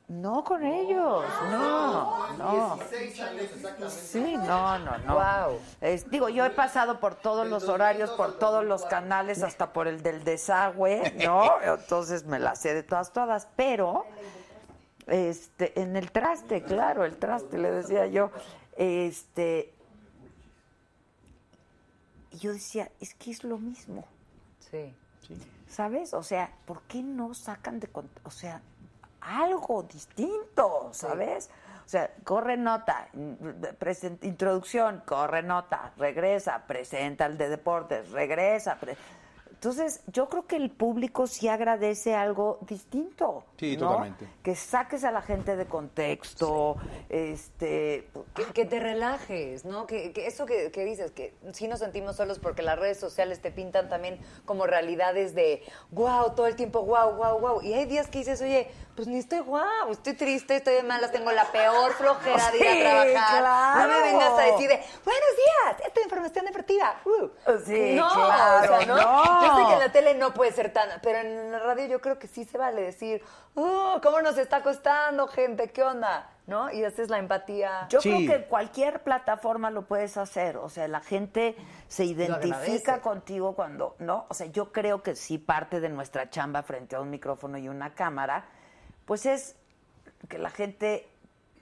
No con ellos, no, no. 16 años exactamente. Sí, no, no, no. Wow. Es- digo, yo he pasado por todos los horarios, por todos los canales, hasta por el del desagüe, ¿no? Entonces me la sé de todas, todas, pero este, en el traste, claro, el traste, le decía yo, este, y yo decía, es que es lo mismo, Sí. ¿sabes? O sea, ¿por qué no sacan de, cont- o sea, algo distinto, ¿sabes? O sea, corre nota, mm, presen- introducción, corre nota, regresa, presenta el de deportes, regresa. pre- Entonces, yo creo que el público sí agradece algo distinto. Sí, ¿no? totalmente. Que saques a la gente de contexto, este... Que, que te relajes, ¿no? Que, que eso que, que dices, que sí nos sentimos solos porque las redes sociales te pintan también como realidades de wow, todo el tiempo wow, wow, wow. Y hay días que dices, oye, pues ni estoy wow, estoy triste, estoy de malas, tengo la peor flojera de ir Sí, a trabajar. No me claro. vengas a decir de buenos días, esta es información deportiva. uh". Sí, no, claro, o sea, ¿no? no. Yo sé que en la tele no puede ser tan, pero en la radio yo creo que sí se vale decir, oh, ¿cómo nos está costando, gente? ¿Qué onda? ¿No? Y haces la empatía. Yo Sí. creo que cualquier plataforma lo puedes hacer, o sea, la gente se identifica agradece. contigo cuando, ¿no? O sea, yo creo que sí parte de nuestra chamba frente a un micrófono y una cámara, pues es que la gente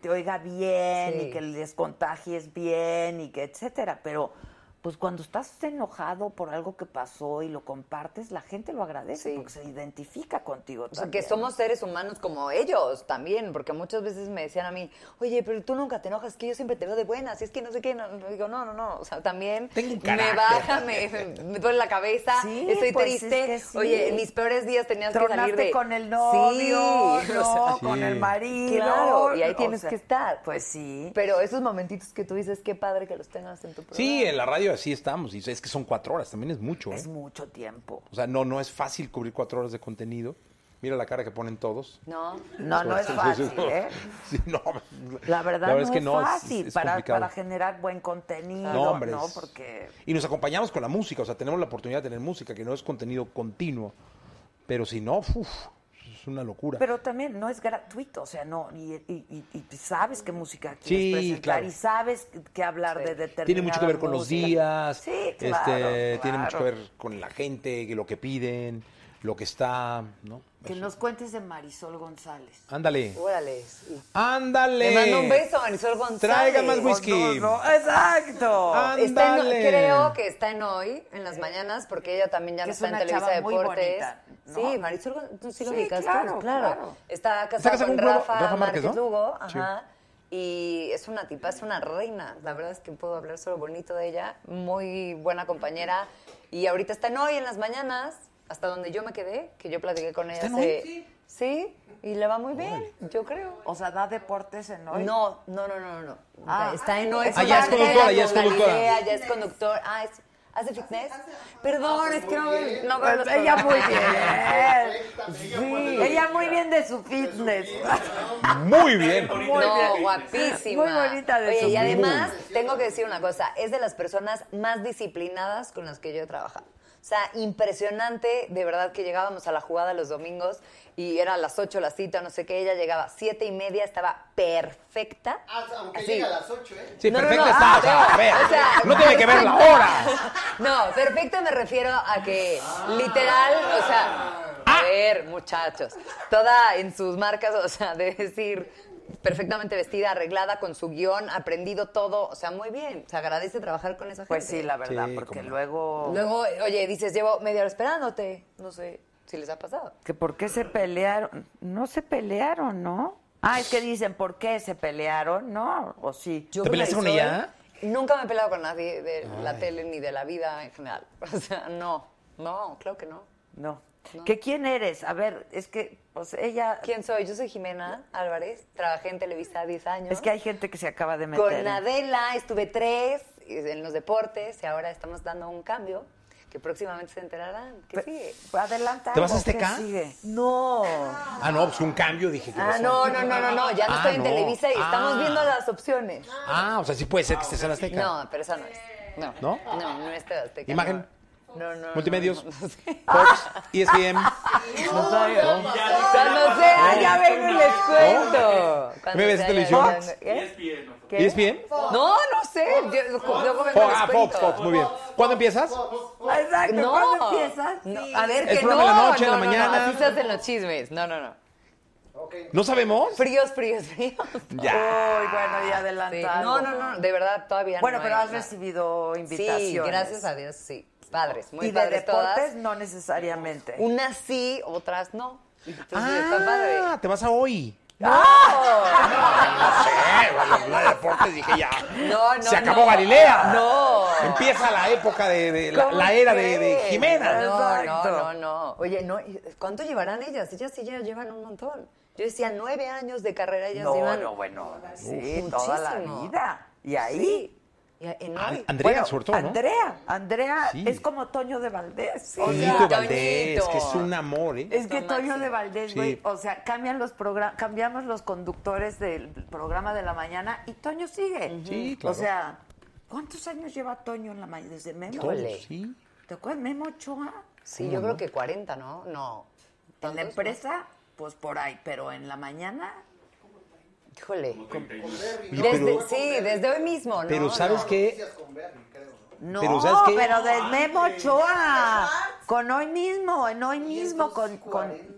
te oiga bien Sí. y que les contagies bien y que etcétera, pero pues cuando estás enojado por algo que pasó y lo compartes, la gente lo agradece porque se identifica contigo. O sea, que somos seres humanos como ellos también, porque muchas veces me decían a mí, oye, pero tú nunca te enojas, que yo siempre te veo de buenas, y es que no sé qué, no, no". digo, no, no, no, o sea, también me carácter. baja, me, me duele la cabeza, Sí, estoy pues, triste, es que sí. oye, en mis peores días tenías que salir Tronaste de... con el Sí, novio, o sea, no, con el marido. Claro, y ahí o tienes sea, que estar. Pues sí. Pero esos momentitos que tú dices, qué padre que los tengas en tu programa. Sí, en la radio así estamos. Y es que son cuatro horas, también es mucho. Es ¿eh? mucho tiempo. O sea, no, no es fácil cubrir cuatro horas de contenido. Mira la cara que ponen todos. No, no, no es fácil, ¿eh? Sí, no. La verdad, es no que es no, es- fácil es para, complicado. para generar buen contenido, No, ¿no? hombre, es- Porque Y nos acompañamos con la música, o sea, tenemos la oportunidad de tener música, que no es contenido continuo. Pero si no, uf, es una locura. Pero también no es gratuito, o sea, no, y, y- y- y sabes qué música quieres Sí, presentar claro. y sabes qué hablar de determinada tiene mucho que ver con los música. días, Sí, este, claro, tiene mucho que claro. ver con la gente, que lo que piden, lo que está, ¿no? Que nos cuentes de Marisol González. Ándale. Órale. Ándale. Le mando un beso a Marisol González. Traiga más whisky. Ah. exacto. Está en- Ándale. creo que está en hoy, en las mañanas, porque ella también ya Que no es está en una Televisa chava muy Deportes. bonita, ¿no? Sí, Marisol, Gon- tú sí lo Sí, ubicas, claro, claro, claro. Está Está casada casada con con Rafa- Rafa, Rafa Márquez, Márquez ¿no? Lugo, Sí. ajá. Y es una tipa, es una reina. La verdad es que puedo hablar solo bonito de ella. Muy buena compañera. Y ahorita está en hoy, en las mañanas, hasta donde yo me quedé, que yo platiqué con ella en hace- Hoy? Sí. Sí, y le va muy bien, yo creo. O sea, da deportes en hoy. No, no, no, no, no. Ah. está en no Ah, ya es conductora, ya es conductora. Ya es conductor. Ah, es, hace fitness. Perdón, es que no, no veo Pues los ella muy programas. bien. Sí, ella muy bien de su fitness. Muy bien. Muy no, bien. guapísima. Muy bonita de su Oye, y vida. además, tengo que decir una cosa, es de las personas más disciplinadas con las que yo he trabajado. O sea, impresionante, de verdad, que llegábamos a la jugada los domingos y era a las 8 la cita, no sé qué, ella llegaba a 7 y media, estaba perfecta. Aunque Así. llega a las 8, ¿eh? Sí, No, no, perfecta no, está, ah, o sea, a no, ver, o sea, no tiene que ver la perfecta. hora. No, perfecto me refiero a que literal, o sea, Ah. a ver, muchachos, toda en sus marcas, o sea, de decir perfectamente vestida, arreglada, con su guión, aprendido todo, o sea, muy bien, se agradece trabajar con esa gente. Pues sí, la verdad, Sí, porque cómo no. luego... Luego, oye, dices, llevo media hora esperándote, no sé si les ha pasado. que por qué se pelearon. No se pelearon, ¿no? Ah, es que dicen, ¿por qué se pelearon? No, o sí. Yo ¿Te peleaste con Marisol, ella? Nunca me he peleado con nadie de la tele ni de la vida en general, o sea, no, no, claro que no. No. No. ¿Que quién eres? A ver, es que, pues ella... ¿Quién soy? Yo soy Jimena Álvarez, trabajé en Televisa 10 años. Es que hay gente que se acaba de meter. Con Adela estuve tres en los deportes y ahora estamos dando un cambio que próximamente se enterarán. ¿Qué Pe- sigue? Pues, Adelanta. ¿Te vas a ¿qué Azteca? sigue? No. Ah, no, pues un cambio, dije. ¿qué Ah, pasó? no, no, no, no, no. Ya no Ah, estoy en no. Televisa y Ah. estamos viendo las opciones. Ah, o sea, sí puede ser que estés en Azteca. No, pero esa no es. No. ¿No? No, no estoy en Azteca. Imagen. No, no. no Ah, Multimedios. No, no sé. Fox, E ESPN. ¿no? Cuando ah, sea, ya vengo y les cuento. Cuando ¿Me ves sea, televisión? ya vengo. ¿Eh? ESPN, no. ¿Qué? ¿ESPN? No, no sé. Yo, luego vengo y Fox, les ah, Fox, cuento. Fox, muy bien. ¿Cuándo empiezas? Ah, Exacto, No. ¿cuándo empiezas? No, Sí. a ver, Es que no. programa en la noche, en no, no, la no, mañana. así se hacen los chismes. No, no, no. ¿No sabemos? Fríos, fríos, fríos. Ya. Uy, bueno, y Sí. adelantado. No, no, no. De verdad, todavía Bueno, no. pero hay has nada. recibido invitaciones. Sí, gracias a Dios, sí. Padres, muy y de padres deportes, todas. no necesariamente. Unas sí, otras no. Entonces, está padre. Ah, te vas a hoy. Ah, No de deportes dije ya. No, no, Se acabó no. Galilea. No. Empieza la época de, de la, ¿Cómo la era de, de crees? Jimena. No, no, Exacto. no, no. Oye, no, ¿cuánto llevarán ellas? Ellas sí ya llevan un montón. Yo decía nueve años de carrera, ellas No, llevan. no, bueno, sí, toda la muchísimo. vida. Y ahí. Y en An- hoy. Ah, Andrea, Bueno, sobre todo, ¿no? Andrea, Andrea Sí. es como Toño de Valdés. O Sí, sea, Toño Valdés, Toñito. que es un amor, ¿eh? es que Lo Toño máximo. de Valdés, Sí. güey, o sea, cambian los progra- cambiamos los conductores del programa de la mañana y Toño sigue. Sí, O claro. sea, ¿cuántos años lleva Toño en la mañana? Desde Memo. Híjole. Sí. ¿Te acuerdas? Memo Ochoa. Sí, yo creo que 40, ¿no? No. En la ¿Tantos? empresa, pues por ahí, pero en la mañana. Híjole. Oye, Desde- pero, sí, desde hoy mismo, ¿no? pero ¿sabes No. qué? No, pero, Pero, ¿sabes qué? de Memo Ochoa. Con hoy mismo, en hoy mismo, con, con.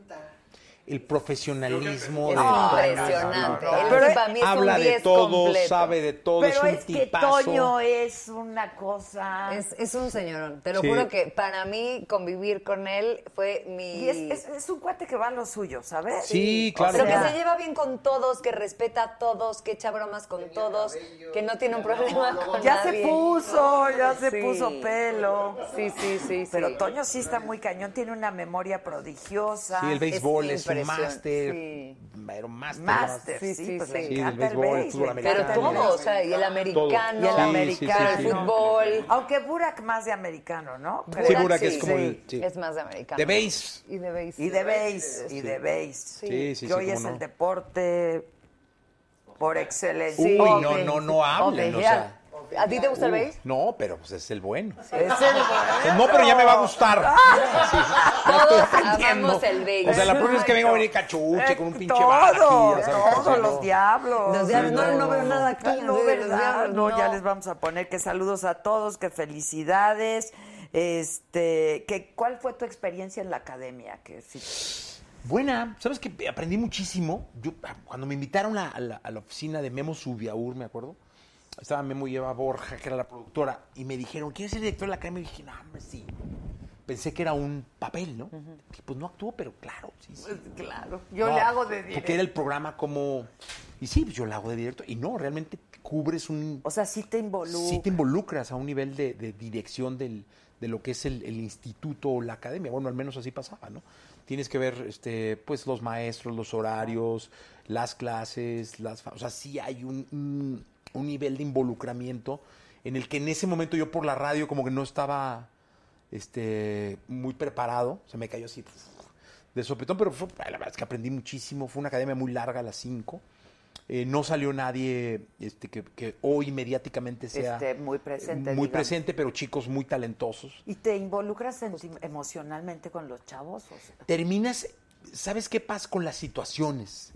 el profesionalismo Es de impresionante. No, no, no. Él Pero- para mí es un habla de 10 todo, completo. sabe de todo, Pero es un es que tipazo. Toño es una cosa. Es, es un señorón. Te lo Sí. juro que para mí convivir con él fue mi. Y es, es- es un cuate que va a lo suyo, ¿sabes? Sí, claro. Pero claro. que se lleva bien con todos, que respeta a todos, que echa bromas con todos, que no tiene un problema con Ya nadie. se puso, ya se Sí. puso pelo. Sí, sí, sí. sí. Pero Toño sí está muy cañón, tiene una memoria prodigiosa. Sí, el béisbol es, impresionante. un máster. Sí. Era un máster. Máster, sí, pues le del encanta el béisbol, el béis, fútbol le americano. Pero todo, o sea, y el americano, Todo. y el, Sí, americano, sí, sí, sí. el fútbol. Aunque Burak más de americano, ¿no? Burak Sí, Burak es como el- sí. Es más de americano. De base. Y de base. Y de base, y de base. Sí, sí, que sí, hoy cómo es no. el deporte por excelencia. Uy, no, no, no hablen, o sea. ¿A ti te gusta el base? Uh, No, pero pues es el bueno. Es el No, pero ya me va a gustar. Así, ya estoy Todos entendiendo. amamos el béisbol. O sea, la próxima es que venga a venir cachuche con un pinche Eh, Todo, barajillo, ¿sabes? O sea, todos los diablos. Los diablos, no, no veo nada aquí, No, de los ¿verdad? diablos, No, ya no. les vamos a poner que saludos a todos, que felicidades. Este, que, ¿cuál fue tu experiencia en la academia? Que sí- Buena, ¿sabes que aprendí muchísimo? Yo, ah, cuando me invitaron a, a la, a la oficina de Memo Subiaur, me acuerdo, estaba Memo y Eva Borja, que era la productora, y me dijeron, ¿quieres ser director de la academia? Y dije, no, hombre, sí. Pensé que era un papel, ¿no? Dije, pues no actuó, pero claro, sí, sí. pues, claro, yo No, le hago de directo. Porque era el programa como... Y sí, pues yo lo hago de directo. Y no, realmente cubres un... O sea, sí te involucra. Sí te involucras a un nivel de, de dirección del- de lo que es el, el instituto o la academia. Bueno, al menos así pasaba, ¿no? Tienes que ver, este, pues, los maestros, los horarios, las clases, las... fa- O sea, sí hay un, un- un nivel de involucramiento en el que en ese momento yo por la radio como que no estaba este, muy preparado. Se me cayó así de sopetón, pero fue- la verdad es que aprendí muchísimo. Fue una academia muy larga, a las 5. no salió nadie este, que, que hoy mediáticamente sea Esté muy presente, eh, muy digamos. presente, pero chicos muy talentosos. ¿Y te involucras senti- emocionalmente con los chavos? O sea, Terminas, ¿sabes qué pasa con las situaciones?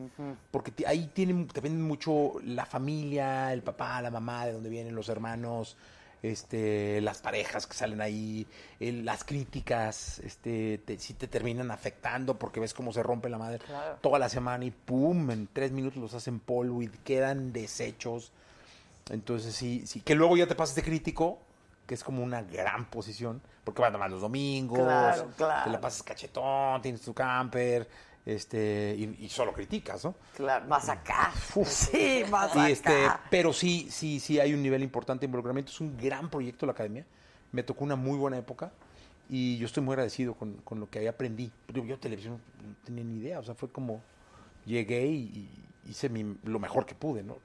Porque ti- ahí tienen, te venden mucho la familia, el papá, la mamá, de dónde vienen los hermanos, este, las parejas que salen ahí, el- las críticas, este, te, sí te terminan afectando porque ves cómo se rompe la madre toda la semana y pum, en tres minutos los hacen polvo y quedan deshechos. Entonces sí, sí, que luego ya te pases de crítico, que es como una gran posición, porque van más los domingos, Claro, claro. te la pasas cachetón, tienes tu camper, este, y, y solo criticas, ¿no? claro, más acá. Sí, más acá. Y este, pero sí, sí, sí hay un nivel importante de involucramiento. Es un gran proyecto la academia. Me tocó una muy buena época y yo estoy muy agradecido con, con lo que ahí aprendí. Pero yo televisión no tenía ni idea. O sea, fue como llegué y, y hice mi- lo mejor que pude, ¿no?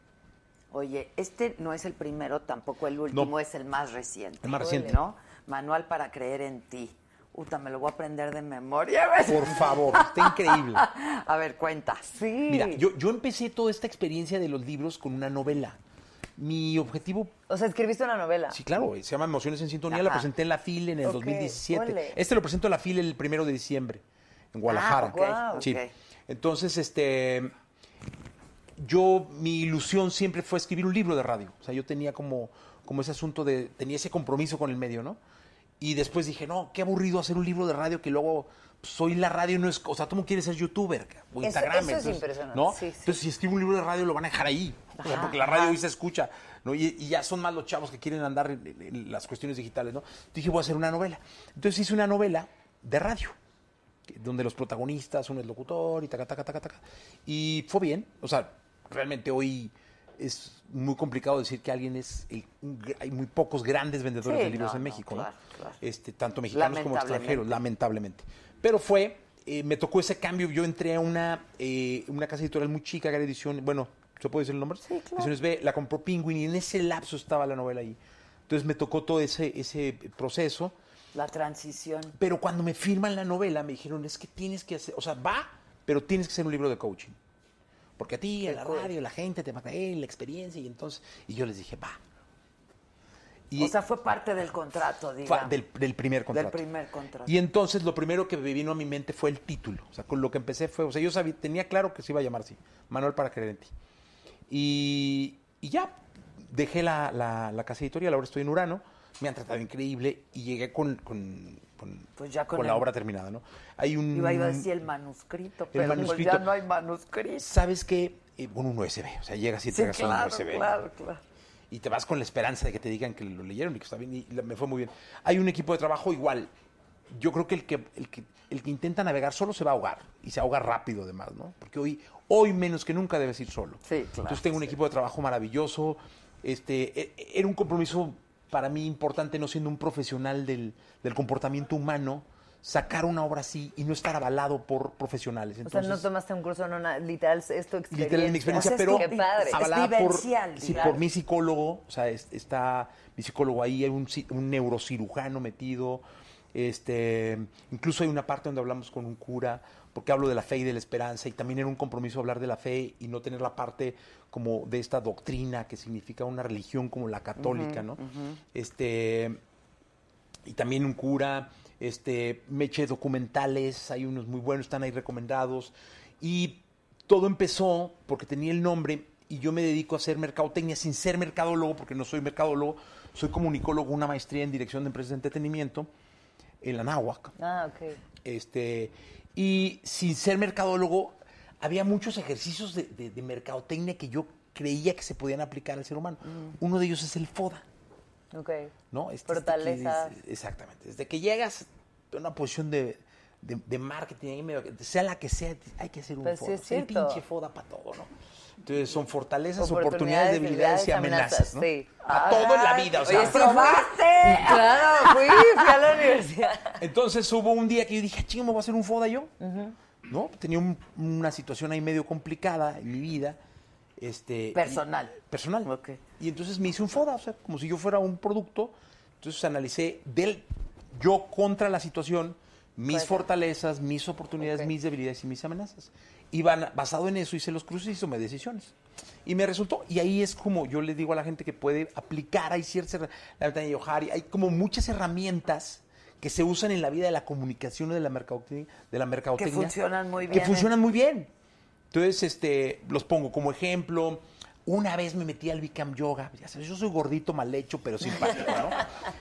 Oye, este no es el primero, tampoco el último, No. es el más reciente. El más reciente. ¿No? Manual para creer en ti. Uta, me lo voy a aprender de memoria. ¿ves? Por favor, está increíble. A ver, cuenta. Sí. Mira, yo, yo empecé toda esta experiencia de los libros con una novela. Mi objetivo, O sea, escribiste una novela. sí, claro, eh, se llama Emociones en Sintonía, la Ajá. presenté en la FIL en el Ok, 2017. ole. Este lo presento en la FIL el primero de diciembre, en Guadalajara. Ah, ok, Sí. ok. Entonces, este, yo, mi ilusión siempre fue escribir un libro de radio. O sea, yo tenía como, como ese asunto de, tenía ese compromiso con el medio, ¿no? Y después dije, no, qué aburrido hacer un libro de radio que luego pues, soy la radio, no es, o sea, tú no quieres ser youtuber o Eso- Instagram. eso es impresionante, ¿no? sí, sí. Entonces, si escribo un libro de radio, lo van a dejar ahí. O sea, porque la radio hoy se escucha, ¿no? Y, y ya son más los chavos que quieren andar en, en- en las cuestiones digitales, ¿no? Dije, voy a hacer una novela. Entonces hice una novela de radio que- donde los protagonistas, uno es locutor y taca, taca, taca, taca. Y fue bien. O sea, realmente hoy es muy complicado decir que alguien es. el- un gr- hay muy pocos grandes vendedores Sí, de libros no, en no, México, ¿no? claro, claro. Este, tanto mexicanos como Lamentablemente. extranjeros, lamentablemente. Pero fue. eh, me tocó ese cambio. Yo entré a una, eh, una casa editorial muy chica, gran edición. Bueno, ¿se puede decir el nombre? Sí, Ediciones B, la compró Penguin y en ese lapso estaba la novela ahí. Entonces me tocó todo ese, ese proceso. La transición. Pero cuando me firman la novela, me dijeron, es que tienes que hacer, o sea, va, pero tienes que hacer un libro de coaching. Porque a ti, a la radio, la gente te va a caer, la experiencia, y entonces, y yo les dije, va. Y o sea, fue parte del contrato, fue digamos. del, del primer contrato. Del primer contrato. Y entonces lo primero que me vino a mi mente fue el título. O sea, con lo que empecé fue, o sea, yo sabía, tenía claro que se iba a llamar así, Manuel para creer en ti. Y, y ya dejé la, la- la casa editorial, ahora estoy en Urano, me han tratado increíble y llegué con, con con, Pues ya con con la el- obra terminada, ¿no? Hay un... Iba, iba a decir el manuscrito, pero Mm. manuscrito. pues ya no hay manuscrito. ¿Sabes qué? Eh, Con un USB, o sea, llegas y Sí, entregas un claro, USB. claro, claro. y te vas con la esperanza de que te digan que lo leyeron y que está bien, y la- me fue muy bien. Hay un equipo de trabajo igual. Yo creo que el que, el que el que intenta navegar solo se va a ahogar y se ahoga rápido además, ¿no? Porque hoy, hoy menos que nunca debes ir solo. Sí, claro. Entonces tengo un equipo de trabajo maravilloso. Este, e- era un compromiso para mí importante, no siendo un profesional del, del comportamiento humano, sacar una obra así y no estar avalado por o profesionales. sea, Entonces, no tomaste un curso, no nada, literal, es tu experiencia. literal mi experiencia, O sea, es pero tu- Qué padre. avalada por, Vivencial, sí, claro. por mi psicólogo, o sea, es- está mi psicólogo ahí, hay un, ci- un neurocirujano metido, este, incluso hay una parte donde hablamos con un cura, porque hablo de la fe y de la esperanza, y también era un compromiso hablar de la fe y no tener la parte como de esta doctrina que significa una religión como la católica, Ujú, ¿no? ujú. Este, y también un cura, este, me eché documentales, hay unos muy buenos, están ahí recomendados. Y todo empezó porque tenía el nombre y yo me dedico a hacer mercadotecnia sin ser mercadólogo, porque no soy mercadólogo, soy comunicólogo, una maestría en dirección de empresas de entretenimiento en la náhuac. Ah, ok. Este, y sin ser mercadólogo, había muchos ejercicios de, de- de mercadotecnia que yo creía que se podían aplicar al ser humano. Uno de ellos es el FODA. Ok. ¿no? Este- este Fortalezas. que es- exactamente. Desde que llegas a una posición de, de- de marketing, ahí medio que- sea la que sea, hay que hacer un Pues sí, foda. es O sea, el cierto. pinche foda para todo, ¿no? Entonces son fortalezas, Oportunidades, oportunidades, debilidades, debilidades, y amenazas, amenazas, ¿no? sí. A todo en la vida, o sea. Oye, sí, fui- Claro, fui, fui a la universidad. Entonces hubo un día que yo dije, chingo, ¿me voy a hacer un foda yo? ¿No? Tenía un- una situación ahí medio complicada en mi vida. Este, Personal. y- personal. Y entonces me hice un foda, o sea, como si yo fuera un producto. Entonces analicé del yo contra la situación, mis Pues, fortalezas, mis oportunidades, mis debilidades y mis amenazas. Y van- basado en eso hice los cruces y tomé decisiones. Y me resultó, y ahí es como yo le digo a la gente que puede aplicar, hay ciertas herra- la ventana de Yohari, hay como muchas herramientas que se usan en la vida de la comunicación o de la mercadotecnia. De la mercadotecnia funcionan muy Que bien, funcionan muy bien. ¿eh? Entonces, este, los pongo como ejemplo. Una vez me metí al Bikram Yoga. Ya sabes, yo soy gordito, mal hecho, pero simpático, ¿no?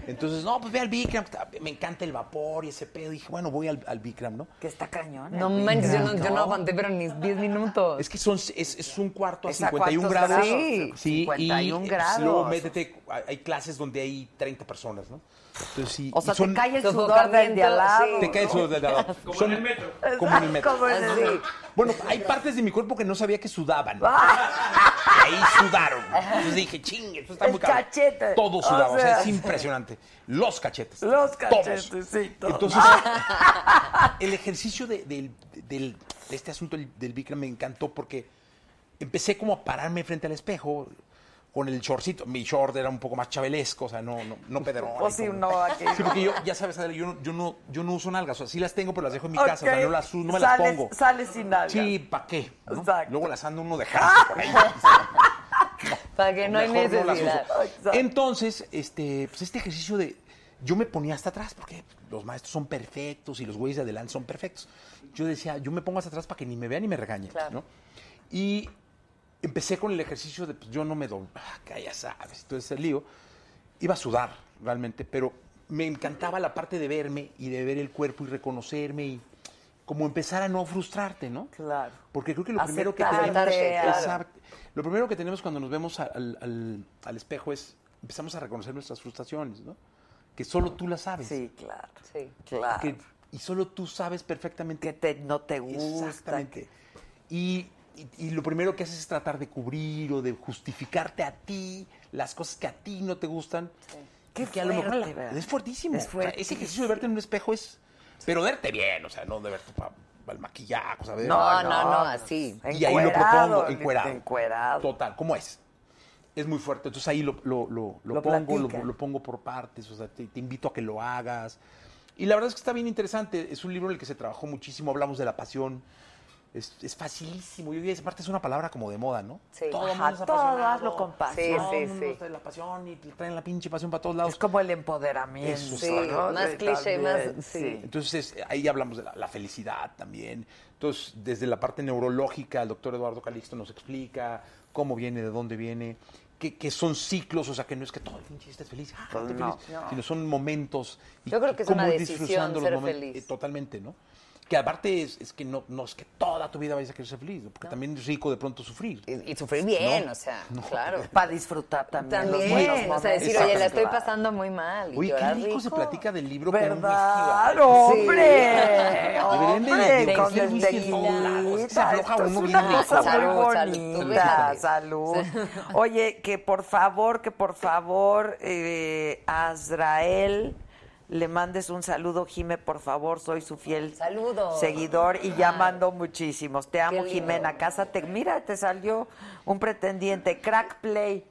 Entonces, no, pues ve al Bikram. está- Me encanta el vapor y ese pedo. Dije, bueno, voy al, al Bikram, ¿no? Que está cañón. No el manches, yo no, Bikram, yo no aguanté, pero ni 10 minutos. Es que son, es, es un cuarto a Es a 51 cuartos grados. grados. Sí, Sí, 51 y, grados. pues, luego métete, hay- hay clases donde hay 30 personas, ¿no? Entonces, sí, O sea, y te cae el sudor sofocamiento, del de al lado, sí. Te cae el ¿no? sudor del de al lado. Como Son- en el metro. Como en el metro. Como en el- Así. Bueno, hay partes de mi cuerpo que no sabía que sudaban. Ah, Ahí sudaron. Entonces dije, chingue, esto está El muy cabrón. cachete. Todo O sudaba, o sea, sea. es impresionante. Los cachetes. Los Todos. cachetes, sí, todos. Entonces, el ejercicio de, del- del- de este asunto del, del Bikram me encantó porque empecé como a pararme frente al espejo con el shortcito. Mi short era un poco más chabelesco, o sea, no, no, no pedrón. Pues sí, Como- no, aquí. Sí, porque yo, ya sabes, Adela, yo no, yo no, yo no uso nalgas. O sea, sí las tengo, pero las dejo en mi casa. O sea, Ok. no, las, uso, no me las Sales- pongo. Sales sin nada. Sí, ¿para qué? ¿no? Luego las ando uno de jazz por ahí. Para que no hay Mejor no las necesidad. uso. Entonces, este, pues este ejercicio de. Yo me ponía hasta atrás porque los maestros son perfectos y los güeyes de adelante son perfectos. Yo decía, yo me pongo hasta atrás para que ni me vean ni me regañen. ¿no? Y empecé con el ejercicio de, pues, yo no me doblo. Ah, que ya sabes, todo ese lío. Iba a sudar realmente, pero me encantaba la parte de verme y de ver el cuerpo y reconocerme y como empezar a no frustrarte, ¿no? Claro. Porque creo que lo primero que Aceptarte, tenemos, claro. Exacto. lo primero que tenemos cuando nos vemos al, al- al- al espejo es empezamos a reconocer nuestras frustraciones, ¿no? Que solo tú las sabes. Pues Sí, claro. Sí. Claro. Que- y solo tú sabes perfectamente que no te gusta, Exactamente. Y, y- y lo primero que haces es tratar de cubrir o de justificarte a ti las cosas que a ti no te gustan. Qué que a lo mejor fuerte, la- ¿verdad? es fuertísimo. Es O sea, ese ejercicio de verte en un espejo es, pero verte bien, o sea, no de verte para el maquillaje, o sea, de- No, no, no, así. ¿Eh? Y ahí lo Encuerado, propongo, li- encuerado. este, encuerado. Total, ¿cómo es? Es muy fuerte. Entonces ahí lo, lo- lo- lo Lo pongo, lo, platica. lo pongo por partes, o sea, te, te invito a que lo hagas. Y la verdad es que está bien interesante. Es un libro en el que se trabajó muchísimo, hablamos de la pasión. Es, es facilísimo. Y hoy esa parte es una palabra como de moda, ¿no? Sí. Todo el Ajá, mundo es todo apasionado. hazlo con pasión. Sí, Todo sí, el mundo sí. está la pasión y traen la pinche pasión para todos lados. Es como el empoderamiento. Eso, ¿no? De- exacto. también, Entonces, es- ahí hablamos de la, la felicidad también. Entonces, desde la parte neurológica, el doctor Eduardo Calixto nos explica cómo viene, de dónde viene. que, que son ciclos, o sea, que no es que todo el pinche día estés feliz, ah, Pues estoy no, feliz, no. sino son momentos. Yo creo que es cómo una ir decisión disfrutando los ser momentos, feliz. eh, totalmente, ¿no? Que aparte es, es que no, no es que toda tu vida vayas a querer ser feliz, ¿no? porque también es rico de pronto sufrir. Y, sufrir bien, o sea, claro. Para disfrutar también. los buenos También, o sea, decir, momentos. oye, la estoy pasando muy mal. Y Oye, qué llorar rico, se platica del libro con un ¿Verdad? whisky, ¿vale? ¡Hombre! Deberían de- ¡Hombre! de Con conseguir whisky en todos lados, que se tequilita. afloja Esto es uno bien una rico. cosa muy Salud, salud, tú bonita. déjate. Salud. Oye, que por favor, que por favor, eh, a Azrael... Le mandes un saludo, Jime, por favor, soy su fiel Saludos. seguidor y ya mando muchísimos. Te amo, lindo. Jimena, cásate. Mira, te salió un pretendiente, crack play.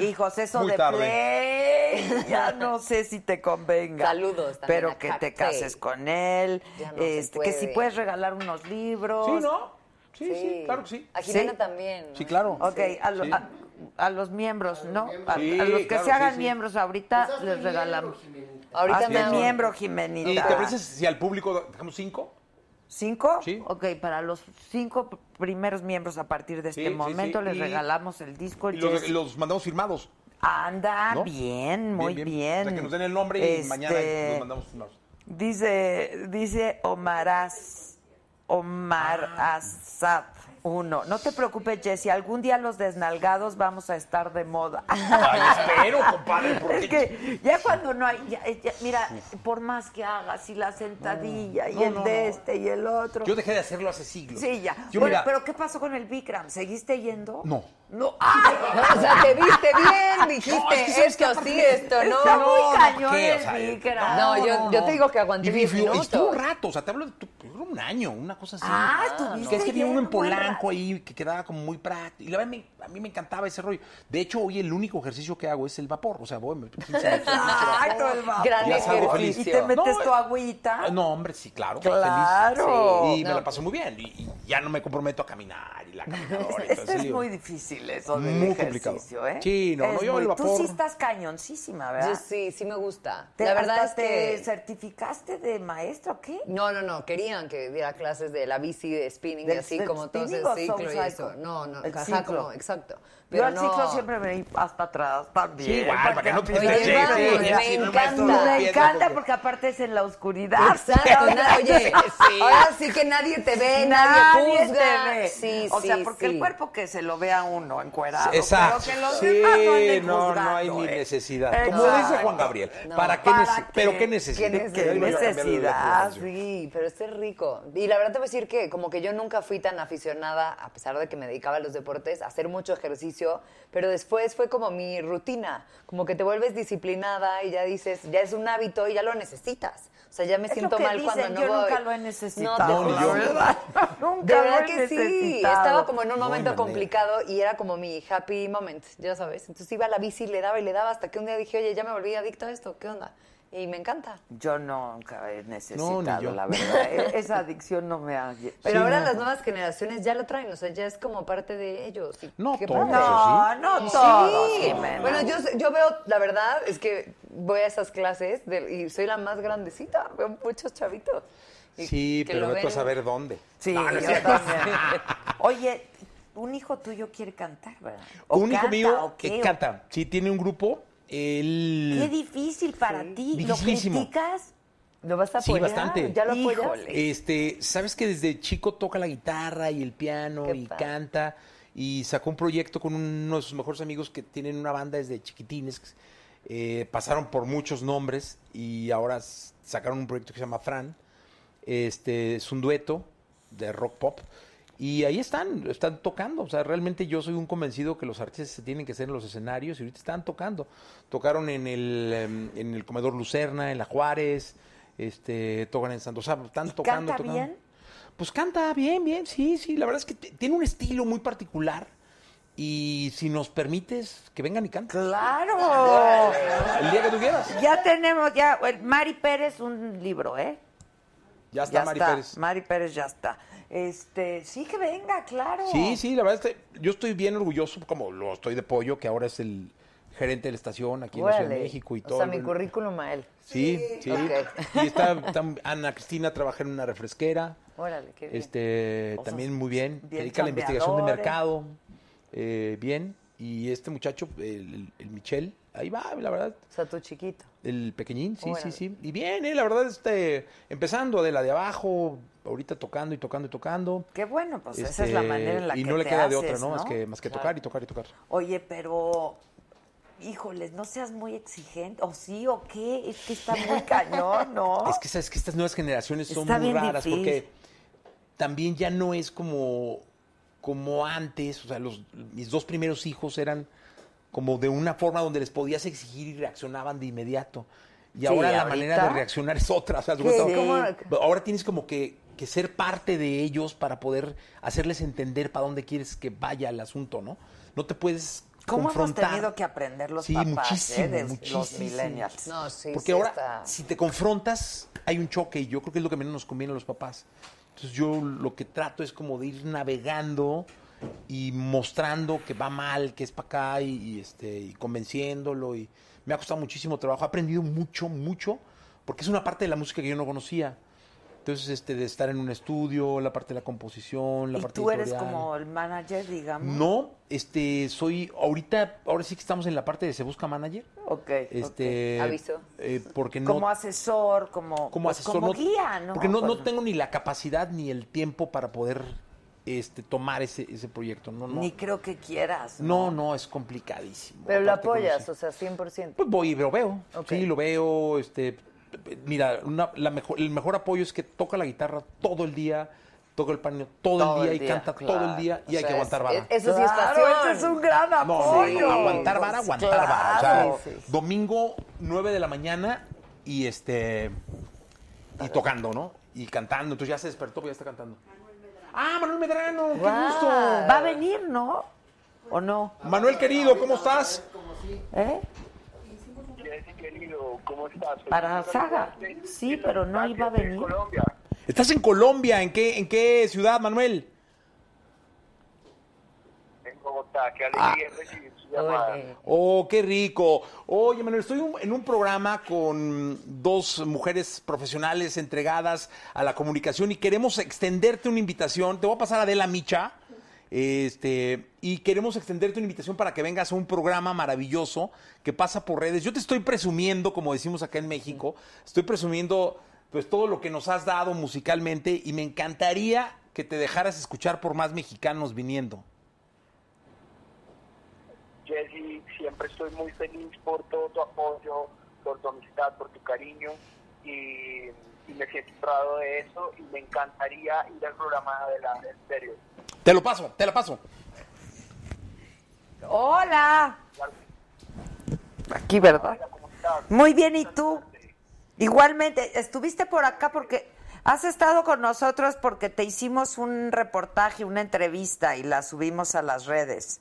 Hijos, eso Muy de tarde. play, ya no sé si te convenga. Saludos también a Pero que Crack te Play. cases con él, Ya no se este, que si puede. puedes regalar unos libros. Sí, ¿no? Sí, sí, claro que sí. A Jimena Sí. también. ¿no? claro. Ok, a, lo- Sí. a- a los miembros, Pues ¿no? A, Sí, a los que claro, se hagan sí, sí. miembros ahorita les regalamos. Ahorita Hazte me hago. miembro, ¿Y Jimenita. te parece si al público dejamos cinco? ¿Cinco? Ok, para los cinco p- primeros miembros a partir de Sí, este sí, momento sí. les Y- regalamos el disco. Y El los, jazz. los mandamos firmados. Anda, ¿no? bien, muy bien. O sea, que nos den el nombre y Este, mañana los mandamos firmados. Dice, dice Omaraz, Omar Ah. Azad. Uno, no te preocupes, Jessy, algún día los desnalgados vamos a estar de moda. espero, compadre, porque- Es que ya cuando no hay, ya- ya- mira, por más que hagas, y la sentadilla, y Mm. No, el no, de no. este, y el otro. Yo dejé de hacerlo hace siglos. Sí, ya. Yo, bueno, mira, pero ¿qué pasó con el Bikram? ¿Seguiste yendo? No. No. ¡Ay! O sea, te viste bien, dijiste, No, es que ¿sabes esto qué? sí, esto no. Está muy No, no, cañón ¿qué? O el sea, eh, Bikram. no, yo- yo te digo que aguanté Y vi- 10 vi- y estuve un minutos. rato, o sea, te hablo de tu- yo creo un año, una cosa así. Ah, estuviste Que es que vi bien, uno en buen rato. Polanco ahí que quedaba como muy práctico. Y la verdad, me- a mí me encantaba ese rollo. De hecho, hoy el único ejercicio que hago es el vapor. O sea, voy, me pinche- Ah. Exacto, el vapor. Gran Ya salgo ejercicio. Y feliz. te metes No, tu agüita. Ah, No, hombre, sí, claro. Claro. feliz. Sí, Y No. me la pasé muy bien. Y, y ya no me comprometo a caminar y la caminadora. y todo Este ese es lío. muy difícil, eso del eh. Muy ejercicio, complicado. ¿eh? Sí, no, Es no, yo muy- el Tú vapor- sí estás cañoncísima, ¿verdad? Yo sí, sí me gusta. Te- la verdad hasta es que... te certificaste de maestra o qué? Mm, No, no, no, querían que diera clases de la bici, de spinning, y Del- así del como todo ese spinning o ciclo y soul eso. cycle. No, no, El ajá, ciclo. como, exacto. Yo Pero al no. ciclo siempre me di hasta atrás también. Sí, igual, para que no te Oye, estés vamos, lleno, me, ya, si no, el maestro no encanta. Me empieza encanta porque- porque aparte es en la oscuridad. Exacto, na- oye, ahora sí que nadie te ve, nadie, Nadie juzga. te ve. Sí, o sea, sí, porque sí. el cuerpo que se lo vea uno encuerado, Exacto. pero que los Sí, demás no anden no, no hay juzgando, ni ¿eh? necesidad. Como Exacto. dice Juan Gabriel, No. ¿para qué ¿Para nece- ¿Pero qué necesidad? ¿Qué necesidad? Sí, pero este es rico. Y la verdad te voy a decir que como que yo nunca fui tan aficionada, a pesar de que me dedicaba a los deportes, a hacer mucho ejercicio, pero después fue como mi rutina, como que te vuelves disciplinada y ya dices, ya es un hábito y ya lo necesitas. O sea, ya me Es lo siento que mal cuando dicen, no yo voy. nunca lo he necesitado, No, te la juro. verdad. De Nunca verdad lo he que sí. necesitado. Estaba como en un momento No hay manera. complicado y era como mi happy moment, ya sabes. Entonces iba a la bici, le daba y le daba hasta que un día dije, oye, ya me volví adicto a esto, ¿qué onda? Y me encanta. Yo nunca he necesitado, No, ni yo. la verdad. E- Esa adicción no me ha... Pero ahora no. las nuevas generaciones ya lo traen, o sea, ya es como parte de ellos. y No qué todos, padre. No, no todos, Jimena. Bueno, yo, yo veo, la verdad es que voy a esas clases de- y soy la más grandecita, veo muchos chavitos. y Sí, que pero lo vete a ven. saber dónde. Sí, No, no es yo cierto. también. Oye, un hijo tuyo quiere cantar, ¿verdad? O Un hijo canta, mío ¿o qué? que canta. Sí, tiene un grupo. Qué Él. difícil para ti. ¿Lo Dificilísimo. criticas? ¿Lo vas a Sí, apoyar? bastante. ¿Ya lo apoyas? Híjole. Este, sabes que desde chico toca la guitarra y el piano Qué y padre. canta y sacó un proyecto con uno de sus mejores amigos que tienen una banda desde chiquitines. eh, pasaron por muchos nombres y ahora s- sacaron un proyecto que se llama Fran. Este es un dueto de rock pop y ahí están, están tocando. O sea, realmente yo soy un convencido que los artistas se tienen que hacer en los escenarios y ahorita están tocando. Tocaron en el, em, en el comedor Lucerna, en la Juárez, este, tocan en Santos. O sea, están tocando, canta tocando. bien? Pues canta bien, bien, sí, sí. La verdad es que t- tiene un estilo muy particular. Y si nos permites, que vengan y canten. ¡Claro! El día que tú quieras. Ya tenemos, ya, el Mari Pérez, un libro, ¿eh? Ya está, Mari Pérez. Mari Pérez ya está. Este, sí que venga, claro. Sí, sí, la verdad es que yo estoy bien orgulloso, como lo estoy de Pollo, que ahora es el gerente de la estación aquí en la Ciudad de Órale. México y O todo. sea, mi currículum a él. Sí, sí. Ok. Y está, está Ana Cristina trabaja en una refresquera. Órale, qué bien. Este, O sea, también muy bien. bien Se dedica a la investigación de chambeadores. mercado. eh, bien. Y este muchacho, el, el- el Michel, ahí va, la verdad. O sea, tu chiquito. El pequeñín, sí, Órale. sí, sí. Y bien, eh, la verdad, este, empezando de la de abajo, ahorita tocando y tocando y tocando. Qué bueno, pues esa es la Este, manera en la y que no le te queda de otra, haces, ¿no? Más que, más que Claro. tocar y tocar y tocar. Oye, pero, híjoles, no seas muy exigente, o sí, o qué, es que está muy cañón, ¿no? Es que sabes que estas nuevas generaciones son Está muy bien raras difícil. porque también ya no es como, como antes. O sea, los, mis dos primeros hijos eran como de una forma donde les podías exigir y reaccionaban de inmediato. Y Sí, ahora la ahorita- manera de reaccionar es otra. O sea, Sí, supuesto, ¿cómo? ahora tienes como que, que ser parte de ellos para poder hacerles entender para dónde quieres que vaya el asunto, ¿no? No te puedes ¿Cómo hemos confrontar. tenido que aprender los Sí, papás eh, de muchísimo, los muchísimo. millennials? No, sí, Porque ahora, si te confrontas, hay un choque y yo creo que es lo que menos nos conviene a los papás. Entonces yo lo que trato es como de ir navegando y mostrando que va mal, que es para acá y, y, este, y convenciéndolo. Y me ha costado muchísimo trabajo, he aprendido mucho, mucho, porque es una parte de la música que yo no conocía. Entonces, este, de estar en un estudio, la parte de la composición, la Y parte tú eres editorial. como el manager, digamos. No, este, soy ahorita, ahora sí que estamos en la parte de se busca manager. Ok. Este, ok. Aviso. eh, porque no, Como asesor, como, como pues, asesor, como no- guía, ¿no? Porque no, no Pues, tengo ni la capacidad ni el tiempo para poder, este, tomar ese, ese proyecto. No, no. Ni creo que quieras. No, no, es complicadísimo. Pero lo Aparte con los apoyas, o sea, 100%. pues voy y lo veo. Ok. Sí, lo veo. Este, mira, una- la mejor, el mejor apoyo es que toca la guitarra todo el día, toca el paño todo, el día y canta todo el día y hay que aguantar vara. Eso sí es Claro, pasión. ese es un gran No, no, apoyo. no, aguantar vara, Pues, aguantar vara. O sea, claro. domingo 9 de la mañana y este y tocando, ¿no? Y cantando. Entonces ya se despertó, pues ya está cantando. Ah, Manuel Medrano, qué Guau. gusto. Va a venir, ¿no? ¿O no? Manuel querido, ¿cómo estás? ¿Eh? Querido, ¿cómo estás? Para Saga. Sí, pero no iba a venir. ¿Estás en Colombia? ¿En qué, en qué ciudad, Manuel? En Bogotá, qué Ah, alegría recibir su llamada. Oh, qué rico. Oye, Manuel, estoy un- en un programa con dos mujeres profesionales entregadas a la comunicación y queremos extenderte una invitación. Te voy a pasar a Adela Micha. Este, y queremos extenderte una invitación para que vengas a un programa maravilloso que pasa por redes. Yo te estoy presumiendo, como decimos acá en México, estoy presumiendo pues todo lo que nos has dado musicalmente y me encantaría que te dejaras escuchar por más mexicanos viniendo. Jessy, siempre estoy muy feliz por todo tu apoyo, por tu amistad, por tu cariño y, y me siento honrado de eso y me encantaría ir al programa de la Estéreo. Te lo paso, te lo paso. Hola. Aquí, ¿verdad? Muy bien, ¿y tú? Igualmente, estuviste por acá porque has estado con nosotros porque te hicimos un reportaje, una entrevista y la subimos a las redes.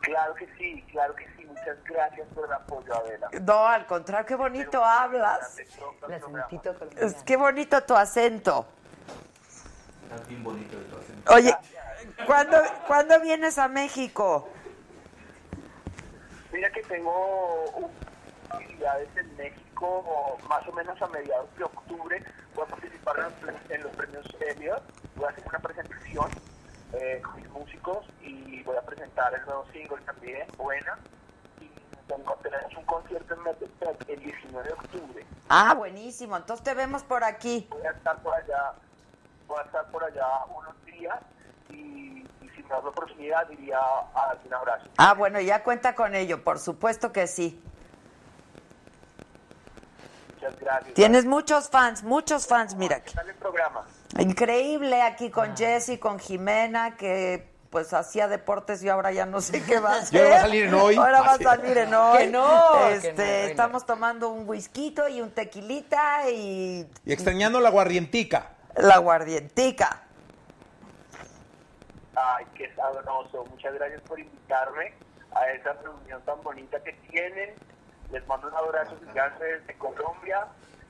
Claro que sí, claro que sí. Muchas gracias por el apoyo, Adela. No, al contrario, qué bonito hablas. Es, qué bonito tu acento. Estás bien bonito el Oye, ¿cuándo, ¿cuándo vienes a México? Mira que tengo un- actividades en México o más o menos a mediados de octubre. Voy a participar en los, pre- en los premios Emmy. Voy a hacer una presentación eh, con mis músicos y voy a presentar el nuevo single también, Buena. Y tengo- tenemos un concierto en Metepec el 19 de octubre. Ah, buenísimo, entonces te vemos por aquí. Voy a estar por allá, voy a estar por allá unos días y, y si me das la oportunidad iría a darte un abrazo. Ah, bueno, ya cuenta con ello, por supuesto que sí. Muchas gracias. Tienes muchos fans, muchos fans, mira. aquí. Dale el programa. Increíble aquí Ah. con Jessy, con Jimena, que pues hacía deportes y ahora ya no sé qué va a hacer. ahora va a salir en hoy. Ahora va a Así. salir en hoy. Que no, Este, que no, reina. estamos tomando un whisky y un tequilita y Y extrañando la guardientica. La guardientica. Ay, qué sabroso. Muchas gracias por invitarme a esa reunión tan bonita que tienen. Les mando un abrazo gigante desde Colombia.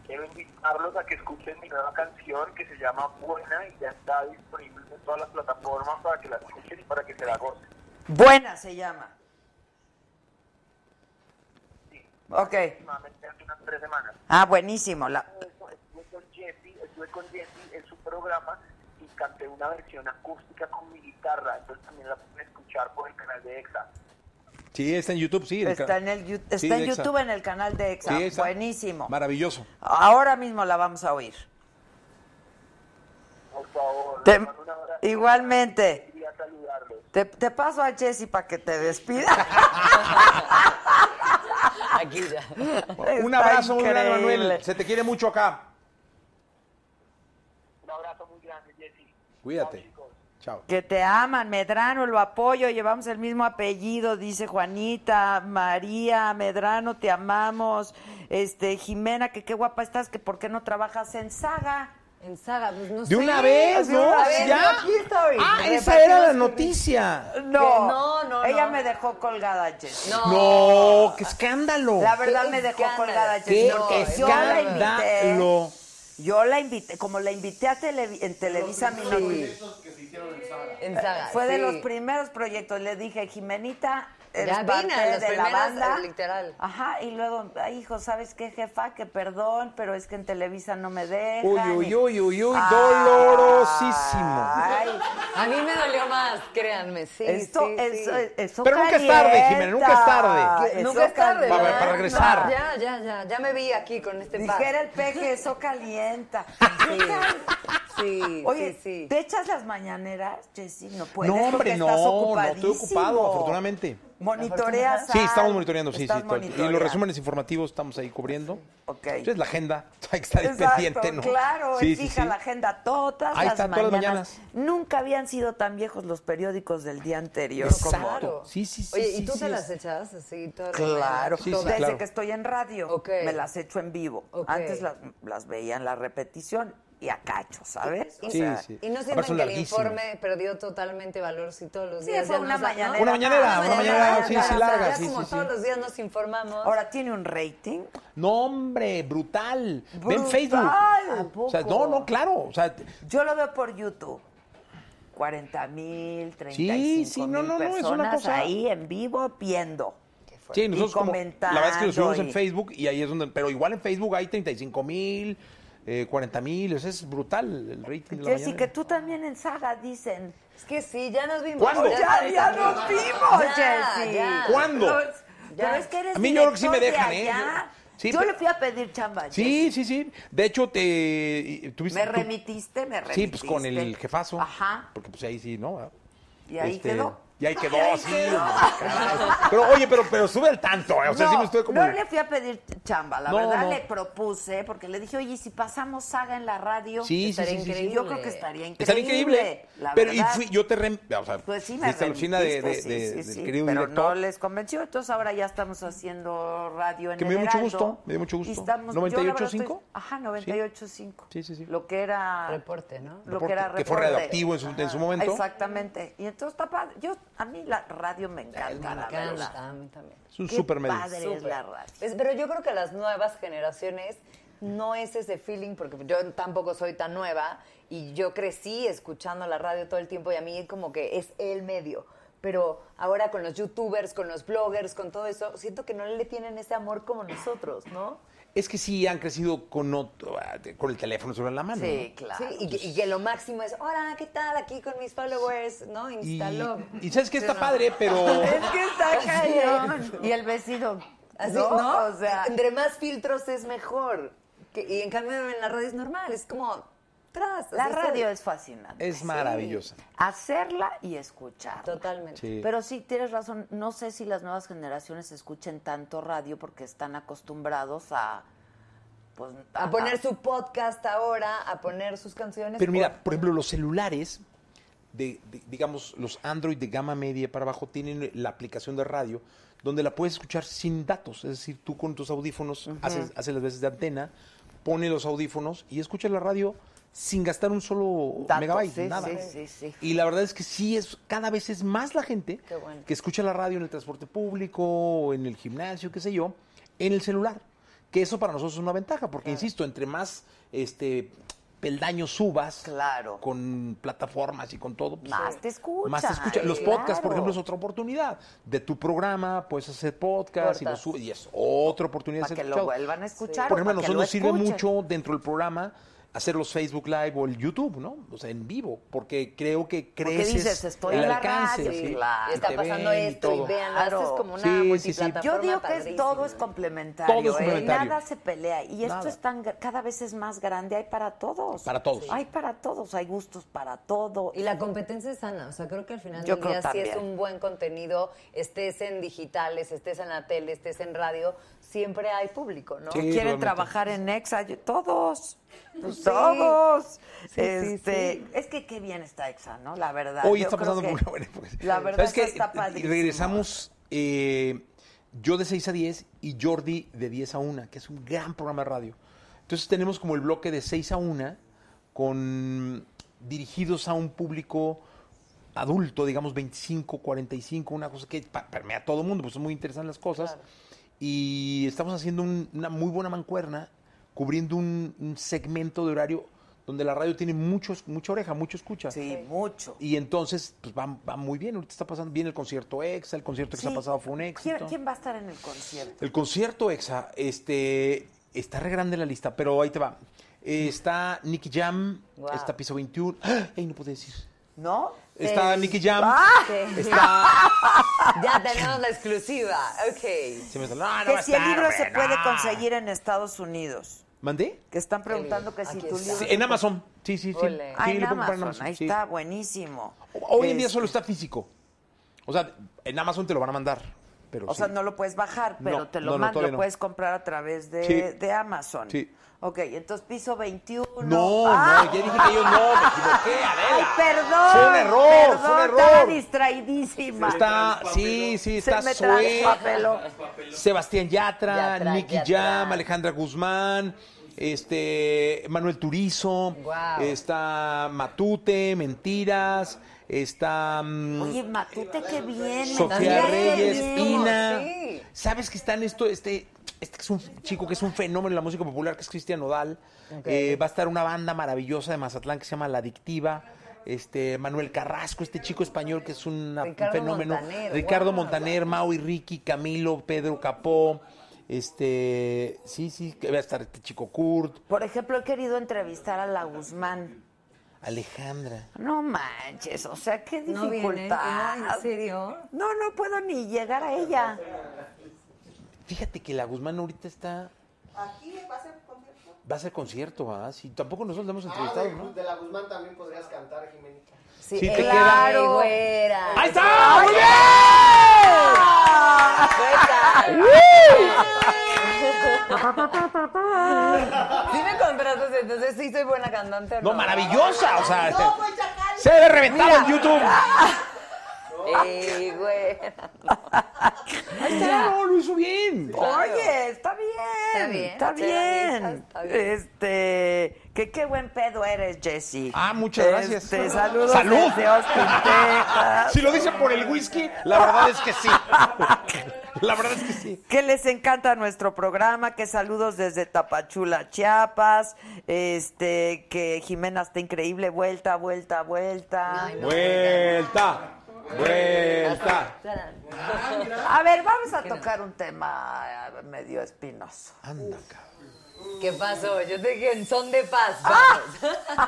Quiero invitarlos a que escuchen mi nueva canción que se llama Buena y ya está disponible en todas las plataformas para que la escuchen y para que se la gocen. Buena se llama. Ok. Aproximadamente hace unas tres semanas. Ah, buenísimo. La, Estuve con Jesse, estuve con Jesse en su programa y canté una versión acústica con mi guitarra. Entonces también la pueden escuchar por el canal de EXA. Sí, está en YouTube, sí. Está en, el, Yu- está Sí, en de Exa. YouTube, en el canal de EXA. Sí, está. Buenísimo. Maravilloso. Ahora mismo la vamos a oír. Te- igualmente. Te, te paso a Jessy para que te despida. Aquí ya. Un Está abrazo muy grande, increíble. Manuel. Se te quiere mucho acá. Cuídate. Chao. Que te aman, Medrano, lo apoyo, llevamos el mismo apellido, dice Juanita, María, Medrano, te amamos, este, Jimena, que qué guapa estás, que por qué no trabajas en Saga. En Saga, pues no De una vez, ¿no? ya. ah, esa era la noticia. No, Que no, no, ella no. me dejó colgada, Jess. No, qué escándalo. La verdad me dejó Escándalo. colgada, Jess. Qué porque yo la invité. escándalo. Yo la invité, como la invité a Televi- en Televisa Minoti. En Saga. Fue de sí. los primeros proyectos. Le dije, Jimenita, eres Ya parte vine, de los la primeros, banda. eh, literal. Ajá, y luego, "Ay, hijo, ¿sabes qué, jefa? Que perdón, pero es que en Televisa no me dejan. Uy, uy, Y- uy, uy, uy, Ay. dolorosísimo. Ay, A mí me dolió más, créanme, sí. esto, sí, eso, sí. Ah, eso Pero nunca es tarde, calienta. Jimena, nunca es tarde. Eso Nunca es tarde, Para- ¿verdad? para regresar. Ya, ya, ya. Ya me vi aquí con este par. Dijera el peje, eso calienta. Sí. Sí, Oye, sí, sí. ¿te echas las mañaneras, Jessy? No puedes No, hombre, porque no, estás no estoy ocupadísimo. ocupado, afortunadamente. Monitoreas. Sí, al- estamos monitoreando, sí, sí. estás todo. Y los monitoreando. resúmenes informativos estamos ahí cubriendo. Ok. Entonces la agenda, hay que estar Exacto, ahí pendiente, ¿no? Claro, Sí, él sí, fija sí. la agenda todas, Ahí las, están mañanas. todas las Nunca habían sido tan viejos los periódicos del día anterior como Claro. Sí, sí, sí. Oye, sí, ¿y tú sí, te las es- echas así? todas las Claro, mañanas? Sí, sí, desde claro. que estoy en radio Ok. me las echo en vivo. Ok. Antes las, las veía en la repetición y a cacho, ¿sabes? O Sí, sea, sí. Y no sienten Aparte son que el larguísimas. informe perdió totalmente valor si todos los Sí, días. fue ya una nos da- mañanera. Una mañanera, Ah, una mañanera, sí, ya, sí, o sea, larga, ya sí, como sí, sí. todos los días nos informamos. Ahora tiene un rating. No, hombre, brutal. Ven Brutal. Facebook. ¿A O sea, no, poco? no, claro. O sea, Yo lo veo por YouTube. 40 mil, 35 Sí, sí, no, no, no, es una personas cosa- ahí en vivo viendo. sí, nosotros Y como, la verdad es que lo subimos y- en Facebook y ahí es donde, pero igual en Facebook hay 35 mil, eh, 40 mil, o sea, es brutal el rating de la Jessy, que mañanera. tú también en saga dicen. Es que sí, ya nos vimos. ¿Cuándo? Ya, ya estamos nos aquí. vimos, Ya, Jessy. ya. ¿Cuándo? No, es- Ya. Pero es que eres A mí yo creo que sí me director de dejan, ¿eh? allá. Yo- sí, yo pero- le fui a pedir chamba. Sí, sí, sí. De hecho, te y- Jessy. tuviste. Me tú- remitiste, me remitiste. Sí, pues con el jefazo. Ajá. Porque pues ahí sí, ¿no? Y ahí Este, quedó. Y ahí quedó, sí. caray. Pero oye, pero, pero sube el tanto, ¿eh? O sea, sí me estuve como. no le fui a pedir chamba, la No, verdad no. le propuse, porque le dije, oye, si pasamos saga en la radio, Sí, sí, estaría sí, sí, sí. increíble. Yo creo que estaría increíble. Estaría increíble. La pero verdad. y fui, yo te rem, o sea, Pues sí, me fuiste a la oficina de, de, remitiste, de- sí, sí, del sí, querido pero director. no les convenció, entonces ahora ya estamos haciendo radio en Que me el dio mucho Heraldo, gusto, me dio mucho y gusto. estamos- yo la verdad 98.5? estoy- Ajá, 98.5. Sí, sí, sí. Lo que era... Reporte, ¿no? Lo que era Reporte, que fue reporte. radioactivo en su- en su momento. Exactamente. Y entonces, está padre. Yo, a mí la radio me encanta, Me la verdad. encanta, a mí también. Es un Qué super medio. padre es la radio. Es- pero yo creo que las nuevas generaciones no es ese feeling, porque yo tampoco soy tan nueva y yo crecí escuchando la radio todo el tiempo y a mí como que es el medio. Pero ahora con los youtubers, con los bloggers, con todo eso, siento que no le tienen ese amor como nosotros, ¿no? Es que sí han crecido con otro- ah, de- con el teléfono sobre la mano. Sí, ¿no? claro. Sí, y, que- y que lo máximo es, hola, ¿qué tal? Aquí con mis followers, ¿no? Y, Instaló. y sabes que Sí, está ¿no? padre, pero. Es que está cañón. y el vecino. Así, ¿no? ¿no? O sea, entre más filtros es mejor. Que- y en cambio en la radio es normal, es como tras. la así está- radio es fascinante. Es maravillosa. Hacerla y escucharla. Totalmente. Sí. Pero sí, tienes razón. No sé si las nuevas generaciones escuchen tanto radio porque están acostumbrados a. Pues, A poner su podcast ahora, a poner sus canciones. Pero por- mira, por ejemplo, los celulares, de, de- digamos, los Android de gama media para abajo, tienen la aplicación de radio donde la puedes escuchar sin datos. Es decir, tú con tus audífonos haces, haces las veces de antena, pones los audífonos y escuchas la radio sin gastar un solo Dato, megabyte, sí, nada. sí, sí, sí. Y la verdad es que sí es cada vez es más la gente Qué bueno. que escucha la radio en el transporte público, o en el gimnasio, qué sé yo, en el celular. Que eso para nosotros es una ventaja, porque insisto, entre más este peldaños subas, Claro. con plataformas y con todo, pues, Más eh, te escuchan, Más te escuchan. Los sí, podcasts, claro. por ejemplo, es otra oportunidad. De tu programa puedes hacer podcast y, lo Cortas. subes, y es otra oportunidad Para de ser que lo escuchado. vuelvan a escuchar. Por o ejemplo, a para que nosotros lo nos sirve escuchen. mucho dentro del programa hacer los Facebook Live o el YouTube, ¿no? O sea, en vivo, porque creo que Porque creces dices, estoy el en la alcance, radio, ¿sí? claro. Y Está te pasando ven esto y todo. vean, haces Claro. como una Sí, sí, sí. multiplataforma Yo digo que padrísima. todo es complementario, Todo es ¿eh? complementario. nada se pelea y esto Nada. es tan gr- cada vez es más grande, hay para todos. Para todos. Sí. Hay para todos, hay gustos para todo. Y la competencia es sana, o sea, creo que al final Yo del creo día si es también. un buen contenido, estés en digitales, estés en la tele, estés en radio, siempre hay público, ¿no? Que quieren trabajar en Exa, yo- todos. Pues sí. todos. sí, Este, sí. Es que qué bien está Exa, ¿no? La verdad. Hoy yo está creo pasando por que- una buena época. La verdad ¿Sabes es que qué? está Y padrísimo. regresamos eh, yo de 6 a 10 y Jordi de 10 a 1, que es un gran programa de radio. Entonces tenemos como el bloque de 6 a 1 con dirigidos a un público adulto, digamos 25, 45, una cosa que pa- permea a todo el mundo, pues son muy interesantes las cosas. Y estamos haciendo un- una muy buena mancuerna, cubriendo un, un segmento de horario donde la radio tiene muchos, mucha oreja, mucho escucha. Sí, mucho. Y entonces, pues va, va muy bien. Ahorita está pasando bien el concierto EXA, el concierto que Sí. ha pasado fue un éxito. ¿Quién, quién va a estar en el concierto? El concierto EXA, este, está re grande la lista, pero ahí te va. Eh, está Nicky Jam, Guau. está Piso 21. ¡Ah! Ay, no puedo decir. ¿No? Está Sí. Nicky Jam. Ah. Está. Ya tenemos la exclusiva, ok. Se me sal- Ah, No, que no va a si el estar, libro se hombre, puede no. conseguir en Estados Unidos. ¿Mandé? Que están preguntando que si tu libro... Sí, en Amazon. Sí, sí, sí. Ole. Ah, Sí, en lo pueden comprar Amazon, ahí sí. está, buenísimo. Hoy en día Este, solo está físico. O sea, en Amazon te lo van a mandar. Pero Este, O sí. sea, no lo puedes bajar, pero No, te lo no, no, mando, lo todavía no. puedes comprar a través de, Sí. de Amazon. Sí. Ok, entonces piso 21. No, ¡Ah! no, ya dije que yo no, me equivoqué, Ay, Adela. perdón. Fue un error, perdón, fue un error. Estaba distraidísima. Está, sí, sí, Se está me Zoé, traspapeló. Sebastián Yatra, Yatra, Nicky Yatra. Jam, Alejandra Guzmán, este, Manuel Turizo, Guau. está Matute, Mentiras, está mm, Oye, Matute, qué bien. me Sofía caíste Reyes, bien. Ina. Sí. ¿Sabes que están esto? Este, este que es un chico que es un fenómeno de la música popular, que es Cristian Nodal. Ok. Eh, va a estar una banda maravillosa de Mazatlán que se llama La Adictiva. Este, Manuel Carrasco, este chico español que es una- Ricardo un fenómeno. Montaner, Ricardo guau. Montaner, Mau y Ricky, Camilo, Pedro Capó. Este, sí, sí, que va a estar este chico Kurt, Por ejemplo, he querido entrevistar a la Guzmán. Alejandra. No manches, o sea, qué No viene, dificultad. ¿no? ¿En serio? No, no puedo ni llegar a ella. Fíjate que la Guzmán ahorita está. Aquí va a ser concierto. Va a ser concierto, ¿ah? Sí, tampoco nosotros la hemos Ah, entrevistado, de, ¿no? de la Guzmán también podrías cantar, Jimenita. Sí, Sí, te claro. queda. Güera. ¡Ahí está! ¡Muy bien! Sí me contratas, entonces sí soy buena cantante. o No, maravillosa, o sea, este, No, pues, güey, se- se debe reventar Mira. en YouTube. Ah. Ey, Eh, güey. Ahí está, no, lo hizo bien. Oye, está bien. Está bien, Está te la bien. rifas, está bien. Este, que qué buen pedo eres, Jesse. Ah, muchas gracias. Este, saludos Salud. desde Austin, Texas. Si lo dice por el whisky, la verdad es que sí. La verdad es que sí. Que les encanta nuestro programa, que saludos desde Tapachula, Chiapas, este, que Jimena está increíble, vuelta, vuelta, vuelta. Vuelta, vuelta. A ver, vamos a tocar un tema eh, medio espinoso. Anda, ¿Qué pasó? Yo te dije en son de paz. Ah.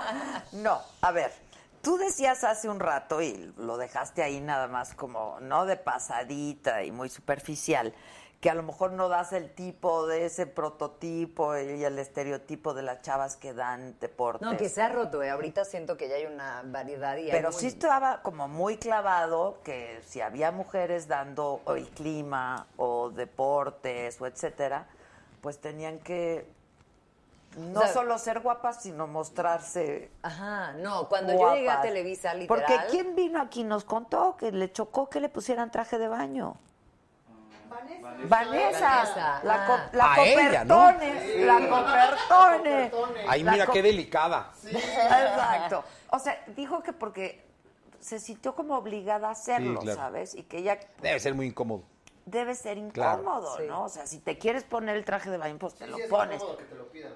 No, a ver, tú decías hace un rato y lo dejaste ahí nada más como no de pasadita y muy superficial, que a lo mejor no das el tipo de ese prototipo y el estereotipo de las chavas que dan deportes. No, que se ha roto, eh. Ahorita siento que ya hay una variedad y hay Pero muy- sí estaba como muy clavado que si había mujeres dando o el clima o deportes o etcétera, pues tenían que no O sea, solo ser guapas, sino mostrarse Ajá, no, cuando yo llegué a guapas. Televisa, literal. Porque ¿quién vino aquí? Nos contó que le chocó que le pusieran traje de baño. Vanessa, Vanessa, la, ah. co- la A ella, ¿no? Copertones, Sí. la Copertones. Ay, La mira co- qué delicada. Exacto. O sea, dijo que porque se sintió como obligada a hacerlo, claro. ¿sabes? Y que ella Debe ser muy incómodo. debe ser Claro. incómodo, Sí. ¿no? O sea, si te quieres poner el traje de baño, pues te lo Sí, es pones. cómodo que te lo pidan.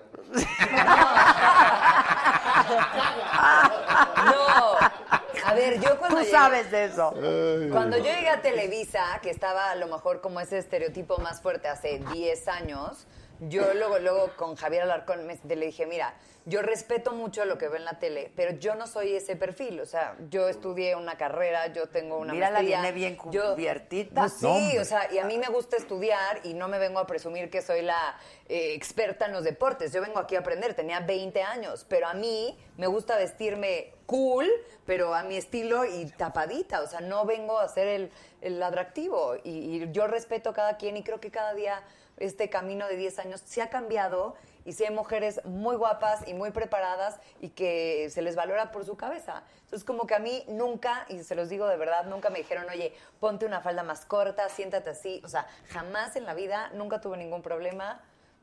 No. A ver, yo cuando Tú llegué- sabes de eso. Cuando yo llegué a Televisa, que estaba a lo mejor como ese estereotipo más fuerte hace 10 años, yo luego, luego con Javier Alarcón me- le dije, mira, yo respeto mucho lo que veo en la tele, pero yo no soy ese perfil. O sea, yo estudié una carrera, yo tengo una Mírala, maestría. viene bien yo- cubiertita. Pues sí, No, hombre. o sea, y a mí me gusta estudiar y no me vengo a presumir que soy la eh, experta en los deportes. Yo vengo aquí a aprender, tenía 20 años, pero a mí me gusta vestirme cool, pero a mi estilo y tapadita. O sea, no vengo a ser el, el atractivo. Y, y yo respeto a cada quien y creo que cada día este camino de 10 años se ha cambiado y sí hay mujeres muy guapas y muy preparadas y que se les valora por su cabeza. Entonces, como que a mí nunca, y se los digo de verdad, nunca me dijeron, oye, ponte una falda más corta, siéntate así. O sea, jamás en la vida, nunca tuve ningún problema.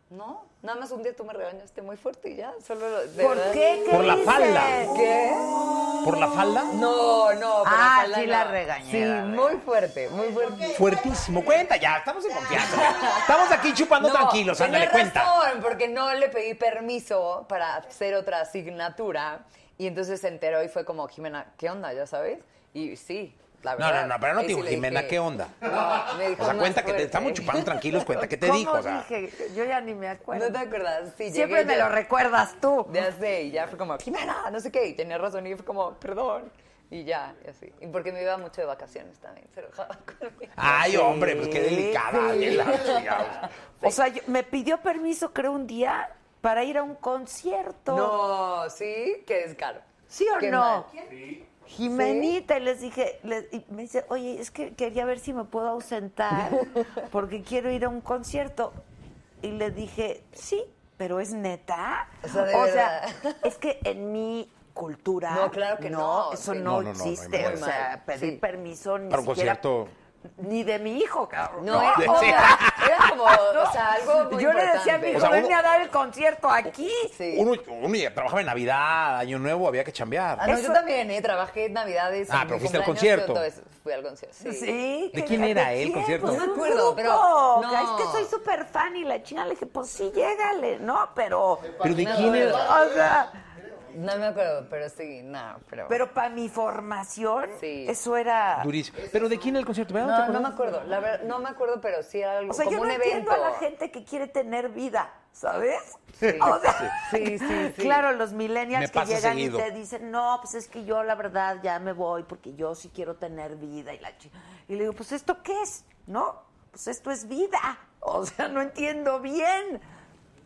No, nada más un día tú me regañaste muy fuerte y ya, solo lo- de ¿Por verdad. qué? ¿Qué Por la dices? falda. ¿Qué? ¿Por la falda? No, no, por Ah, la falda sí la no. regañé, Sí, la muy fuerte, muy fuerte. Fuertísimo. Cuenta, ya, estamos en confianza. Estamos aquí chupando No, tranquilos, tenés ándale, cuenta. razón, porque no le pedí permiso para hacer otra asignatura. Y entonces se enteró y fue como, Jimena, ¿qué onda? ¿Ya sabes? Y sí, la No, verdad. no, no, pero no ahí te sí digo, le Jimena, dije- ¿qué onda? No, me dijo O sea, más cuenta que te fuerte. estamos chupando tranquilos, cuenta, ¿qué te ¿Cómo dijo? O sea, dije? Yo ya ni me acuerdo. No te acuerdas, sí. Siempre me lo recuerdas tú. Ya sé, y ya fue como, Jimena, no sé qué. Y tenía razón, y fue como, perdón. Y ya, y así. Y porque me iba mucho de vacaciones también, se enojaba conmigo. ay, hombre, pues qué Sí, delicada. sí. de la chingada. O sea, yo- me pidió permiso, creo, un día para ir a un concierto. No, sí, qué descaro. ¿Sí o Qué mal. no? Jimenita, y les dije, les- y me dice, oye, es que quería ver si me puedo ausentar porque quiero ir a un concierto. Y le dije, sí, pero es neta. O sea, de sea, verdad. es que en mi cultura. No, claro que no, Eso sí. no, No, no, no, no hay existe. manera. o sea, pedir permiso ni Para un siquiera- concierto. Ni de mi hijo, cabrón. No, era como, era como, o sea, algo muy Yo le decía a mi importante. hijo, O sea, uno- venme a dar el concierto aquí. Uno, uno ya trabajaba en Navidad, Año Nuevo, había que chambear. Ah, no, yo también, ¿eh? Trabajé en Navidades. Ah, en pero mi fuiste al cumpleaños, concierto. todo eso. Fui al concierto, sí. Sí. ¿De que- quién era él, quién? concierto? Pues No me un acuerdo, grupo, pero- que Es no. que soy súper fan y la china le dije, pues sí, llégale, ¿no? Pero. Pero ¿de quién era? O sea, No me acuerdo, pero sí, no, pero... pero para mi formación, Sí. eso era. Durísimo. ¿Pero de quién era el concierto? ¿Verdad? ¿Te No, no acuerdas? me acuerdo, la verdad, no me acuerdo, pero sí era algo O sea, como yo un no evento. entiendo a la gente que quiere tener vida, ¿sabes? O sea, Sí, sí, sí. Claro, los Me millennials que pasa llegan seguido. y te dicen, no, pues es que yo la verdad ya me voy porque yo sí quiero tener vida y la chi-". Y le digo, pues esto qué es, ¿no? Pues esto es vida. O sea, no entiendo bien.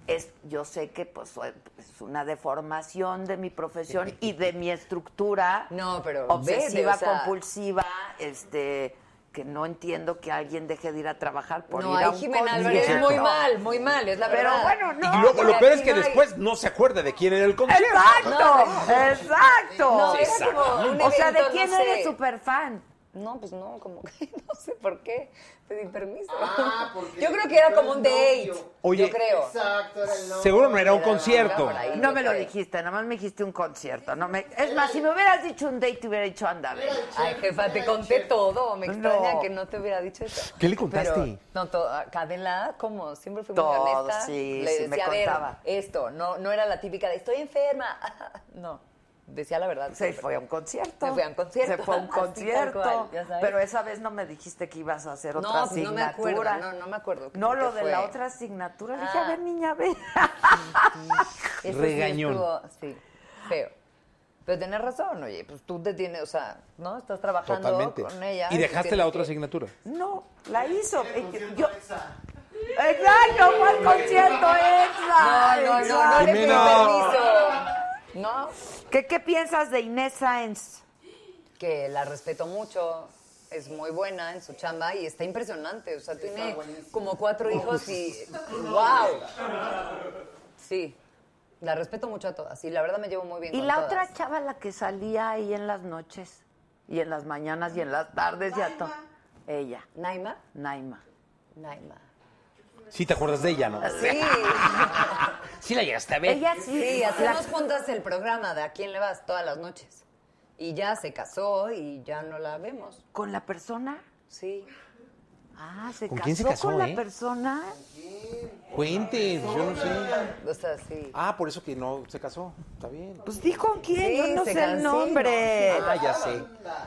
Es, yo sé que pues soy- es una deformación de mi profesión y de mi estructura No, pero vete, obsesiva o sea, compulsiva, este que no entiendo que alguien deje de ir a trabajar por No, ir a ahí un Jimena concierto. Álvarez, muy mal, muy mal, es la Pero verdad. bueno, no. Y luego lo peor es Aquí que no hay- después no se acuerda de quién era el concierto. Exacto, exacto. No, era Exacto. como un o sea, ¿de evento, quién no sé. eres súper fan? No, pues no, como que no sé por qué pedí permiso. Ah, porque yo creo que era fue como el un date, novio. Oye, yo creo. Exacto, era el nombre. Seguro no era un Era- concierto. por ahí. No yo me lo creo. dijiste, nada más me dijiste un concierto. No me, es más, si me hubieras dicho un date, te hubiera dicho anda, a ver. Ay, jefa, te conté todo. Me extraña No. que no te hubiera dicho eso. ¿Qué le contaste? Pero, no, todo. Cadela, como siempre fui Todo, muy honesta. sí, le sí, me decía, a ver, contaba. esto. No, no era la típica de estoy enferma. No, decía la verdad. Se siempre. fue a un concierto. Me fui a un concierto. Se fue a un Así, tal concierto. cual, ya sabes. pero esa vez no me dijiste que ibas a hacer No, otra pues, no me acuerdo. asignatura. No, no me acuerdo. No, qué lo de fue. la otra asignatura. Dije, Ah. a ver, niña, ve. Eso Regañón. Sí, estuvo- sí, feo. Pero tenés razón, oye, pues tú te tienes, o sea, ¿no? Estás trabajando Totalmente. con ella. Y dejaste tienes la otra que- asignatura. No, la hizo. Yo- Alexa. Exacto, fue al concierto extra. No, no, no, no le pedí Jimena. permiso. No, ¿Qué, ¿Qué piensas de Inés Sáenz? que la respeto mucho, es muy buena en su chamba y está impresionante. O sea, tiene como cuatro hijos y. ¡Wow! Sí, la respeto mucho a todas y la verdad me llevo muy bien Y con la todas. otra chava, la que salía ahí en las noches, y en las mañanas, y en las tardes, y a todo. Ella, ¿Naima? Naima. Naima. Sí, te acuerdas de ella, ¿no? Sí. Sí la llegaste a ver. Ella sí. Sí, la- hacemos juntas el programa de A quién le vas todas las noches. Y ya se casó y ya no la vemos. ¿Con la persona? Sí. Ah, ¿se ¿Con casó, quién se casó, con la eh? persona? Cuenten, yo no sé. O sea, sí. Ah, por eso que no se casó. Está bien. Pues di con quién, Sí, yo no se sé casó, el nombre. Ah, ya sé.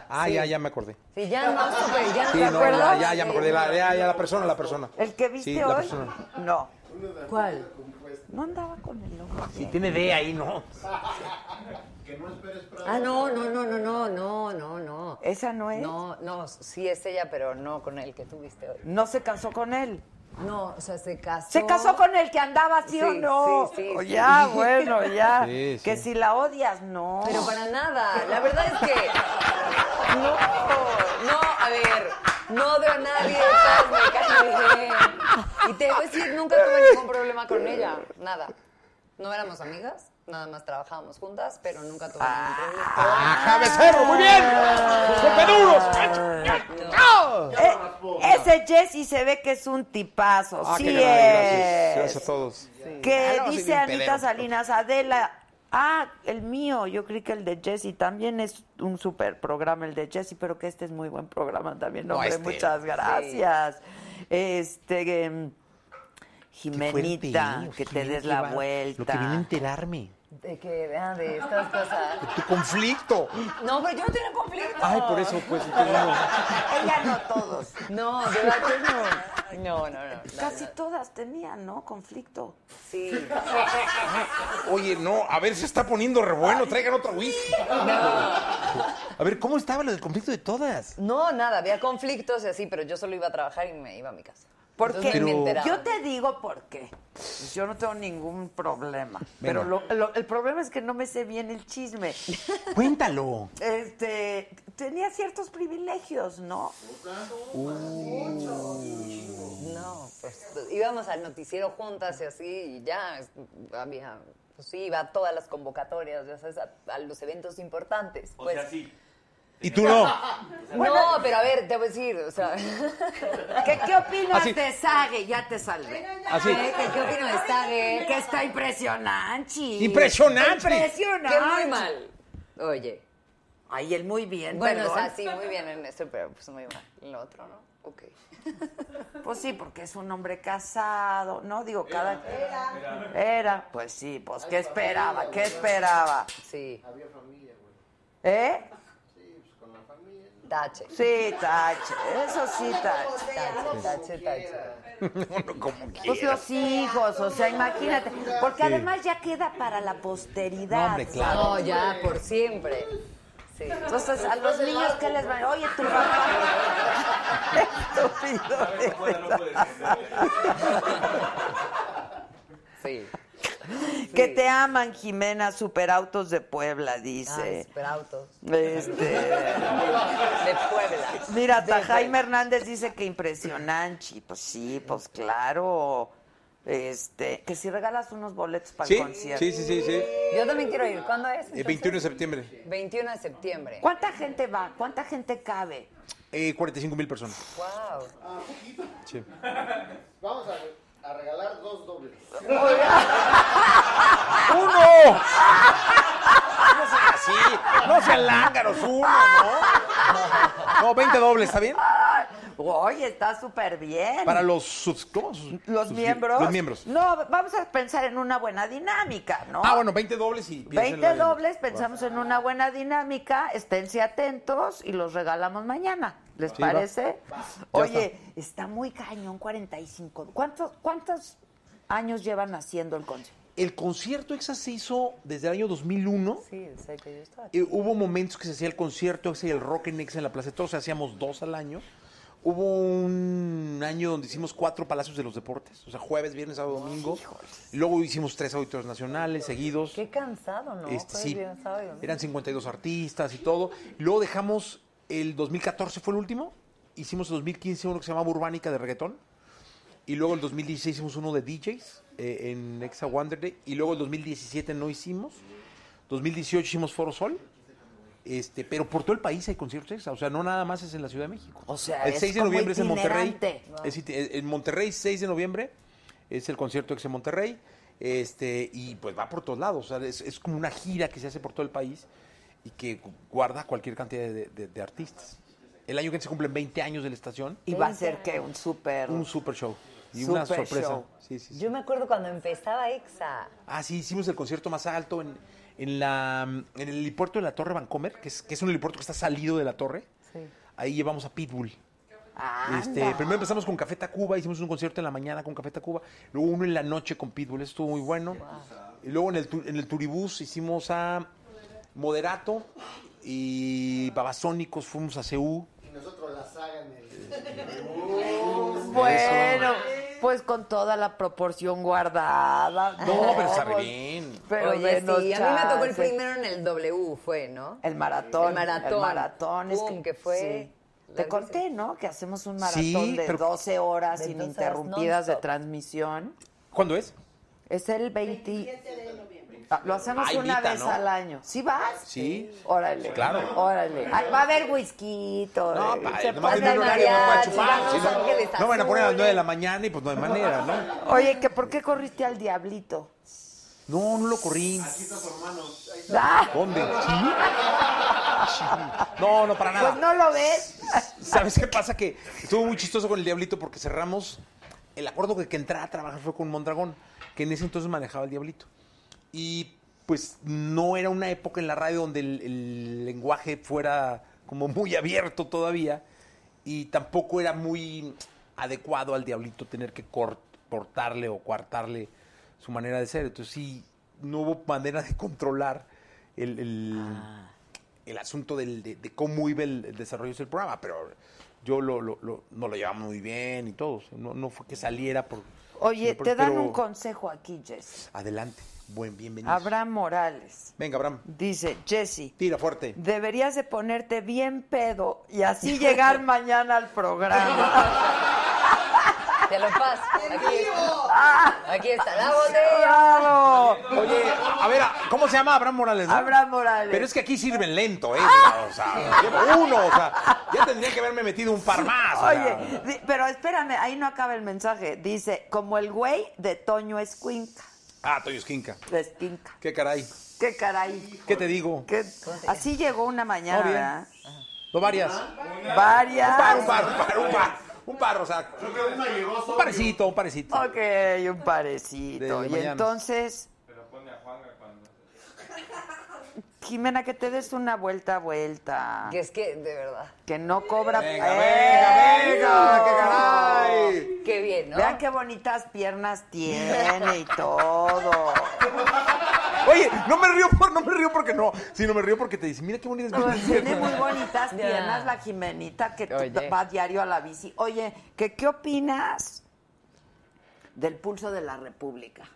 Ah, ya, ya me acordé. Sí, ya no supe, ya no Sí, te no, acuerdas. ya, ya, ya me acordé. La, ya, ya, la persona, la persona. ¿El que viste Sí, la hoy? persona. No. ¿Cuál? No andaba con el logo. Si tiene D ahí, ¿no? Que no esperes para. Ah, no, no, no, no, no, no, no, no. ¿Esa no es? No, no, sí es ella, pero no con el que tuviste hoy. No se casó con él. No, o sea, se casó. ¿Se casó con el que andaba, sí, o Sí, no? sí, sí, O sí. ya, bueno, ya. Sí, sí. Que si la odias, no. Pero para nada. La verdad es que. No, no, a ver. No de a nadie. estás, me caes bien. Y te voy a decir, nunca tuve ningún problema con ella. Nada. No éramos amigas, nada más trabajábamos juntas, pero nunca tuve ningún problema. Ah, ¡Ajá, becerro! ¡Muy bien! Ah, ¡Golpe No. Eh, ese Jessy se ve que es un tipazo. Ah, sí qué es. grande, gracias. Gracias a todos. Que Ah, no, soy dice bien Anita pedero. Salinas, Adela. Ah, el mío, yo creí que el de Jessy también es un super programa, el de Jessy, pero que este es muy buen programa también, No, hombre, este. muchas gracias. Este, em, Jimenita, que te des la vuelta. ¿eh? Lo que viene a enterarme. De que, ah, de estas cosas. Tu conflicto. No, pero yo no tenía conflicto. Ay, por eso, pues, entonces, Ah. Ella no todos. No, de verdad que no. No, no, no. Casi todas tenían, ¿no? Conflicto. Sí. Oye, no, a ver, se está poniendo re bueno. Traigan otro whisky. A ver, ¿cómo estaba lo del conflicto de todas? No, nada, había conflictos y así, pero yo solo iba a trabajar y me iba a mi casa. ¿Por Porque Me enteraba. yo te digo por qué. Pues Yo no tengo ningún problema. Venga. Pero lo- lo- el problema es que no me sé bien el chisme. Cuéntalo. Este, tenía ciertos privilegios, ¿no? No, pues íbamos al noticiero juntas y así, y ya es- había, pues sí, iba a todas las convocatorias, ya sabes, a, a los eventos importantes. O pues. sea, sí. Y tú no. No, pero a ver, te voy a decir, o sea. ¿Qué, qué opinas Así. de Sage? Ya te salvé. Así. ¿Eh? ¿Qué, qué opinas de Sage? Que está impresionante. Impresionante. Impresionante. Que muy mal. Oye. Ay, él muy bien, Bueno, perdón. o sea, sí, muy bien en esto, pero pues muy mal. En lo otro, ¿no? Ok. Pues sí, porque es un hombre casado, ¿no? Digo, cada... Era. Era, pues sí, pues ¿qué esperaba? ¿Qué esperaba? Sí. Había familia, güey. ¿Eh? Sí, pues con la familia. Tache. Sí, tache. Eso sí, tache. Tache, tache, tache. Uno como Pues quiera. los hijos, o sea, imagínate. Porque Sí. además ya queda para la posteridad. No, hombre, claro. No, ya, por siempre. Sí. Entonces, a los niños, ¿qué les van? Oye, tu papá. Estúpido. Sí. Que te aman, Jimena, Superautos de Puebla, dice. Superautos. Este. De Puebla. Mira, hasta Jaime Hernández dice que impresionante. Pues sí, pues claro. Este, que si regalas unos boletos para Sí, el concierto. sí, sí, sí, sí. Yo también quiero ir. ¿Cuándo es? El 21 de septiembre. 21 de septiembre. ¿Cuánta gente va? ¿Cuánta gente cabe? Eh, 45 mil personas. Wow. Sí. Vamos a, a regalar dos dobles. ¡Uno! No sean así. No sean lángaros. Uno, ¿no? No, 20 dobles, ¿está bien? Oye, está súper bien. Para los subs... ¿Cómo? Sus- los sus- miembros. Los miembros. No, vamos a pensar en una buena dinámica, ¿no? Ah, bueno, 20 dobles y... pues, piensen 20 la- dobles, pensamos en una buena dinámica, esténse atentos y los regalamos mañana. ¿Les Sí, va. parece? Ya Oye, está. muy cañón, 45. ¿Cuántos, ¿Cuántos años llevan haciendo el concierto? El concierto EXA se hizo desde el año 2001. Sí, sé que yo estaba. Eh, hubo momentos que se hacía el concierto EXA y el rock en EXA en la Plaza de Toros. hacíamos dos al año. Hubo un año donde hicimos cuatro palacios de los deportes. O sea, jueves, viernes, sábado, domingo. Luego hicimos tres auditorios nacionales seguidos. Qué cansado, ¿no? Este, Jueves, sí, viernes, sábado y domingo. eran 52 artistas y todo. Luego dejamos, el 2014 fue el último, hicimos el 2015 uno que se llamaba Urbánica de reggaetón, y luego el 2016 hicimos uno de DJs eh, en Exa Wonder Day, y luego el 2017 no hicimos, 2018 hicimos Foro Sol, este, pero por todo el país hay conciertos Exa, o sea, no nada más es en la Ciudad de México. O sea, el es 6 de como noviembre es en Monterrey. itinerante. Wow. Es iti- en Monterrey, 6 de noviembre, es el concierto Exa en Monterrey. Este, y pues va por todos lados. o sea, es, es como una gira que se hace por todo el país y que gu- guarda cualquier cantidad de, de- de artistas. El año que se cumplen 20 años de la estación. Y va a ser que un súper. Un super show. Y una Super sorpresa. show. Sí, sí, sí. Yo me acuerdo cuando empezaba EXA. Ah, sí, hicimos el concierto más alto en, en la, en el helipuerto de la Torre Vancomer, que es, que es un helipuerto que está salido de la torre. Sí. Ahí llevamos a Pitbull. Este, primero empezamos con Café Tacuba, hicimos un concierto en la mañana con Café Tacuba, luego uno en la noche con Pitbull, eso estuvo muy bueno. Y luego en el, tu- en el Turibús hicimos a Moderato y Babasónicos, fuimos a CU. Y nosotros la saga en el. Bueno, pues con toda la proporción guardada. No, pero sabe pues, bien. Pero Oye, denos pues sí, a mí me tocó el chance. primero en el W, fue, ¿no? El maratón. El maratón. El maratón. es Pum, que fue Te conté, ¿no? Que hacemos un maratón Sí, de pero- 12 horas De 12 horas ininterrumpidas de non-stop. transmisión. ¿Cuándo es? Es el 20... Ah, Lo hacemos Ay, una Vita, vez ¿no? al año. ¿Sí vas? Sí. Órale. Claro. Órale. Ay, va a haber whisky. todo. No, eh, pa, se nomás pasa tiene un el horario no para mariachi, chupar. van si Los Ángeles no, no van a poner a las Azules. 9 de la mañana y pues no hay manera, ¿no? Oye, que ¿por qué corriste al diablito? No, no lo corrí. Ah, ¿Dónde? No, no, para nada. Pues no lo ves. ¿Sabes qué pasa? Que estuvo muy chistoso con el Diablito porque cerramos. El acuerdo que, que entraba a trabajar fue con Mondragón, que en ese entonces manejaba el Diablito. Y pues no era una época en la radio donde el, el lenguaje fuera como muy abierto todavía. Y tampoco era muy adecuado al Diablito tener que cor- cortarle o coartarle su manera de ser. Entonces sí, no hubo manera de controlar el, el- Ah. el asunto del- de, de cómo iba el, el desarrollo del programa, pero yo lo, lo, lo- nos lo llevamos muy bien y todo. o sea, No, no fue que saliera por... Oye, sino por- te dan pero- un consejo aquí, Jess. Adelante, buen bienvenido. Abraham Morales Venga, Abraham. dice, Jesse, Tira fuerte. deberías de ponerte bien pedo y así llegar mañana al programa. Te lo paso. Aquí está. Aquí está la botella. ¡Bravo! Oye, a ver, ¿cómo se llama Abraham Morales? no? Abraham Morales. Ah. Pero es que aquí sirven lento, ¿eh? O sea, llevo uno, o sea, ya tendría que haberme metido un par más. o sea. Oye, di- pero espérame, ahí no acaba el mensaje. Dice, como el güey de Toño Escuinca. Ah, Toyo Esquinca. De Esquinca. Qué caray. ¿Qué caray? ¿Qué te digo? ¿Qué- Así llegó una mañana, No, bien. ¿verdad? ¿No varias? Un par, un Ah, Varias. par, un par, un par. Un par, o sea. Un parecito, un parecito. Ok, un parecito. De y mañana. entonces, Jimena, que te des una vuelta a vuelta. Que es que, de verdad. Que no cobra. Venga, venga, venga, qué caray. Qué bien, ¿no? Vean qué bonitas piernas tiene y todo. Oye, no me río por, no me río porque no, sino me río porque te dice, mira qué bonita Pues, es mi Tiene pierna". muy bonitas piernas la Jimenita que t- Oye. va diario a la bici. Oye, ¿qué, ¿qué opinas del pulso de la República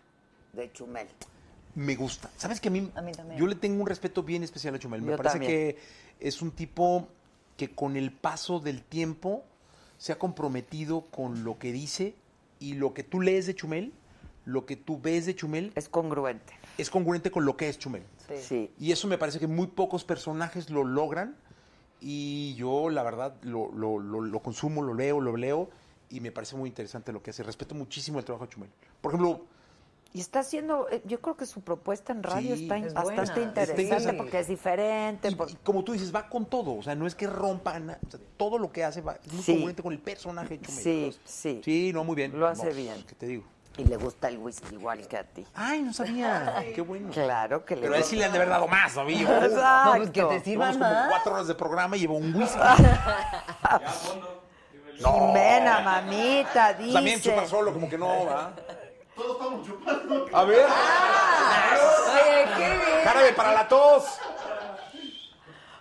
de Chumel? Me gusta. ¿Sabes que a mí, A mí también. yo le tengo un respeto bien especial a Chumel? Me Yo parece también. que es un tipo que con el paso del tiempo se ha comprometido con lo que dice y lo que tú lees de Chumel, lo que tú ves de Chumel, Es congruente. es congruente con lo que es Chumel. Sí. Y eso me parece que muy pocos personajes lo logran. Y yo, la verdad, lo, lo- lo- lo consumo, lo leo, lo leo. Y me parece muy interesante lo que hace. Respeto muchísimo el trabajo de Chumel. Por ejemplo, Y está haciendo, eh, yo creo que su propuesta en radio Sí. está in- Es buena. bastante Está interesante interesante. porque es diferente. y- porque- y como tú dices, va con todo. O sea, no es que rompan. na- o sea, todo lo que hace va, es muy Sí. congruente con el personaje de Chumel. Sí, Entonces, sí. Sí, no, muy bien. Lo hace No, pues, bien. ¿Qué te digo? Y le gusta el whisky igual que a ti. Ay, no sabía. Qué bueno. Claro que le Pero a él sí le han de haber dado más, ¿no? Llevo uno. Exacto. Ah, pues, que te sirva. Llevamos Iban como más. cuatro horas de programa y llevo un whisky. Jimena, mamita, dice. También chupar solo, como que no, ¿verdad? Todos estamos chupando. A ver. Ah, Oye, qué bien. Jarabe para la tos.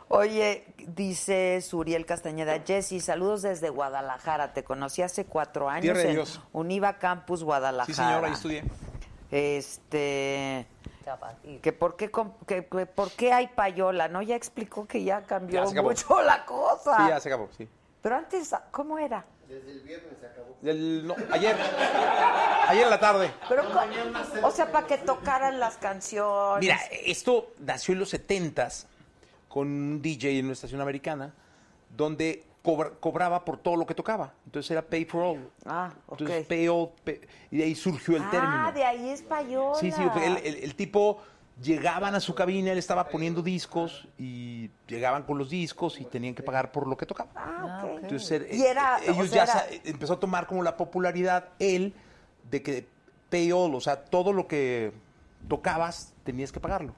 Oye, dice Suriel Castañeda, Jessy, saludos desde Guadalajara. Te conocí hace cuatro años Tierra de en Dios. Univa Campus Guadalajara. Sí, señora, ahí estudié. Este, Zapatito. que por qué, com- que- que por qué hay payola, ¿no? Ya explicó que ya cambió Ya se acabó. mucho la cosa. Sí, ya se acabó, sí. Pero antes, ¿cómo era? Desde el viernes se acabó. El- no, ayer. Ayer en la tarde. Pero, co- o sea, para que tocaran las canciones. Mira, esto nació en los 70s con un DJ en una estación americana donde cobra- cobraba por todo lo que tocaba. Entonces era pay for all. Ah, ok. Entonces pay all, pay- y de ahí surgió el término. Ah, de ahí es payola. Sí, sí, el, el- el tipo llegaban a su cabina, él estaba poniendo discos y llegaban con los discos y tenían que pagar por lo que tocaba. Ah, ok. Entonces, er- Y era, ellos o sea, ya era- sa- empezó a tomar como la popularidad él de que pay all, o sea, todo lo que tocabas tenías que pagarlo.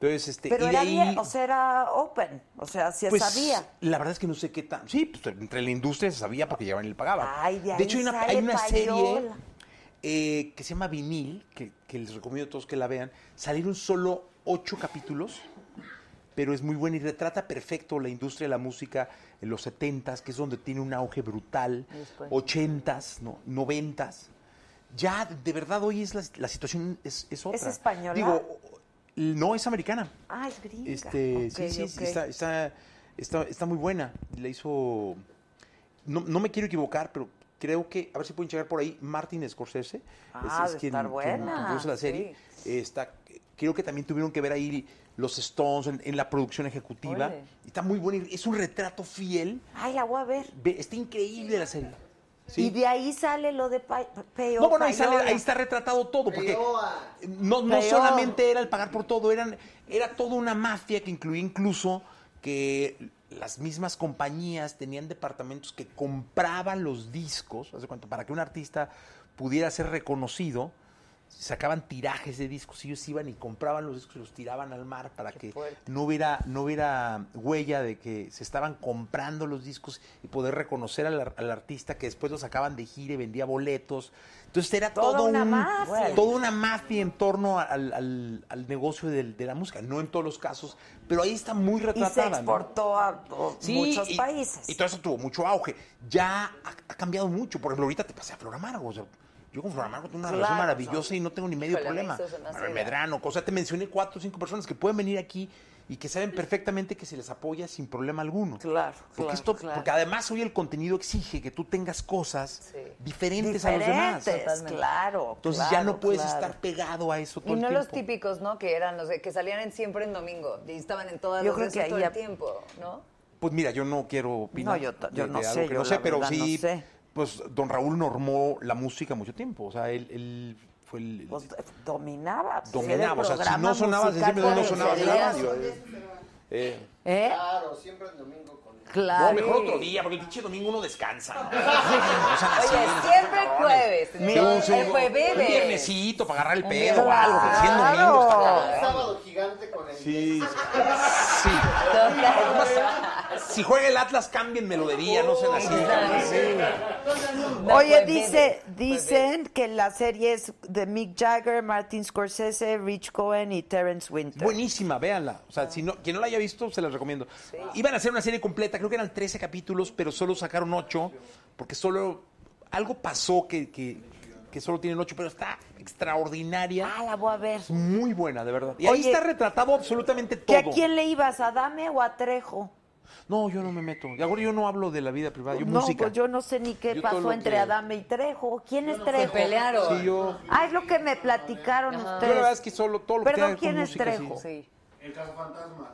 Entonces, este, Pero y de era, ahí, bien, o sea, era open, o sea, se pues, sabía. La verdad es que no sé qué tan. Sí, pues, entre la industria se sabía porque llegaban y le pagaban. Ay, de ahí hecho, hay una, sale hay una serie payola. eh, que se llama Vinil, que, que les recomiendo a todos que la vean. Salieron solo ocho capítulos, pero es muy buena y retrata perfecto la industria de la música en los 70s, que es donde tiene un auge brutal, Después. 80s, no, 90s. Ya, de verdad, hoy es la, la situación es, es otra. española? Digo, no es americana. Ah, es gringa. Este, Ok, sí, sí, sí, ok. está, está, está, está muy buena. La hizo. No, no me quiero equivocar, pero creo que, a ver si pueden llegar por ahí, Martin Scorsese. Ah, debe estar buena, produce la serie. Está, creo que también tuvieron que ver ahí los Stones en, en la producción ejecutiva. Órale. Está muy buena. y Es un retrato fiel. Ay, la voy a ver. Ve, Está increíble la serie. Y de ahí sale lo de pay, payo- No, bueno, ahí, sale- payola. ahí está retratado todo, porque Peyoa. no, no Peor. solamente era el pagar por todo, eran, era toda una mafia que incluía incluso que las mismas compañías tenían departamentos que compraban los discos, haz de cuenta, para que un artista pudiera ser reconocido, sacaban tirajes de discos, y ellos iban y compraban los discos y los tiraban al mar para que no hubiera, no hubiera huella de que se estaban comprando los discos y poder reconocer al, ar- al artista que después lo sacaban de gira y vendía boletos. Entonces era Toda todo una un- mafia. todo una mafia en torno al, al- al negocio del- de la música, no en todos los casos, pero ahí está muy Y retratada. se ¿no? exportó a o, Sí, muchos y- países. Y todo eso tuvo mucho auge. Ya ha, ha cambiado mucho. Por ejemplo, ahorita te pasé a Flor Amargo. o sea, yo con Flor Amargo tengo una Claro, relación maravillosa y no tengo ni medio Híjole, problema. eso se me hace Manuel ya. Medrano, o sea, te mencioné cuatro o cinco personas que pueden venir aquí y que saben perfectamente que se les apoya sin problema alguno. Claro, porque claro, esto, claro. Porque además hoy el contenido exige que tú tengas cosas diferentes, a los demás. Diferentes, claro. Entonces ya claro, no puedes claro. estar pegado a eso Y todo no el los tiempo. típicos, ¿no? Que eran los de- que salían en- siempre en domingo y estaban en todas Yo las creo redes que todo ahí el ya- tiempo, ¿no? Pues mira, yo no quiero opinar. No, yo ta- yo de- no de algo sé, que yo no sé, la pero verdad sí, no sé. pues don Raúl normó la música mucho tiempo. O sea, él, él fue el. el- eh, Dominaba. pues, Dominaba, era Pues, el o sea, si programa no sonabas en musical pues, Siempre no por sonabas en la excelencia. radio. eh. Eh, ¿Eh? Claro, siempre el domingo con Claro. No, mejor otro día, porque el pinche domingo uno descansa. ¿no? O sea, Oye, así, siempre cabrones. jueves. Sí, ¿no? sí, el jueves. un viernesito para agarrar el pedo ah, o Claro. algo. pero si es domingo está Un cabrón. sábado gigante con el. Sí. Sí. Si juega el Atlas, cámbienmelo de día, no sean así. Oye, dice, dicen que la serie es de Mick Jagger, Martin Scorsese, Rich Cohen y Terence Winter. Buenísima, véanla. O Ah. sea, si no, quien no la haya visto, se la recomiendo. Iban a hacer una serie completa, creo que eran 13 capítulos, pero solo sacaron 8, porque solo algo pasó que, que, que solo tienen 8, pero está extraordinaria. Ah, la voy a ver. Muy buena, de verdad. Y ahí Oye, está retratado absolutamente ¿Que todo. a quién le ibas? ¿A Dame o a Trejo? No, yo no me meto. Y ahora yo no hablo de la vida privada, yo no, música. pues yo no sé ni qué Yo todo pasó lo entre que- Adame y Trejo. ¿Quién es no sé. Trejo? Se pelearon. Sí, yo- Ah, es lo que me platicaron Yo ustedes. la verdad es que solo todo lo que Perdón, tenga que ¿quién ver con es música, Trejo? sí. El caso fantasmas.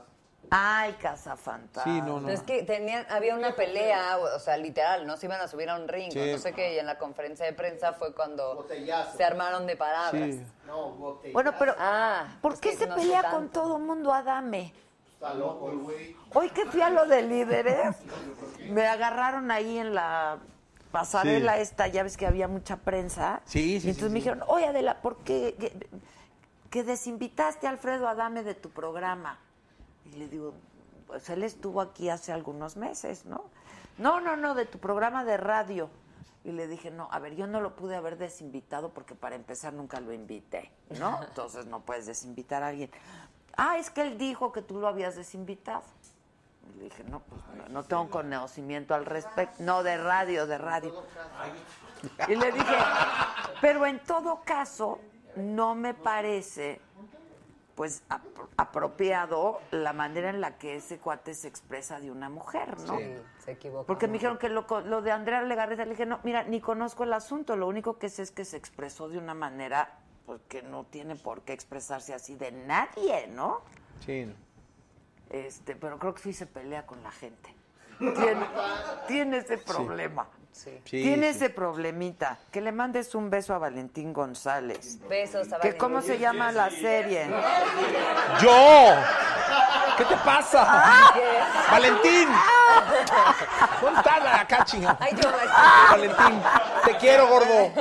Ah, el cazafantasma. Sí, no, no. Es que tenían, había una pelea, o sea, literal, ¿no? Se iban a subir a un ring, o Sí. no sé qué, y en la conferencia de prensa fue cuando se armaron de palabras. Ah, Sí. No, bote. Bueno, pero ¿por es qué que se no sé pelea tanto. con todo mundo Adame? Está loco el güey. Hoy que fui a lo de líderes, me agarraron ahí en la pasarela Sí. esta, ya ves que había mucha prensa. Sí, sí, Y entonces me sí, sí. dijeron, oye Adela, ¿por qué que, que desinvitaste a Alfredo Adame de tu programa? Y le digo, pues él estuvo aquí hace algunos meses, ¿no? No, no, no, de tu programa de radio. Y le dije, no, a ver, yo no lo pude haber desinvitado porque para empezar nunca lo invité, ¿no? Entonces no puedes desinvitar a alguien. Ah, es que él dijo que tú lo habías desinvitado. Y le dije, no, pues no, no tengo conocimiento al respecto. No, de radio, de radio. Y le dije, pero en todo caso, no me parece pues ap- apropiado la manera en la que ese cuate se expresa de una mujer, ¿no? Sí, se equivocó. Porque me dijeron que lo, co- lo de Andrea Legarreta, le dije, no, mira, ni conozco el asunto, lo único que sé es que se expresó de una manera pues, que no tiene por qué expresarse así de nadie, ¿no? Sí, no. Este, pero creo que sí se pelea con la gente. Tiene, tiene ese problema. Sí, tiene sí. ese problemita. Que le mandes un beso a Valentín González. Besos a Que Valen cómo se Rodríguez. llama la serie. ¡Yo! ¿Qué te pasa? ¡Valentín! ¿Dónde está la cachinga? Ay, yo, es- Valentín, te quiero, gordo.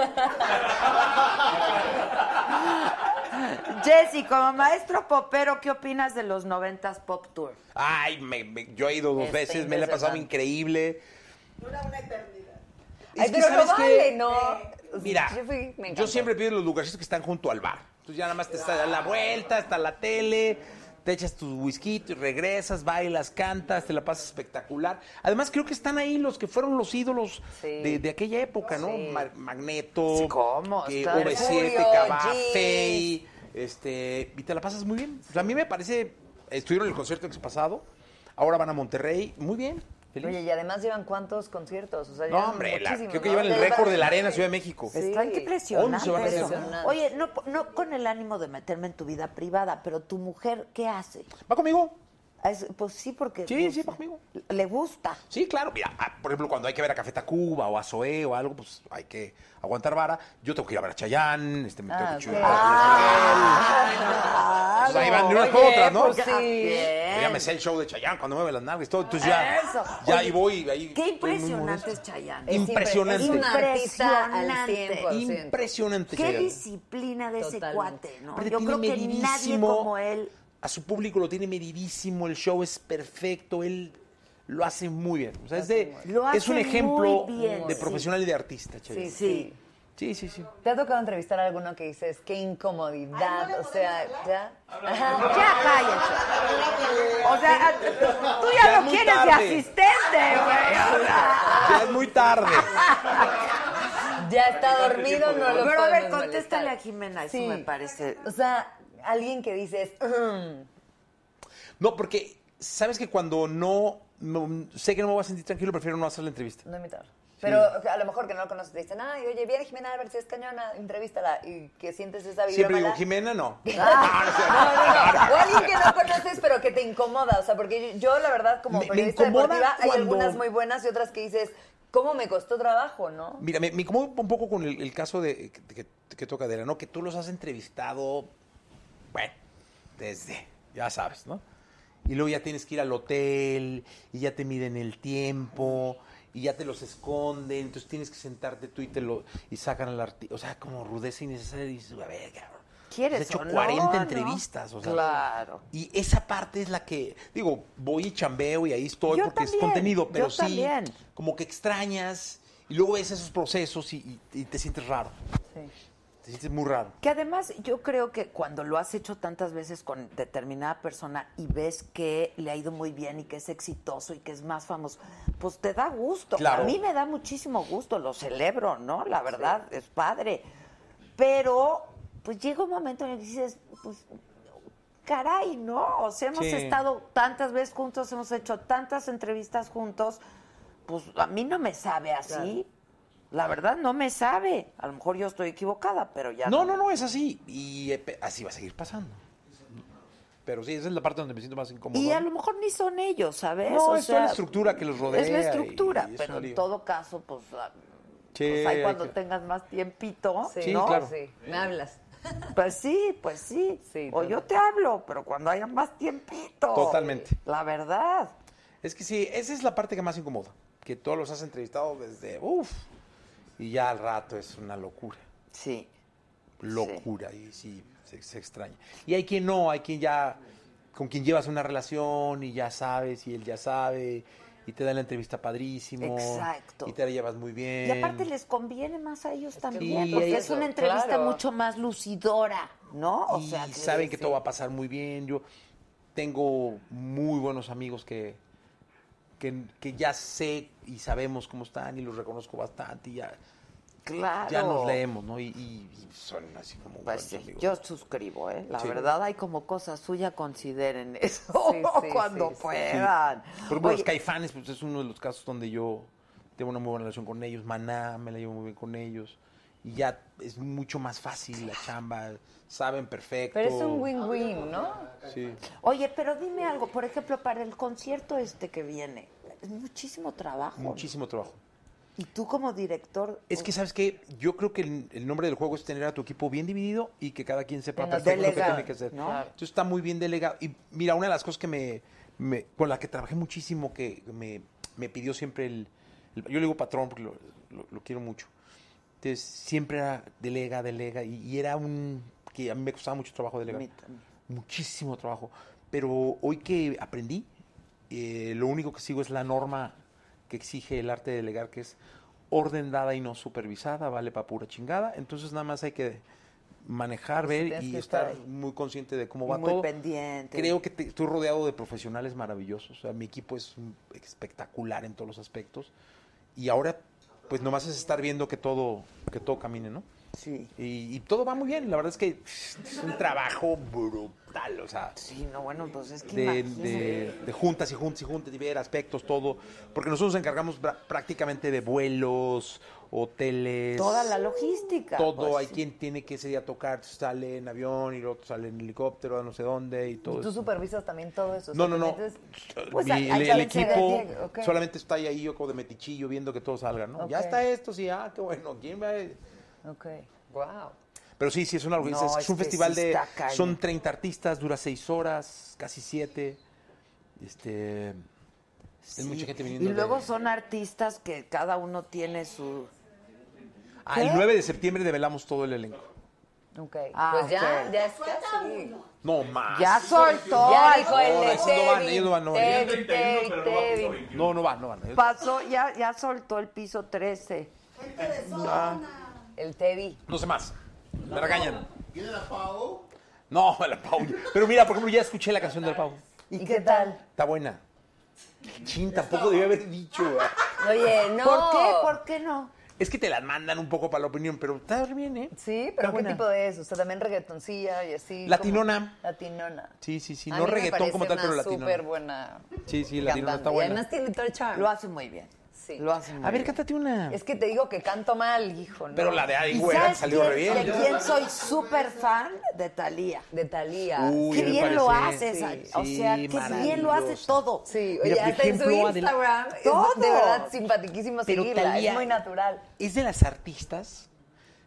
Jessy, como maestro popero, ¿qué opinas de los 90s Pop Tour? Ay, me- me- yo he ido dos Este Está veces, me la he pasado impresionante. increíble. Dura una eternidad. Es que, pero lo ¿sabes qué? vale, ¿no? Mira, yo, fui- me encantó. Ah. Yo siempre pido los lugarcitos que están junto al bar. Entonces ya nada más te estás- das la vuelta, está la tele, te echas tu whisky y regresas, bailas, cantas, te la pasas espectacular. Además creo que están ahí los que fueron los ídolos Sí. de, de aquella época, ¿no? Sí. Ma- Magneto, ¿cómo? que Está V7, Mercurio, Cavafey, este, y te la pasas muy bien. O sea, a mí me parece, estuvieron en el concierto el pasado, ahora van a Monterrey, muy bien. feliz. Oye, y además llevan cuántos conciertos. O sea, No, llevan hombre, la- muchísimos, creo que ¿no? llevan el Ya récord de la Arena Ciudad de México. Está impresionante. 11 van a eso. ser. Oye, no, no con el ánimo de meterme en tu vida privada, pero tu mujer, ¿qué hace? ¿Va conmigo? pues sí, porque. Sí, pues, sí, va conmigo. Le gusta. Sí, claro. Mira, ah, por ejemplo, cuando hay que ver a Café Tacuba o a Zoé o algo, pues hay que aguantar vara. Yo tengo que ir a ver a Chayanne, este, Ah, me tengo Ah, que chupar. Entonces, Ah, ahí van de unas con Oye, otras, ¿no? pues ah, Ya- sí. Yo Ya me sé el show de Chayanne cuando mueve las nalgas y todo. Entonces ya, Eso. ya Oye, ahí voy. Ahí Qué estoy muy impresionante molesto. es Chayanne. Es impresionante. Es Es un artista al impresionante. 100%. Impresionante, Qué Chayanne. disciplina de ese Totalmente. cuate, ¿no? Aparte Yo tiene creo que nadie medidísimo- como él. A su público lo tiene medidísimo, el show es perfecto, él lo hace muy bien. O sea, es, de- Lo es un hace ejemplo muy bien, de sí. profesional y de artista, Chayanne. este, Sí, sí. Sí, sí, sí. ¿Te ha tocado entrevistar a alguno que dices, qué incomodidad? o sea, ya. Ya cállate. O sea, a- ah, tú ya, Ya es lo muy quieres de tarde. asistente, güey. o sea. Ya es muy tarde. Ya está dormido, no lo Pero a ver, podemos contéstale a molestar. Jimena, eso Sí. Ah, me parece. O sea, alguien que dices, "Mm, No, porque sabes que cuando no, no- sé que no me voy a sentir tranquilo, prefiero no hacer la entrevista. no imitar. Pero a lo mejor que no lo conoces, te dicen, ay, oye, viene Jimena Álvarez, es cañona, entrevístala. Y que sientes esa vibra Siempre digo, mala. Jimena, no. No, no, no. O alguien que no conoces, pero que te incomoda. O sea, porque yo, la verdad, como Me- me periodista incomoda deportiva, hay cuando- algunas muy buenas y otras que dices, ¿cómo me costó trabajo, no? Mira, me, me incomoda un poco con el, el caso de que, que- que toca Adela, ¿no? Que tú los has entrevistado, bueno, desde, ya sabes, ¿no? Y luego ya tienes que ir al hotel, y ya te miden el tiempo, y ya te los esconden, entonces tienes que sentarte tú y te lo, y sacan al artista. O sea, como rudeza innecesaria, y dices, a ver, cabrón. ¿Quieres Has hecho o no, 40 no? entrevistas, o sea. Claro. Y esa parte es la que, digo, voy y chambeo y ahí estoy Yo porque es también, contenido, pero yo sí, también. como que extrañas y luego ves esos procesos y, y- y te sientes raro. Te sientes muy raro. Que además yo creo que cuando lo has hecho tantas veces con determinada persona y ves que le ha ido muy bien y que es exitoso y que es más famoso, pues te da gusto. Claro. A mí me da muchísimo gusto, lo celebro, ¿no? La verdad, es padre. Pero pues llega un momento en el que dices, pues caray, ¿no? O sea, hemos Sí. estado tantas veces juntos, hemos hecho tantas entrevistas juntos, pues a mí no me sabe así. La verdad no me sabe. A lo mejor yo estoy equivocada, pero ya No, no, no, es así. Y eh, pe- así va a seguir pasando. Pero sí, esa es la parte donde me siento más incómodo. Y a lo mejor ni son ellos, ¿sabes? no, O es toda la sea, estructura que los rodea. Es la estructura, y- y es pero un en lío. todo caso, pues, ah, Sí, pues ahí hay cuando que- tengas más tiempito, Sí, ¿no? claro. Sí, me hablas. Pues sí, pues sí. o yo te hablo, pero cuando haya más tiempito. Totalmente. La verdad. Es que sí, esa es la parte que más incomoda. Que todos los has entrevistado desde, uff, y ya al rato es una locura. Sí. Locura, y sí, se, se extraña. Y hay quien no, hay quien ya, con quien llevas una relación y ya sabes, y él ya sabe, y te dan la entrevista padrísimo. Exacto. Y te la llevas muy bien. Y aparte les conviene más a ellos también, Sí, porque eso, es una entrevista claro. mucho más lucidora, ¿no? O y sea, que- saben que todo va a pasar muy bien. Yo tengo muy buenos amigos que, que, que ya sé y sabemos cómo están y los reconozco bastante y ya, Claro. ya nos leemos, ¿no? Y, y- y son así como Pues buenos sí, amigos. yo suscribo, ¿eh? La Sí. verdad hay como cosa suya, consideren eso Sí, sí, cuando sí, sí. puedan. Sí. Por ejemplo, los Oye, caifanes, pues es uno de los casos donde yo tengo una muy buena relación con ellos. Maná, me la llevo muy bien con ellos. Y ya es mucho más fácil la chamba, saben perfecto. Pero es un win-win, ¿no? Sí. Oye, pero dime algo, por ejemplo, para el concierto este que viene, es muchísimo trabajo. Muchísimo trabajo. Y tú como director... Es que, ¿sabes qué? Yo creo que el, el nombre del juego es tener a tu equipo bien dividido y que cada quien sepa Venga, perfecto lo que delegado, tiene que hacer. ¿no? Claro. Entonces está muy bien delegado. Y mira, una de las cosas que me, me- con la que trabajé muchísimo, que me, me pidió siempre el, el- Yo le digo patrón porque lo, lo- lo quiero mucho. Entonces siempre era delega, delega. Y, y era un que a mí me costaba mucho trabajo delegar. Muchísimo trabajo. Pero hoy que aprendí, eh, lo único que sigo es la norma que exige el arte de delegar, que es orden dada y no supervisada, vale para pura chingada. Entonces nada más hay que manejar, Pues ver tienes y que estar estar ahí. muy consciente de cómo Y va muy todo. pendiente. Creo que te- estoy rodeado de profesionales maravillosos. O sea, mi equipo es un- espectacular en todos los aspectos. Y ahora, pues nomás es estar viendo que todo, que todo camine, ¿no? Sí. Y, y todo va muy bien. La verdad es que es un trabajo brutal, o sea. Sí, no, bueno, pues es que De, imagino. de- de juntas y juntas y juntas y ver aspectos, todo. Porque nosotros nos encargamos pra- prácticamente de vuelos, hoteles. Toda la logística. Todo, pues, hay quien tiene que ese día tocar, sale en avión y el otro sale en helicóptero, a no sé dónde y todo. ¿Y tú eso. supervisas también todo eso? pues, No, O sea, no, no. te metes- Mi- ahí- ahí el, el también se equipo detiene, ok. solamente está ahí, ahí yo como de metichillo viendo que todo salga, ¿no? Ya Ok. está esto, sí, ah, qué bueno, ¿quién va a...? Ok, wow. Pero sí, sí, es una organización, No, es un es que sí festival de... está cañón. Son 30 artistas, dura 6 horas, casi 7. Este... Es mucha gente viniendo. Y luego de- son artistas que cada uno tiene su. Ah, el 9 de septiembre develamos todo el elenco. Ok. Ah, pues ya, ok. ya es casi. No más. Ya soltó. Ya al dijo el No, de esos no van, ellos no van, no van. Tevin, Tevin, Tevin. No, no van, no van. Pasó, ya, ya soltó el piso 13. Ah, El Tevi. No sé más. Me regañan. ¿Viene la Pau? No, la Pau. Pero mira, por ejemplo, ya escuché la canción del Pau. ¿Y qué tal? Está buena. Chin, tampoco debía haber dicho. ¿verdad? Oye, no. ¿Por qué? ¿Por qué no? Es que te las mandan un poco para la opinión, pero está bien, ¿eh? Sí, pero Está ¿qué buena. tipo de eso? O sea, también reggaetoncilla y así. Latinona. como- Latinona. Sí, sí, sí. A No mí me reggaetón como parece tal, pero una latino. Súper buena. Sí, sí, latino está cantante. Y buena. además tiene todo el charme. Lo hace muy bien. Sí. Lo hace muy A ver, bien. cántate una. Es que te digo que canto mal, hijo. ¿no? Pero la de Ay, ¿Y güera, sabes salió re quién- bien. ¿De quién soy súper fan? De Talía. De Talía. Uy, qué me bien lo parece, haces. sí, o sea, sí, qué bien lo hace maravillosa. todo. Sí, Mira, oye, por hasta en ejemplo, su Adela- Instagram. es Todo. de verdad simpatiquísimo Pero seguirla. Thalía- Es muy natural. es de las artistas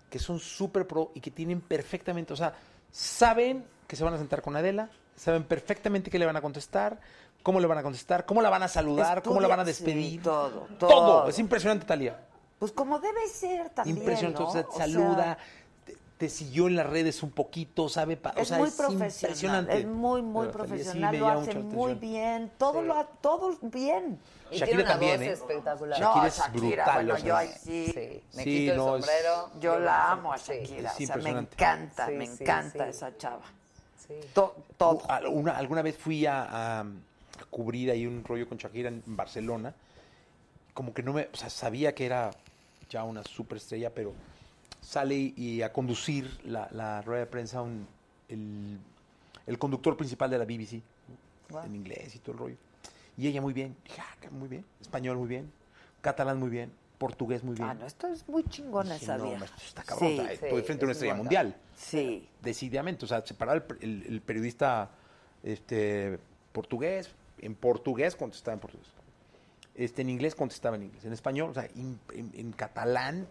que son súper pro y que tienen perfectamente, o sea, saben que se van a sentar con Adela, saben perfectamente qué le van a contestar, cómo le van a contestar, cómo la van a saludar, cómo la van a Estudia, sí, despedir. todo, todo. todo. Es impresionante, Talía. Pues como debe ser también. impresionante. ¿no? o sea, te O sea, saluda, te, te siguió en las redes un poquito, sabe. pa- o es sea, muy es profesional. impresionante. Es muy, muy Pero Thalía sí profesional. me lo llama hace mucho la muy atención. bien. Todo lo ha- todo bien. Y Shakira tiene una también, voz ¿eh? espectacular. Shakira no, es Shakira, brutal, bueno, o sea, yo ahí sí. Me Sí, quito el no, es- sombrero. Yo la amo a Sí. Shakira. Es o sea, me impresionante. encanta, Sí, me sí, encanta sí. esa chava. Sí. To- todo. Al- una- alguna vez fui a, a- a cubrir ahí un rollo con Shakira en Barcelona. Como que no me. O sea, sabía que era ya una superestrella, pero sale y, y a conducir la, la rueda de prensa un- el, el conductor principal de la BBC. ¿no? En inglés y todo el rollo. Y ella muy bien. Dije, ah, qué- muy bien. Español muy bien. Catalán muy bien. Portugués muy bien. Ah, no, esto es muy chingona Dije, esa no, vieja. maestro, está cabrón. Sí, o sea, sí, estoy frente a una es estrella guapa. mundial Sí. decididamente. O sea, separaba el, per- el- el periodista este, portugués, en portugués contestaba en portugués. Este, en inglés contestaba en inglés. En español, o sea, im- en, en catalán,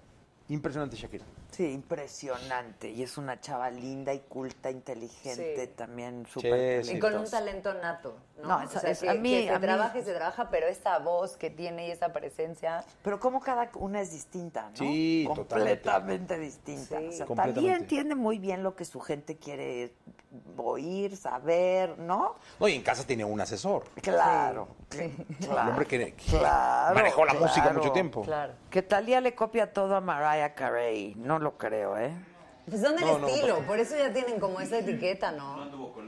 impresionante Shakira. Sí, impresionante. Y es una chava linda y culta, inteligente, también súper Sí, sí. Y con un talentosa. talento nato, ¿no? No, esa- o sea, esa- que, a mí- que se a mí- trabaja y se trabaja, pero esa voz que tiene y esa presencia. Pero como cada una es distinta, ¿no? Sí, completamente distinta. Sí. O sea, Completamente. también entiende muy bien lo que su gente quiere oír, saber, ¿no? No, y en casa tenía un asesor. Claro. El Claro. hombre que, que Claro, manejó la claro, música mucho tiempo. Claro. Que Talía le copia todo a Mariah Carey, no lo creo, ¿eh? Pues son del No, no, estilo, por eso ya tienen como esa etiqueta, ¿no? Sí, no anduvo pero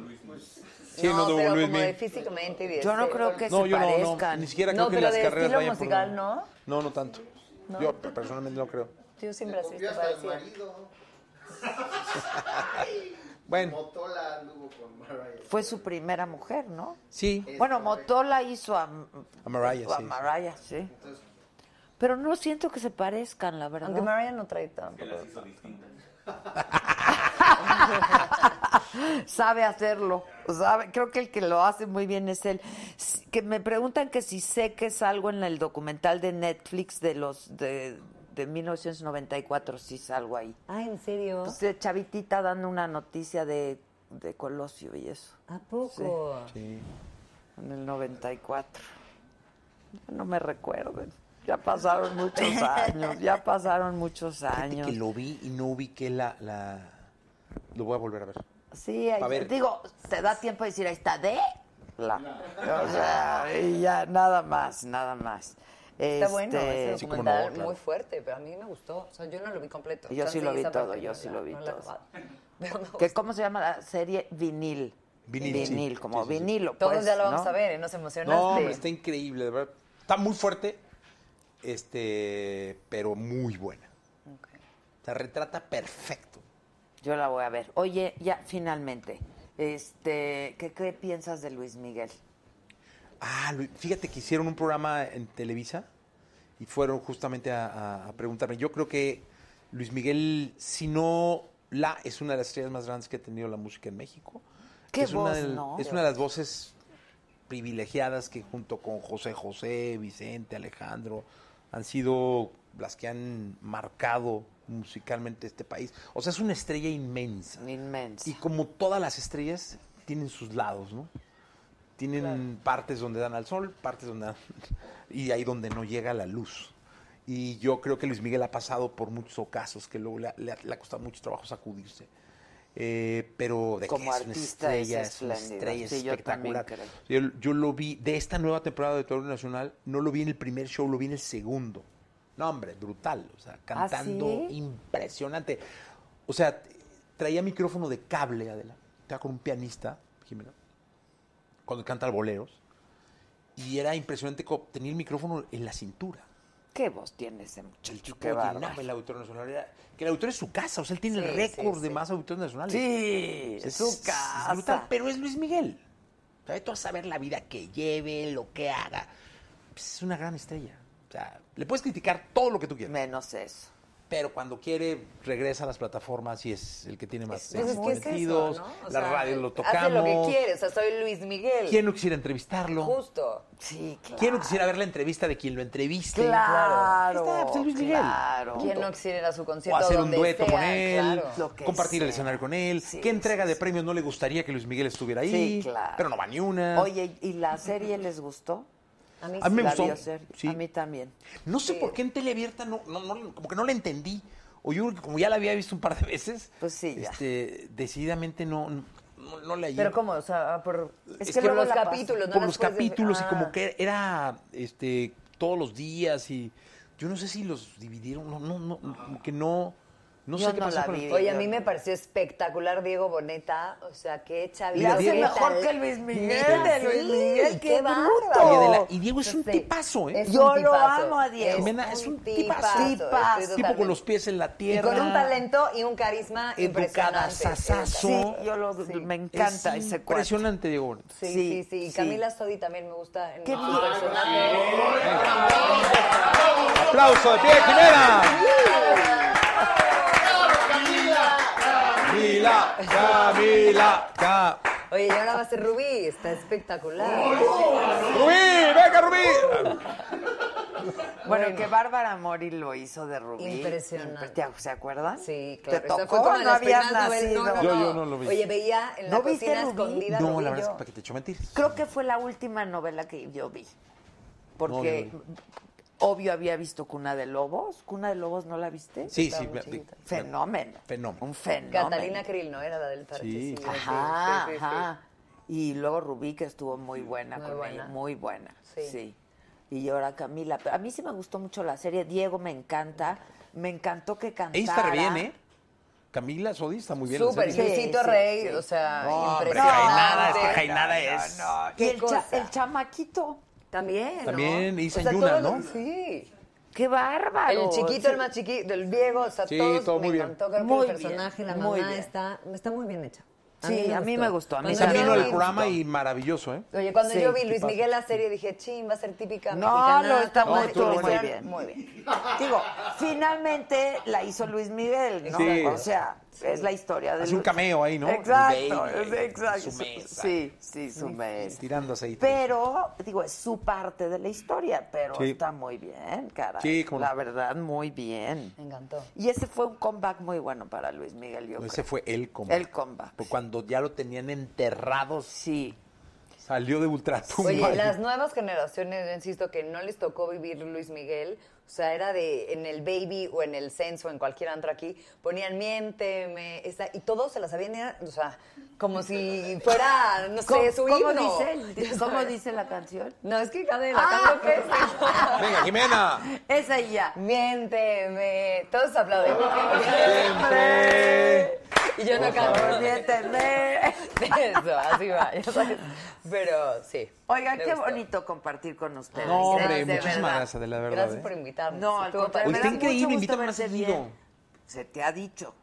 Luis como Mi. de físicamente y de este, Yo no estilo. creo que No, se yo no, no, parezcan. Ni siquiera No, creo que pero las de carreras estilo vayan musical, por... ¿no? No, no tanto. Yo pe- personalmente no creo. Yo siempre así te Hasta el parecía. marido. Bueno, Motola anduvo con Mariah. Fue su primera mujer, ¿no? sí. Bueno, Motola hizo a, eh, A Mariah, a sí. Mariah, sí. Pero no siento que se parezcan, la verdad. Aunque Mariah no trae tanto. sabe hacerlo. Sabe, creo que el que lo hace muy bien es él. S- Que me preguntan que si sé que es algo en el documental de Netflix de los de, de 1994, si salgo ahí. Ah, ¿en serio? Pues, de Chavitita dando una noticia de, de Colosio y eso, ¿A poco? Sí. en el 94. Ya no me recuerden. Ya pasaron muchos años, ya pasaron muchos Fíjate años. que lo vi y no ubiqué la, la, Lo voy a volver a ver. Sí, ahí- A ver. digo, te da tiempo de decir, ahí está, de la. O sea, y ya, nada más, nada más. Está bueno Este, ese documental, muy fuerte, pero a mí me gustó. O sea, yo no lo vi completo. Yo sí Chance lo y vi esa todo, parte yo no sí la- lo vi no la he todo. acabado. Pero me ¿Qué, ¿Cómo se llama la serie? Vinil. Vinil, sí. como Sí, sí, sí. vinilo. Todos pues, ya lo vamos ¿no? a ver, ¿eh? Nos emocionaste. No, hombre, este- está increíble, de verdad. Está muy fuerte, este, pero muy buena. Se retrata perfecto. Yo la voy a ver. Oye, ya, finalmente, este, ¿qué, qué piensas de Luis Miguel? Ah, Lu- fíjate que hicieron un programa en Televisa y fueron justamente a, a- a preguntarme. Yo creo que Luis Miguel, si no la, es una de las estrellas más grandes que ha tenido la música en México. Qué es una voz, del- ¿no? Es una de las voces privilegiadas que junto con José José, Vicente, Alejandro, han sido las que han marcado musicalmente este país. O sea, es una estrella inmensa. Inmensa. Y como todas las estrellas, tienen sus lados, ¿no? Tienen partes donde dan al sol, partes donde dan... y ahí donde no llega la luz. Y yo creo que Luis Miguel ha pasado por muchos ocasos que luego le, ha- le ha- le ha costado mucho trabajo sacudirse. Eh, pero de que Como es una artista es estrella, es, una espléndido. estrella Sí, yo también espectacular. creo. Yo, yo lo vi de esta nueva temporada de Teatro Nacional, no lo vi en el primer show, lo vi en el segundo. No, hombre, brutal. O sea, cantando ¿Ah, sí? impresionante. O sea, t- traía micrófono de cable, Adela. Estaba con un pianista, Jimena, cuando canta boleros. Y era impresionante co- tener el micrófono en la cintura. ¿Qué voz tiene ese muchacho? El tipo Qué llenaba bárbaro. el Auditorio Nacional. Era- que el auditorio es su casa, o sea, él tiene el Sí, récord sí, de sí. más auditorios nacionales. Sí, O sea, es su casa. brutal, pero es Luis Miguel. Sabe tú a saber la vida que lleve, lo que haga. Pues, es una gran estrella. O sea, le puedes criticar todo lo que tú quieras. Menos eso. Pero cuando quiere, regresa a las plataformas y es el que tiene más Pues es que es eso, metidos. ¿no? O Las sea, radios lo Hace lo que tocamos. quiere, o sea, soy Luis Miguel. ¿Quién no quisiera entrevistarlo? Justo. Sí, claro. ¿Quién no quisiera ver la entrevista de quien lo entreviste? Claro, Ahí está, pues, Luis Miguel. claro. ¿Quién no quisiera ir a su O concierto? hacer un donde dueto sea? con él, Claro. compartir el escenario con él. ¿Qué entrega de premios no le gustaría que Luis Miguel estuviera ahí? Sí, claro. Pero no va ni una. Oye, ¿y la serie les gustó? A mí, A mí me La gustó, bioserie. A mí también. no sé por qué en Teleabierta no, no, no- como que no la entendí. O yo creo que como ya la había visto un par de veces, pues sí, este, decididamente no, no, no la hallé. Pero cómo, o sea, por, Es por luego los la capítulos, ¿no? pasan. Por las puedes los de- capítulos y Ah. como que era este todos los días y yo no sé si los dividieron, no, no, no, como que no, no sé qué pasó con el- Oye, a mí me pareció espectacular Diego Boneta. O sea, qué Mira, chavita. Hace qué mejor tal- que ¿eh? Luis Miguel, Neta, de Luis sí, Miguel, qué bárbaro. bruto. Oye, Adela, y Diego es un tipazo, ¿eh? es Yo un lo tipazo. amo a Diego. Jimena, es un tipazo. tipazo, estoy tipo con los totalmente. pies en la Y tierra. con un talento y un carisma Educada, impresionante. sasazo. Sí, yo lo, me encanta ese cuate. Impresionante, Diego Boneta. Sí, sí, sí. Y Camila Sodi también me gusta en Qué su bien. personaje. Aplauso de pie, Jimena. Camila, Camila, Camila. Oye, y ahora va a ser Rubí, está espectacular. Rubí, venga Rubí. Bueno, que Bárbara Mori lo hizo de Rubí. Impresionante. ¿Te- ¿Se acuerdan? Sí, ¿Te claro. tocó? Esa fue como de no las habías primeras novelas- nacido. no, no, no. Oye, veía en la ¿No viste cocina Rubí? escondida No, Rubí la y verdad es yo. que para que te echo mentir. Creo que fue la última novela que yo vi. Porque No, obvio había visto Cuna de Lobos. ¿Cuna de Lobos no la viste? Sí, sí, me- me- Fenómeno. Fenómeno. Un fenómeno. Catalina Krill, ¿no? Era la del Sí. participio. Ajá, sí, sí, sí. ajá. Y luego Rubí, que estuvo muy buena Muy con buena. ella, muy buena. Sí. Sí. Y ahora Camila. Pero a mí sí me gustó mucho la serie. Diego me encanta. Me encantó que cantara. Ella está re bien, ¿eh? Camila Sodi está muy bien. en Ah, la Súper, serie. Luisito Rey, o sea, No, hombre, impresionante. Jainada, es que Jainada es- Y Qué el, cha- cosa. el chamaquito. También, ¿no? También, y O sea, Sanyuna, todos ¿no? los- Sí. ¡Qué bárbaro! El chiquito, el más chiquito, el Diego, o sea, Sí, todos todo me muy bien. encantó. Creo Muy que bien, el personaje, la muy mamá bien. está, está muy bien hecha. Sí, a mí me gustó, a mí Cuando Ella yo vino al vi- programa y maravilloso, ¿eh? Oye, cuando Sí, yo vi qué Luis padre. Miguel la serie, dije, ching, va a ser típica No, mexicana. no, está muy- estuvo muy hicieron bien. Muy bien. Digo, finalmente la hizo Luis Miguel, ¿no? Sí. O sea, es la historia de Hace un Luis- cameo ahí, ¿no? Exacto, Baby, es- exacto. su mesa. Sí, sí, su mesa. Tirando aceite. Pero, digo, es su parte de la historia, pero Sí. está muy bien, cara. Sí, cómo no. La verdad, muy bien. Me encantó. Y ese fue un comeback muy bueno para Luis Miguel, yo No, ese creo. fue el comeback. El comeback. Fue Cuando ya lo tenían enterrados. Sí. Salió de ultratumba. Oye, las nuevas generaciones, yo insisto, que no les tocó vivir Luis Miguel, o sea, era de en el Baby o en el Censo, en cualquier antro aquí, ponían miénteme, esa, y todos se las sabían, era, o sea, como si fuera, no ¿Cómo- sé, su cómo himno. dice el- Ya cómo sabes. dice la canción? No, es que cada de la Ah. canto que es. Venga, Jimena. Esa y ya. Miénteme. Todos aplauden. Y yo no canto. Miénteme. Eso, así va. ya sabes. Pero sí. Oigan, me qué gustó. bonito compartir con ustedes. No, hombre, Gracias, de muchísimas verdad. gracias, de la verdad. Gracias ¿eh? por invitarme. No, al Estuvo contrario, Oye, me Pues está da increíble, mucho invítame gusto más verte seguido. bien. Se te ha dicho.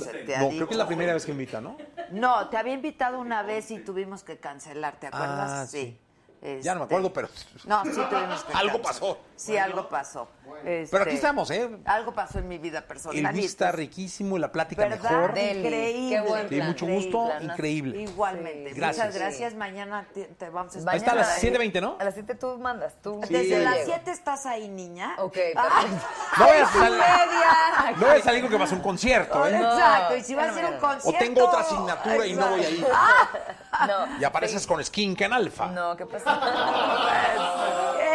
Se te ha No, dicho. creo que es la primera vez que invita, ¿no? No, te había invitado una vez y tuvimos que cancelar, ¿te acuerdas? Ah, sí. Ya no me Este, acuerdo, pero. No, sí tuvimos que cancelar. Algo pasó. Sí, algo pasó. Este, Pero aquí estamos, ¿eh? Algo pasó en mi vida personal. El y vino está riquísimo, la plática ¿Verdad? mejor. Deli, Increíble. qué buen Sí, mucho plan. gusto, planazo. increíble. Igualmente. Sí. Muchas Gracias. gracias. Mañana te, te vamos a Ahí está a las Mañana, 7.20, ¿no? A las 7 tú mandas. Tú. eh, Desde Sí. las Llego. 7 estás ahí, niña. Ok, Ah, No voy a seis y salir- media. No voy a salir con que pasó un concierto, ¿eh? Oh, Exacto, y si va a ser un O concierto. Ah. tengo otra asignatura y no voy a ir. No. Y apareces con Skin en Alfa. No, ¿qué pasa?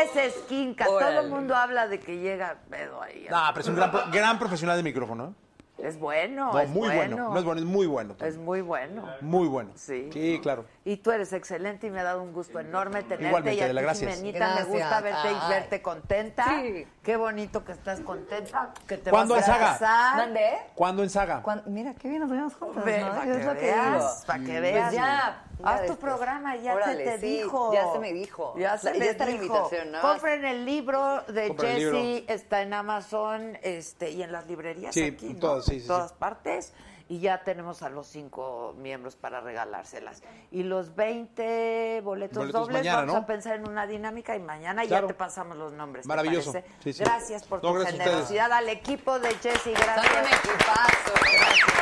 Ese es quinca. Todo Órale. el mundo habla de que llega pedo ahí. No, pero es un gran, pro- gran profesional de micrófono, ¿eh? Es bueno. No, es muy bueno. No es bueno, es muy bueno. Es muy bueno. Muy bueno. Sí. Sí, claro. Y tú eres excelente y me ha dado un gusto enorme tenerte. Igualmente, y a Adela, ti, gracias. Jimenita, Gracias. me gusta verte y Ay. verte contenta. Sí. Qué bonito que estás contenta. Que te ¿Cuándo vas es a Saga? casar. ¿Mandé? ¿Cuándo en saga? Cuan- Mira, qué bien nos vemos juntos, Ve, ¿no? pa' Yo es que lo que veas, digo. pa' que Pues veas. ya. Haz ya tu después. programa, ya se Órale, te sí, dijo. Ya se me dijo. Ya se La- me está la dijo. invitación, ¿no? Compren el libro de Compren el Jessy, está en Amazon este, y en las librerías Sí, aquí, en ¿no? todas, sí, sí, En sí. todas partes. Y ya tenemos a los cinco miembros para regalárselas. Y los 20 boletos, Boletos dobles mañana, vamos ¿no? a pensar en una dinámica y mañana Claro. ya te pasamos los nombres. ¿te Maravilloso. parece? Sí, sí. Gracias por No, tu gracias a ustedes. generosidad al equipo de Jessy. Son Gracias. un equipazo.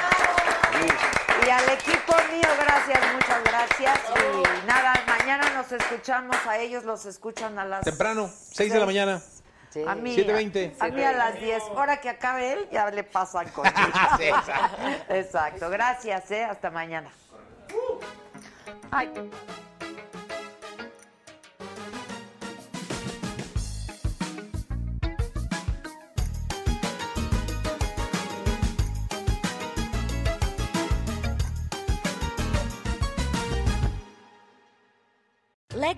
Gracias. Y al equipo mío, gracias, muchas gracias. Y nada, mañana nos escuchamos, a ellos los escuchan a las... Temprano, 6 de la mañana. A mí, 7:20. a mí a las 10. Hora que acabe él, ya le pasan con exacto. exacto. Gracias, ¿eh? Hasta mañana. Ay. Let